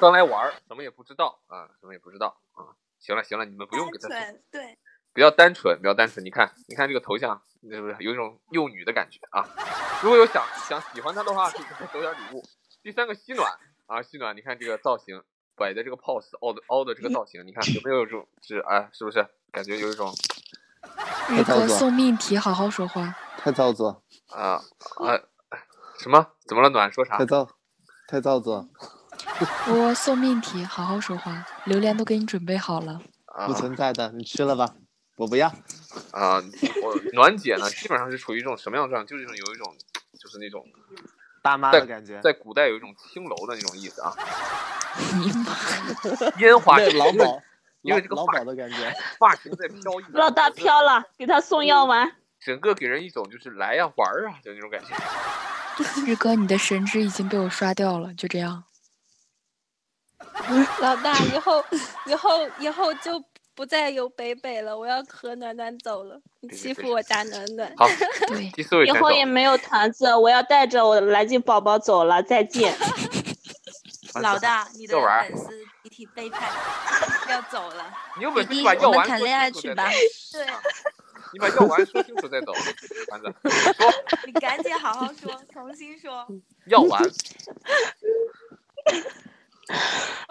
[SPEAKER 1] 刚来玩儿，什么也不知道啊，什么也不知道啊。行了行了，你们不用给他
[SPEAKER 15] 对对，
[SPEAKER 1] 比较单纯，比较单纯。你看，你看这个头像，是不是有一种幼女的感觉啊？如果有想想喜欢他的话，可以给他走点礼物。第三个西暖啊，西暖，你看这个造型摆的这个 pose，凹的凹的这个造型，你看有没有一种是啊？是不是感觉有一种
[SPEAKER 2] 宇
[SPEAKER 16] 太造
[SPEAKER 2] 哥
[SPEAKER 16] 作
[SPEAKER 2] 送命题，好好说话。
[SPEAKER 16] 太造作，
[SPEAKER 1] 啊啊什么？怎么了？暖说啥
[SPEAKER 16] 太？造，太造作，
[SPEAKER 2] 我送命题，好好说话。榴莲都给你准备好了，
[SPEAKER 16] 不存在的，你吃了吧，我不要。
[SPEAKER 1] 啊，我暖姐呢，基本上是处于一种什么样的状态？就是有一种，就是那种
[SPEAKER 16] 大妈
[SPEAKER 1] 在
[SPEAKER 16] 的感觉
[SPEAKER 1] 在古代有一种青楼的那种意思啊。
[SPEAKER 2] 你妈！
[SPEAKER 1] 烟花
[SPEAKER 16] 那老
[SPEAKER 1] 因为
[SPEAKER 16] 鸨，
[SPEAKER 1] 因为这个
[SPEAKER 16] 老
[SPEAKER 1] 发
[SPEAKER 16] 老鸨的感觉。
[SPEAKER 1] 发型在 飘逸，
[SPEAKER 5] 老大飘了，给他送药丸。
[SPEAKER 1] 整个给人一种就是来呀、玩儿啊，就那种 感觉。
[SPEAKER 2] 日哥，你的神之已经被我刷掉了，就这样。
[SPEAKER 4] 老大，以后以后以后就不再有北北了，我要和暖暖走了。你欺负我家暖暖，
[SPEAKER 1] 好
[SPEAKER 2] 对，
[SPEAKER 1] 第四位
[SPEAKER 5] 以
[SPEAKER 1] 选手
[SPEAKER 5] 后也没有团子，我要带着我的来劲宝宝走了，再见。
[SPEAKER 1] 啊
[SPEAKER 15] 老大，你的
[SPEAKER 1] 这玩意儿
[SPEAKER 15] 粉丝集体背叛，要走了。
[SPEAKER 1] 你有本事
[SPEAKER 30] 弟
[SPEAKER 1] 你
[SPEAKER 30] 弟
[SPEAKER 1] 把药
[SPEAKER 30] 我们
[SPEAKER 1] 丸
[SPEAKER 30] 谈
[SPEAKER 1] 说
[SPEAKER 30] 恋爱
[SPEAKER 1] 清楚
[SPEAKER 30] 去
[SPEAKER 1] 再
[SPEAKER 30] 吧
[SPEAKER 1] 走，
[SPEAKER 15] 对，
[SPEAKER 1] 你把药丸说清楚再走，丸子
[SPEAKER 15] 你赶紧好好说，重新 说。
[SPEAKER 1] 药丸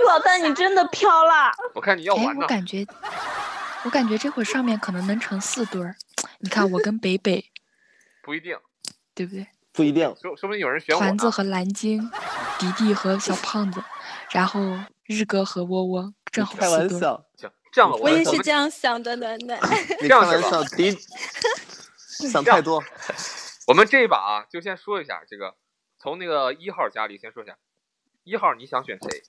[SPEAKER 5] 老大，你真的飘了。
[SPEAKER 1] 我看你要
[SPEAKER 2] 哎
[SPEAKER 1] 完，
[SPEAKER 2] 我
[SPEAKER 1] 呢。
[SPEAKER 2] 感觉，我感觉这会儿上面可能能成四对儿。你看我跟北北，
[SPEAKER 1] 不一定，
[SPEAKER 2] 对不对？
[SPEAKER 16] 不一 定。
[SPEAKER 1] 说说不定有人选我
[SPEAKER 2] 团子
[SPEAKER 1] 呢。
[SPEAKER 2] 和蓝鲸，迪迪和小胖子，然后日哥和窝窝，正好
[SPEAKER 16] 开
[SPEAKER 2] 四
[SPEAKER 16] 玩
[SPEAKER 2] 对儿。
[SPEAKER 16] 笑，
[SPEAKER 1] 行，这样吧，
[SPEAKER 4] 我
[SPEAKER 1] 们
[SPEAKER 4] 也
[SPEAKER 1] 我
[SPEAKER 4] 是
[SPEAKER 1] 们
[SPEAKER 4] 这样想的，暖 暖。
[SPEAKER 1] 这
[SPEAKER 16] 你开
[SPEAKER 1] 样是
[SPEAKER 16] 玩
[SPEAKER 1] 吧
[SPEAKER 16] 笑，迪， 想太多。
[SPEAKER 1] 我们这一把啊，就先说一下这个，从那个一号家里先说一下，一号你想选谁？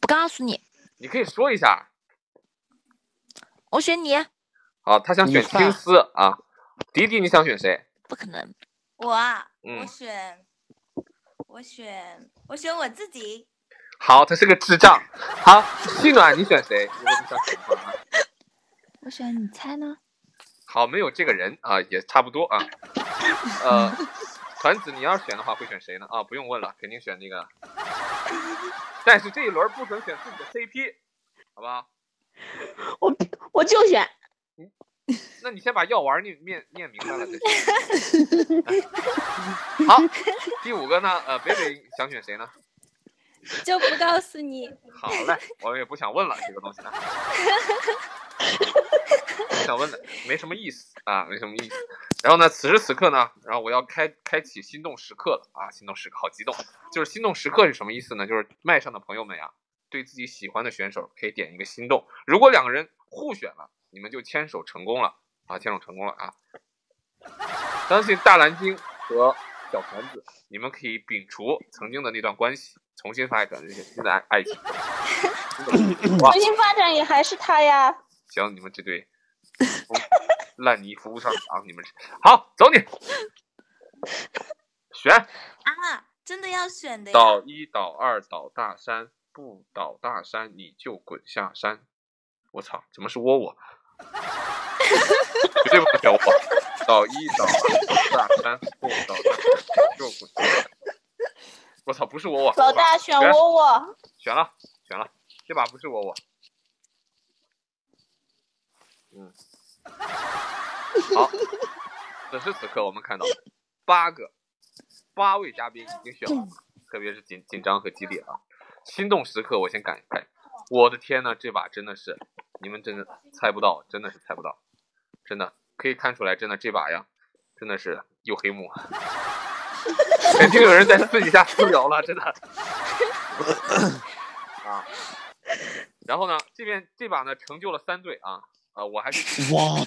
[SPEAKER 30] 不告诉你，
[SPEAKER 1] 你可以说一下
[SPEAKER 30] 我选你，
[SPEAKER 1] 啊，他想选
[SPEAKER 16] 你看
[SPEAKER 1] 青丝啊，迪迪你想选谁？
[SPEAKER 30] 不可能。
[SPEAKER 15] 我啊，我
[SPEAKER 1] 嗯
[SPEAKER 15] 选，我选，我选我自己。
[SPEAKER 1] 好，他是个智障。好，细暖你选谁？如果你想选的话啊
[SPEAKER 30] 我选你猜呢？
[SPEAKER 1] 好，没有这个人啊，也差不多啊。呃，团子，你要是选的话会选谁呢？啊，不用问了，肯定选那个。但是这一轮不准选自己的 CP，好不好？
[SPEAKER 5] 我我就选
[SPEAKER 1] 那你先把药丸念念念明白了再选。 好，第五个呢？呃，北北想选谁呢？
[SPEAKER 4] 就不告诉你。
[SPEAKER 1] 好嘞，我也不想问了，这个东西啊，不想问了，没什么意思啊，没什么意思。然后呢，此时此刻呢，然后我要开开启心动时刻了啊，心动时刻，好激动。就是心动时刻是什么意思呢？就是麦上的朋友们呀、对自己喜欢的选手可以点一个心动，如果两个人互选了，你们就牵手成功了。啊，接种成功了啊！相信大蓝鲸和小团子，你们可以摒除曾经的那段关系，重新发展一些新的爱爱情。
[SPEAKER 5] 重新发展也还是他呀。
[SPEAKER 1] 行，你们这对烂泥扶不上墙，你们好，走你选。
[SPEAKER 15] 啊，真的要选的呀！
[SPEAKER 1] 倒一倒二倒大山，不倒大山你就滚下山。我操，怎么是窝窝？绝对不能选我。倒一倒二倒大山，不倒大山你就滚下山。我操，不是窝窝。
[SPEAKER 5] 老大选窝窝。
[SPEAKER 1] 选了，选了，这把不是窝窝。嗯，好。此时此刻，我们看到八个。八位嘉宾已经选了，特别是紧紧张和激烈啊！心动时刻，我先感慨，我的天呐，这把真的是，你们真的猜不到，真的是猜不到，真的可以看出来，真的这把呀，真的是有黑幕，肯定有人在私底下私聊了，真的。啊，然后呢，这边这把呢成就了三对啊。啊，我还是
[SPEAKER 16] 哇，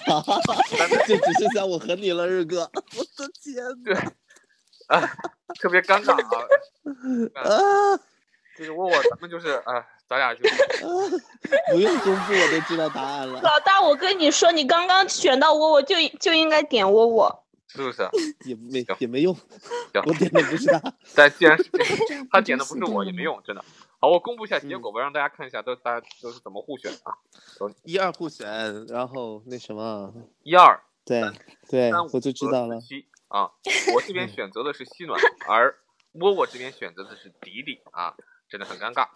[SPEAKER 16] 就只剩下我和你了，日哥， 我的天呐！
[SPEAKER 1] 啊，特别尴尬啊！啊，就是问我，咱们就是啊，咱俩就
[SPEAKER 16] 不用公布，我都知道答案 了。
[SPEAKER 5] 老大，我跟你说，你刚刚选到我，我就 就应该点我我，
[SPEAKER 1] 是不是？
[SPEAKER 16] 也没也没用，我点的不是 他。
[SPEAKER 1] 但既然 是他点的不是我，也没用，真的。好，我公布一下结果吧，让大家看一下都大家都是怎么互选啊。
[SPEAKER 16] 一二互选，然后那什么，
[SPEAKER 1] 一二
[SPEAKER 16] 对对，我就知道了。
[SPEAKER 1] 啊，我这边选择的是西暖，而窝窝这边选择的是迪迪啊，真的很尴尬。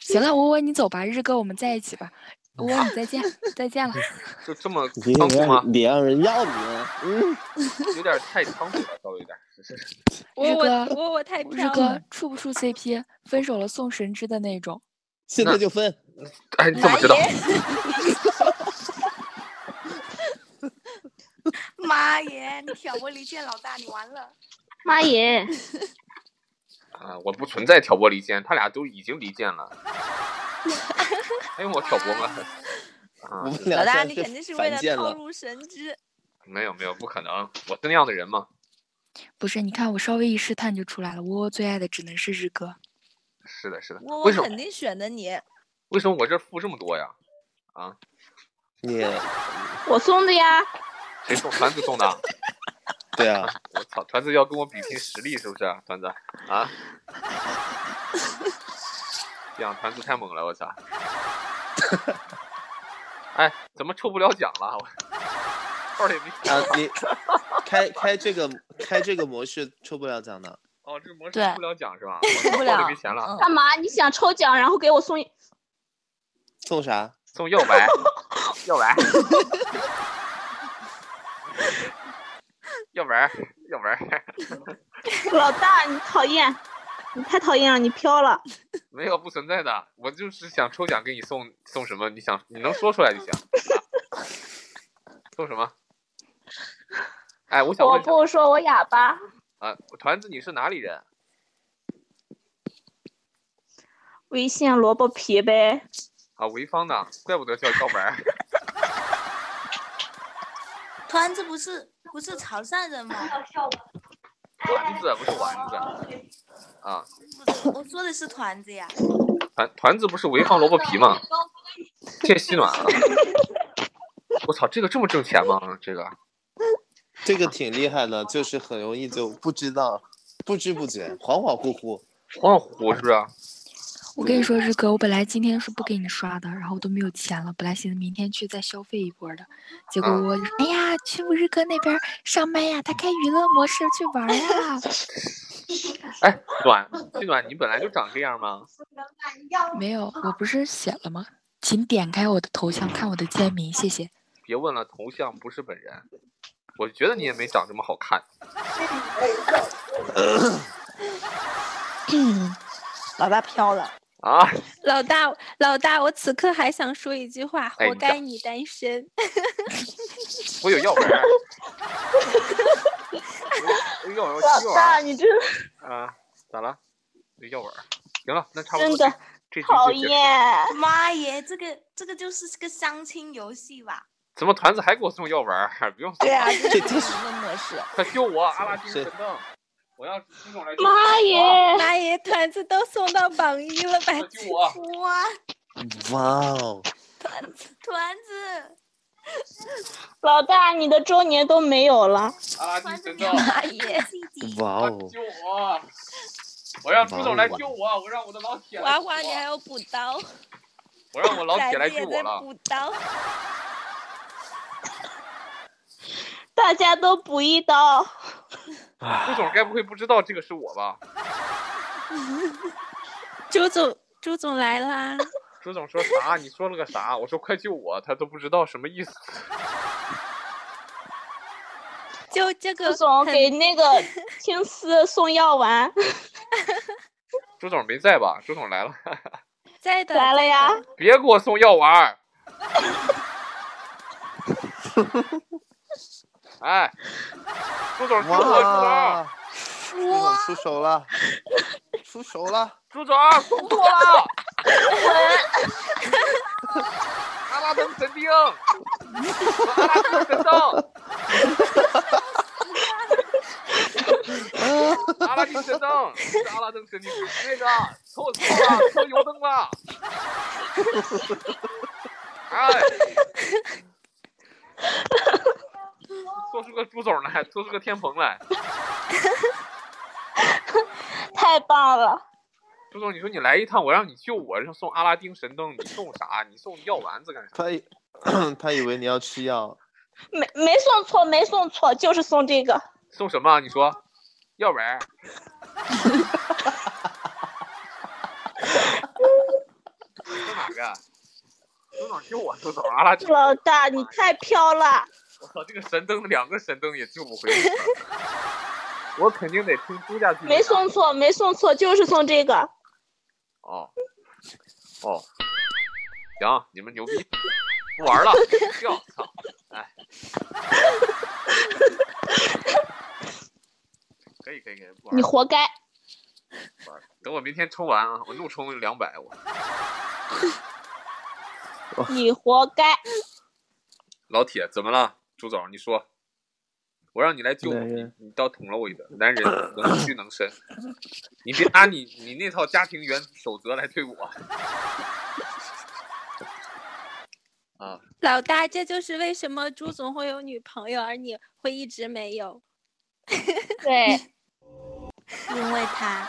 [SPEAKER 2] 行了，窝窝你走吧，日哥我们在一起吧，窝窝你再见，再见了。
[SPEAKER 1] 就这么
[SPEAKER 16] 别
[SPEAKER 1] 仓促吗？
[SPEAKER 16] 别让人要你，啊
[SPEAKER 1] 嗯，有点太仓促了，稍微有点。
[SPEAKER 2] 日哥，
[SPEAKER 4] 窝窝太
[SPEAKER 2] 日哥处不处 CP？分手了送神之的那种。
[SPEAKER 16] 现在就分。
[SPEAKER 1] 哎，你怎么知道？
[SPEAKER 15] 妈耶！你挑拨离间，老大你完了。
[SPEAKER 31] 妈耶！
[SPEAKER 1] 啊，我不存在挑拨离间，他俩都已经离间了。还用我挑拨吗？
[SPEAKER 16] 啊，
[SPEAKER 4] 老大，你肯定是为了套路神之。
[SPEAKER 1] 没有没有，不可能，我是那样的人吗？
[SPEAKER 2] 不是，你看我稍微一试探就出来了。窝窝最爱的只能是日哥。
[SPEAKER 1] 是的，是的。
[SPEAKER 4] 窝
[SPEAKER 1] 为
[SPEAKER 4] 窝
[SPEAKER 1] 什么？
[SPEAKER 4] 肯定选的你。
[SPEAKER 1] 为什么我这付这么多呀？啊？
[SPEAKER 16] 你
[SPEAKER 5] 我送的呀。
[SPEAKER 1] 谁送？团子送的。啊
[SPEAKER 16] 对啊，
[SPEAKER 1] 我操！团子要跟我比拼实力是不是、啊？团子啊，这样团子太猛了，我 操！哎，怎么抽不了奖了？我 号也没
[SPEAKER 16] 啊， 你开开这个开这个模式抽不了奖的。
[SPEAKER 1] 哦，这个模式
[SPEAKER 5] 对
[SPEAKER 1] 抽不了奖是吧？
[SPEAKER 5] 抽不了嗯
[SPEAKER 1] 号里没钱
[SPEAKER 6] 嗯
[SPEAKER 1] 了，
[SPEAKER 5] 干嘛？你想抽奖，然后给我送一
[SPEAKER 16] 送啥？
[SPEAKER 1] 送药 丸，药丸，药丸，药丸。
[SPEAKER 5] 老大，你讨厌，你太讨厌了，你飘了。
[SPEAKER 1] 没有不存在的，我就是想抽奖给你送送什么，你想你能说出来就行。送什么？哎，我想
[SPEAKER 32] 我
[SPEAKER 1] 问一下
[SPEAKER 32] 不说，我哑巴。
[SPEAKER 1] 啊，团子你是哪里人？
[SPEAKER 5] 微信萝卜皮呗。
[SPEAKER 1] 啊，潍坊的，怪不得叫药 丸。
[SPEAKER 15] 团子不是不是潮汕人吗？
[SPEAKER 1] 丸子不是丸子啊，
[SPEAKER 15] 不是，我说的是团子呀。
[SPEAKER 1] 团团子不是潍坊萝卜皮吗？谢谢西暖啊！我操，这个这么挣钱吗？这个
[SPEAKER 16] 这个挺厉害的，就是很容易就不知道，不知不觉，恍恍惚惚。
[SPEAKER 1] 恍惚是不是？啊
[SPEAKER 2] 我跟你说，日哥，我本来今天是不给你刷的，然后都没有钱了，本来寻思明天去再消费一波的，结果我，哎呀，去我日哥那边上麦呀，他开娱乐模式去玩呀。
[SPEAKER 1] 哎，暖西暖，你本来就长这样吗？
[SPEAKER 2] 没有，我不是写了吗？请点开我的头像看我的签名，谢谢。
[SPEAKER 1] 别问了，头像不是本人。我觉得你也没长这么好看。
[SPEAKER 5] 老大飘了。
[SPEAKER 1] 啊，
[SPEAKER 4] 老大，老大，我此刻还想说一句话：
[SPEAKER 1] 哎
[SPEAKER 4] 活
[SPEAKER 1] 你
[SPEAKER 4] 该
[SPEAKER 1] 讲
[SPEAKER 4] 你单身。
[SPEAKER 1] 我有药丸 儿。我有药丸儿，我吃药啊
[SPEAKER 5] 老
[SPEAKER 1] 丸
[SPEAKER 5] 大，
[SPEAKER 1] 儿
[SPEAKER 5] 你这
[SPEAKER 1] 啊？咋了？有药丸儿。行了，那差不
[SPEAKER 5] 真
[SPEAKER 1] 多
[SPEAKER 5] 的。
[SPEAKER 1] 这局
[SPEAKER 5] 讨
[SPEAKER 1] 就结束
[SPEAKER 5] 厌，
[SPEAKER 6] 妈耶，这个这个就是个相亲游戏 吧？
[SPEAKER 1] 怎么团子还给我送药丸儿？不用送
[SPEAKER 5] 对
[SPEAKER 1] 了，
[SPEAKER 5] 啊，这
[SPEAKER 17] 就是
[SPEAKER 5] 一个模式。
[SPEAKER 1] 快救我，阿拉丁神灯！我要兵种来救
[SPEAKER 4] 妈耶，
[SPEAKER 5] 哎
[SPEAKER 1] 我
[SPEAKER 4] 妈耶，团子都送到榜一了吧？
[SPEAKER 1] 救我！啊
[SPEAKER 6] 哇，
[SPEAKER 17] 哇哦，
[SPEAKER 6] 团子团子，
[SPEAKER 5] 老大，你的周年都没有了，
[SPEAKER 1] 阿拉丁神灯！
[SPEAKER 6] 耶，
[SPEAKER 17] 哇哦，
[SPEAKER 1] 救我！我让朱总来救我，我让我的老铁来
[SPEAKER 4] 花
[SPEAKER 1] 救
[SPEAKER 4] 花，你还
[SPEAKER 1] 我，
[SPEAKER 4] 要补刀，
[SPEAKER 1] 我让 我老铁来救
[SPEAKER 4] 崽子也
[SPEAKER 1] 我
[SPEAKER 4] 在
[SPEAKER 1] 了。
[SPEAKER 4] 补刀。
[SPEAKER 5] 大家都补一刀。
[SPEAKER 1] 朱总该不会不知道这个是我吧？
[SPEAKER 4] 朱总，朱总来 啦！
[SPEAKER 1] 朱总说啥？你说了个啥？我说快救我，他都不知道什么意思。
[SPEAKER 4] 就这个
[SPEAKER 5] 朱总
[SPEAKER 4] 很
[SPEAKER 5] 给那个 青丝送药丸，
[SPEAKER 1] 朱总没在吧？朱总来了，
[SPEAKER 4] 在的
[SPEAKER 5] 来了呀！
[SPEAKER 1] 别给我送药丸儿！ 哎，朱总救我！
[SPEAKER 17] 哇，
[SPEAKER 1] 朱
[SPEAKER 17] 朱总出啊手了，出手了，
[SPEAKER 1] 总，朱总送错了！阿拉丁神钉，阿拉丁神灯，阿拉丁神灯，是阿拉丁神钉，那个错错了，错油灯了。哎，做出个猪总来，做出个天蓬来。
[SPEAKER 5] 太棒了！
[SPEAKER 1] 朱总，你说你来一趟，我让你救我，让送阿拉丁神灯，你送啥？你送药丸子干啥？
[SPEAKER 17] 他以 他以为你要吃药，
[SPEAKER 5] 没没送错，没送错，就是送这个。
[SPEAKER 1] 送什么？你说，药丸 儿。送哪个？朱总救我！朱总，阿拉丁，
[SPEAKER 5] 老大，你太飘了！
[SPEAKER 1] 我操，这个神灯两个神灯也救不回我。我肯定得听朱家军。
[SPEAKER 5] 没送错，没送错，就是送这个。
[SPEAKER 1] 哦，哦，行，你们牛逼，不玩了，掉，操，哎，可以可以可以，不玩
[SPEAKER 5] 你
[SPEAKER 1] 了，
[SPEAKER 5] 活该！
[SPEAKER 1] 不玩了，等我明天充完啊，我怒充两百，我
[SPEAKER 5] 你活该！
[SPEAKER 1] 老铁怎么了？朱总，你说，我让你来救我，
[SPEAKER 17] 男
[SPEAKER 1] 你
[SPEAKER 17] 人
[SPEAKER 1] 你倒捅了我一刀，男人能屈能伸，你别拿你你那套家庭原守则来对我，啊。
[SPEAKER 4] 老大，这就是为什么朱总会有女朋友，而你会一直没有。
[SPEAKER 5] 对，
[SPEAKER 6] 因为他，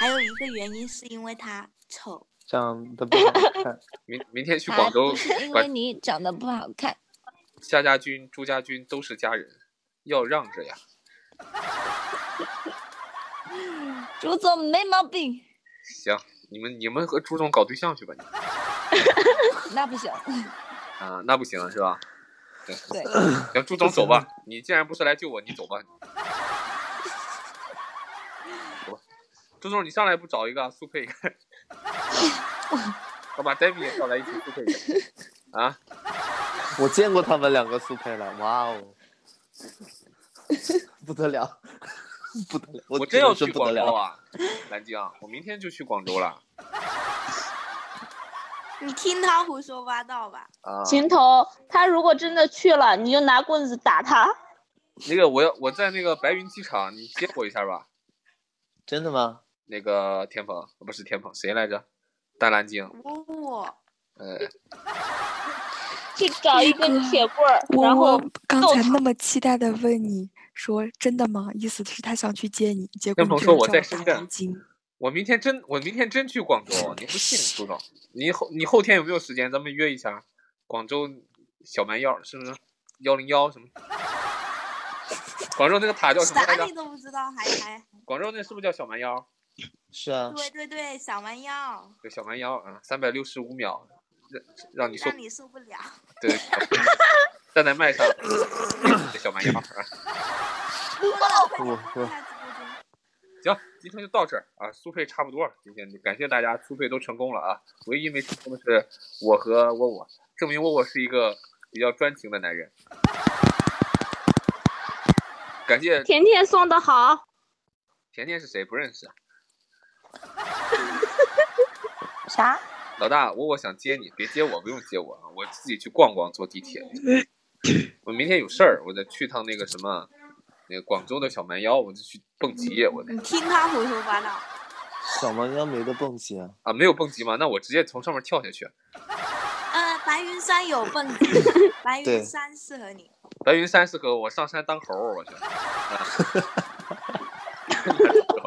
[SPEAKER 6] 还有一个原因是因为他丑，
[SPEAKER 17] 长得不好看，
[SPEAKER 1] 明明天去
[SPEAKER 14] 还
[SPEAKER 1] 广州
[SPEAKER 14] 啊不是因
[SPEAKER 1] 把
[SPEAKER 14] 为你长得不好看，
[SPEAKER 1] 夏家军、朱家军都是家人，要让着呀。
[SPEAKER 14] 朱总没毛病，
[SPEAKER 1] 行，你们你们和朱总搞对象去吧，你们
[SPEAKER 14] 那不行。
[SPEAKER 1] 啊、那不行是吧？对，
[SPEAKER 14] 对，
[SPEAKER 1] 行，朱总走吧。你既然不是来救我，你 走吧。走吧，朱总，你上来不找一个速配一个？我把 d a v i 也叫来一起速配一 个啊！
[SPEAKER 17] 我见过他们两个速配了，哇哦， 不得了，不得了，
[SPEAKER 1] 我
[SPEAKER 17] 真
[SPEAKER 1] 真要
[SPEAKER 17] 是
[SPEAKER 1] 去
[SPEAKER 17] 不得
[SPEAKER 1] 广州
[SPEAKER 17] 了，
[SPEAKER 1] 啊，南京，我明天就去广州了
[SPEAKER 6] 你听他胡说八道吧。
[SPEAKER 1] 啊。
[SPEAKER 5] 秦头，他如果真的去了，你就拿棍子打他。
[SPEAKER 1] 那个我要我在那个白云机场，你接我一下吧。
[SPEAKER 17] 真的吗？
[SPEAKER 1] 那个天鹏不是天鹏，谁来着？淡蓝鲸，
[SPEAKER 6] 哦，
[SPEAKER 1] 呃，
[SPEAKER 5] 去找一根铁棍儿，
[SPEAKER 12] 我
[SPEAKER 5] 然后
[SPEAKER 12] 我刚才那么期待的问你说真的吗？意思是他想去接你，结果
[SPEAKER 1] 天
[SPEAKER 12] 你
[SPEAKER 1] 鹏
[SPEAKER 12] 只
[SPEAKER 1] 说
[SPEAKER 12] 有
[SPEAKER 1] 我
[SPEAKER 12] 找
[SPEAKER 1] 在
[SPEAKER 12] 了
[SPEAKER 1] 深
[SPEAKER 12] 白
[SPEAKER 1] 圳
[SPEAKER 12] 南京。，
[SPEAKER 1] 我明天真我明天真去广州，你不信朱总？你后你后天有没有时间？咱们约一下，广州小蛮腰是不是？幺零幺什么？广州那个塔叫什么来
[SPEAKER 6] 啥你
[SPEAKER 1] 着？
[SPEAKER 6] 都不知道，还还
[SPEAKER 1] 广州那是不是叫小蛮腰？
[SPEAKER 17] 是啊，
[SPEAKER 6] 对对对，小蛮腰，
[SPEAKER 1] 对，小蛮腰啊，三百六十五秒，让让你受
[SPEAKER 6] 让你受不 了。
[SPEAKER 1] 对，站在麦上，小蛮腰啊。
[SPEAKER 17] 我我
[SPEAKER 1] 行，今天就到这儿啊，速配差不多了。今天感谢大家，速配都成功了啊。唯一没成功的是我和沃沃，证明沃沃是一个比较专情的男人。感谢
[SPEAKER 5] 甜甜送的好，
[SPEAKER 1] 甜甜是谁？不认识。
[SPEAKER 5] 啥？
[SPEAKER 1] 老大，我我想接你，别接我，不用接我啊，我自己去逛逛，坐地铁。 我明天有事儿，我得去趟那个什么，那个广州的小蛮腰，我就去蹦极，我得。
[SPEAKER 15] 你听他胡说八道。
[SPEAKER 16] 小蛮腰没得蹦极啊？
[SPEAKER 1] 啊，没有蹦极吗？那我直接从上面跳下去。
[SPEAKER 15] 呃，白云山有蹦极，白云山适合你。
[SPEAKER 1] 白云山适合我上山当猴儿，我去。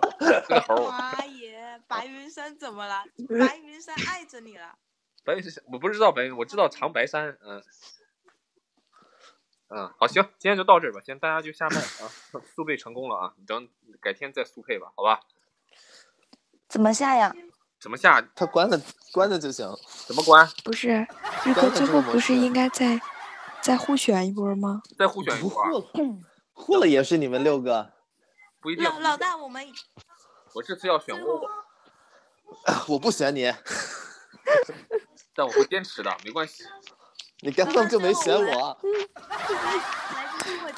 [SPEAKER 15] 当
[SPEAKER 1] 哦
[SPEAKER 15] 猴。妈耶，白云山怎么了？白云山爱着你了。
[SPEAKER 1] 白云山我不知道白云，我知道长白山，嗯。嗯，好，行，今天就到这儿吧，先大家就下麦啊，速配成功了啊，你等改天再速配吧，好吧？
[SPEAKER 5] 怎么下呀？
[SPEAKER 1] 怎么下？
[SPEAKER 16] 他关了，关了就行。
[SPEAKER 1] 怎么关？
[SPEAKER 33] 不是，日哥最后不是应该再再互选一波吗？
[SPEAKER 1] 再互选一波、啊。
[SPEAKER 16] 互了也是你们六个。
[SPEAKER 1] 不一定。
[SPEAKER 15] 老老大，我们。
[SPEAKER 1] 我这次要选我。
[SPEAKER 16] 我不选你。
[SPEAKER 1] 但我会坚持的，没关系。
[SPEAKER 16] 你根本就没选 我，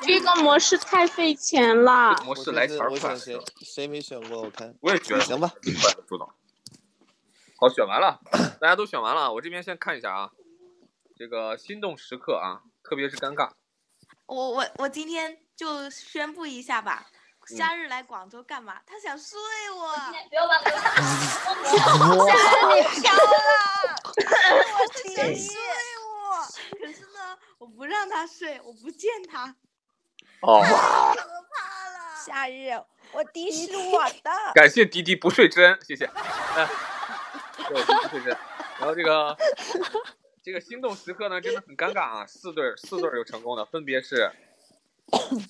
[SPEAKER 15] 这
[SPEAKER 34] 个模式太费钱了。
[SPEAKER 1] 模式来钱快，
[SPEAKER 16] 谁谁 没选过？我看
[SPEAKER 1] 我也觉得
[SPEAKER 16] 行吧。
[SPEAKER 1] 主导，好，选完了，大家都选完了。我这边先看一下啊，这个心动时刻啊，特别是尴尬。
[SPEAKER 15] 我我我今天就宣布一下吧，夏日来广州干嘛？他想睡我。
[SPEAKER 35] 不要把我吓
[SPEAKER 15] 你飘了， 我是想睡我。可是呢，我不让他睡，我不见他，
[SPEAKER 1] 哦，
[SPEAKER 15] 太可怕了！
[SPEAKER 36] 夏日，我的是我 的。
[SPEAKER 1] 感谢迪迪不睡真，谢谢。哎，对，迪迪不睡真。然后这个这个心动时刻呢，真的很尴尬啊！四对四对有成功的，分别是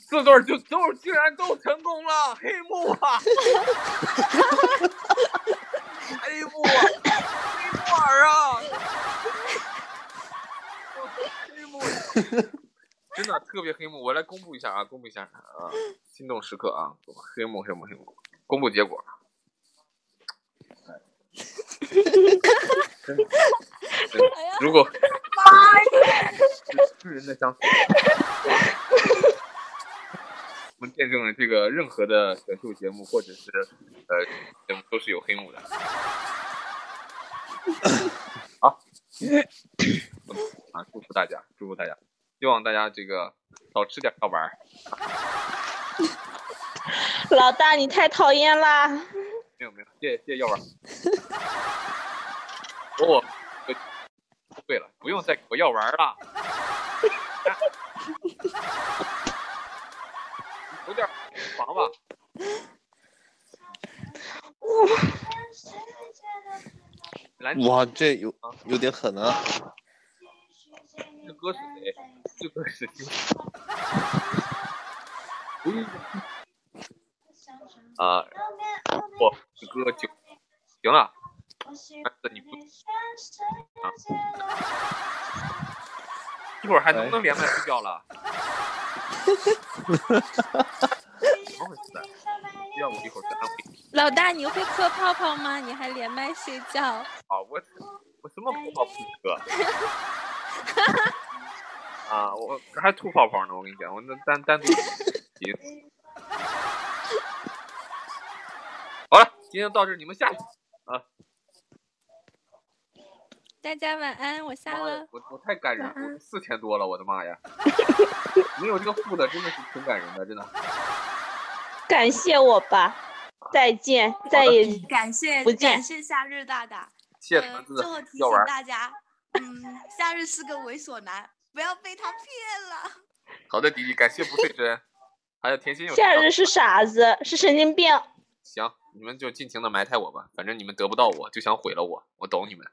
[SPEAKER 1] 四对就都竟然都成功了，黑幕啊！黑幕啊！黑木耳啊！真的特别黑幕，我来公布一下啊，公布一下啊，心动时刻啊，黑幕黑幕黑幕，公布结果。真的，真的如果世人的相思，我们见证了这个任何的选秀节目或者是呃节目都是有黑幕的。好。啊！祝福大家，祝福大家，希望大家这个少吃点药丸。
[SPEAKER 5] 老大，你太讨厌啦！
[SPEAKER 1] 没有没有，谢谢 药丸。哦，对了，不用再给我药丸了。 有点黄吧？
[SPEAKER 16] 哇，这有有点狠啊！
[SPEAKER 1] 这歌是谁？这歌是谁？ 啊，我这歌就行了。但是你不啊，一会儿还能不能连麦睡觉了？怎么回事？要不一会儿再安慰。
[SPEAKER 4] 老大，你会磕泡泡吗？你还连麦睡觉？
[SPEAKER 1] 啊，我我什么泡泡不磕？啊，我还吐泡泡呢！我跟你讲，我那单单独行。好了，今天到这，你们下啊！
[SPEAKER 4] 大家晚安，我下了。
[SPEAKER 1] 我我太感人了，四千多了，我的妈呀！没有这个负的，真的是挺感人的，真的。
[SPEAKER 5] 感谢我吧，再见，再
[SPEAKER 36] 嗯
[SPEAKER 5] 也
[SPEAKER 15] 感谢
[SPEAKER 5] 不见。
[SPEAKER 15] 感谢夏日大大，
[SPEAKER 1] 谢
[SPEAKER 15] 呃，最后提醒大家。嗯，夏日是个猥琐男，不要被他骗了。
[SPEAKER 1] 好的，迪迪，感谢不睡真，还有甜心有。
[SPEAKER 5] 夏日是傻子，是神经病。
[SPEAKER 1] 行，你们就尽情的埋汰我吧，反正你们得不到我，就想毁了我，我懂你们。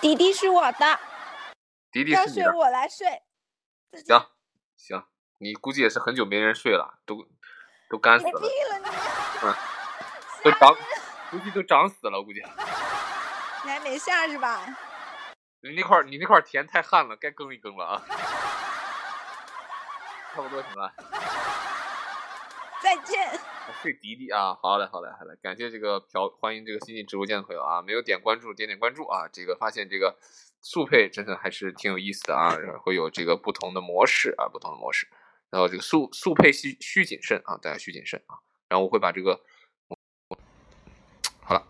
[SPEAKER 36] 迪迪是我的，
[SPEAKER 1] 迪迪
[SPEAKER 36] 要
[SPEAKER 1] 是你
[SPEAKER 36] 睡
[SPEAKER 1] 的。
[SPEAKER 36] 我来睡。
[SPEAKER 1] 行行，你估计也是很久没人睡了，都都干死
[SPEAKER 36] 你
[SPEAKER 1] 了，
[SPEAKER 36] 闭了你，
[SPEAKER 1] 嗯，都长，估计都长死了，估计。
[SPEAKER 36] 你还没下是吧？
[SPEAKER 1] 你那块儿，你那块儿田太旱了，该耕一耕了啊。 差不多行了，
[SPEAKER 36] 再见。
[SPEAKER 1] 睡迪迪啊，好嘞，好嘞，好嘞，感谢这个朴，欢迎这个新进直播间的朋友啊，没有点关注点点关注啊，这个发现这个速配真的还是挺有意思的啊，会有这个不同的模式啊，不同的模式，然后这个速速配需需谨慎啊，大家需谨慎啊，然后我会把这个好了。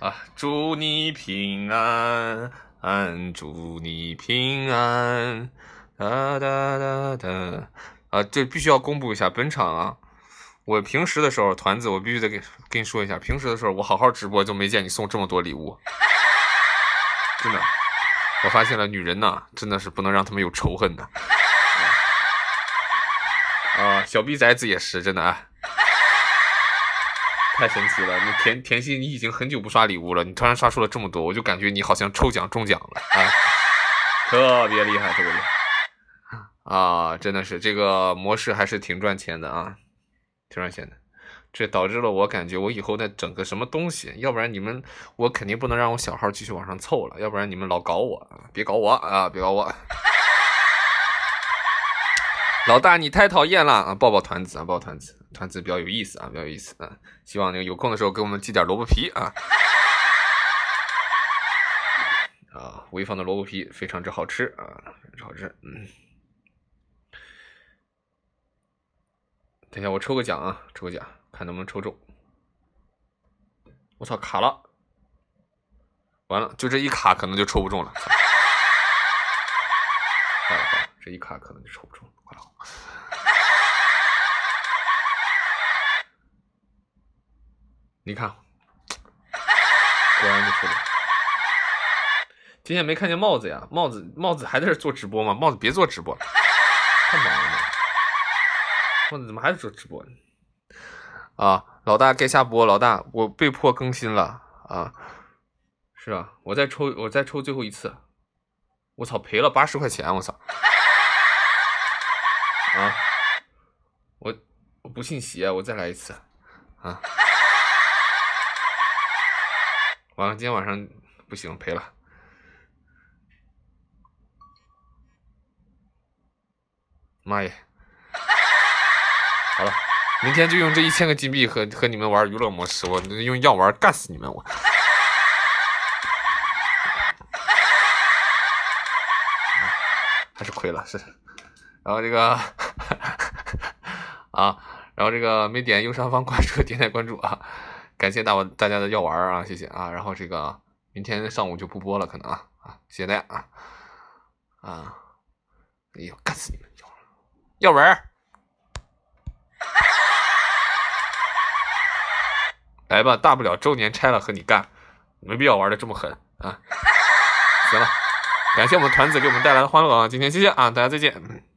[SPEAKER 1] 啊，祝你平安，安祝你平安，哒哒哒哒。啊，这必须要公布一下，本场啊，我平时的时候，团子我必须得给跟你说一下，平时的时候我好好直播就没见你送这么多礼物， 真的。我发现了，女人呐，真的是不能让他们有仇恨的。啊，小逼崽子也是真的啊，太神奇了！你甜甜心，你已经很久不刷礼物了，你突然刷出了这么多，我就感觉你好像抽奖中奖了啊，特别厉害，特别厉害啊！真的是这个模式还是挺赚钱的啊，挺赚钱的。这导致了我感觉我以后那整个什么东西，要不然你们我肯定不能让我小号继续往上凑了，要不然你们老搞我，别搞我啊，别搞我！老大你太讨厌了啊！抱抱团子啊，抱抱团子，团子比较有意思啊，比较有意思啊！希望那个有空的时候给我们寄点萝卜皮啊！啊，潍坊的萝卜皮非常之好吃啊，非常之好吃。嗯，等一下我抽个奖啊，抽个奖。看能不能抽中！我操，卡了！完了，就这一卡可能就抽不中了。 坏了坏了，这一卡可能就抽不中了。坏了。你看，果然没抽中。今天没看见帽子呀？帽子帽子还在这做直播吗？帽子别做直播了，太忙了。帽子怎么还在做直播呢？啊，老大该下播，老大，我被迫更新了啊！是啊，我再抽，我再抽最后一次，我操，赔了八十块钱，我操！啊，我我不信邪，我再来一次啊！完了，今天晚上不行，赔了。妈耶！好了。明天就用这一千个金币和和你们玩娱乐模式，我用药丸干死你们！我。啊还是亏了，是。然后这个 啊，然后这个没点右上方关注，点点关注啊！感谢大大家的药丸啊，谢谢啊！然后这个明天上午就不播了，可能啊啊，谢谢大家啊啊！哎呦，干死你们！药丸。来吧，大不了周年拆了和你干，没必要玩的这么狠 啊！行了，感谢我们团子给我们带来的欢乐啊！今天谢谢啊，大家再见。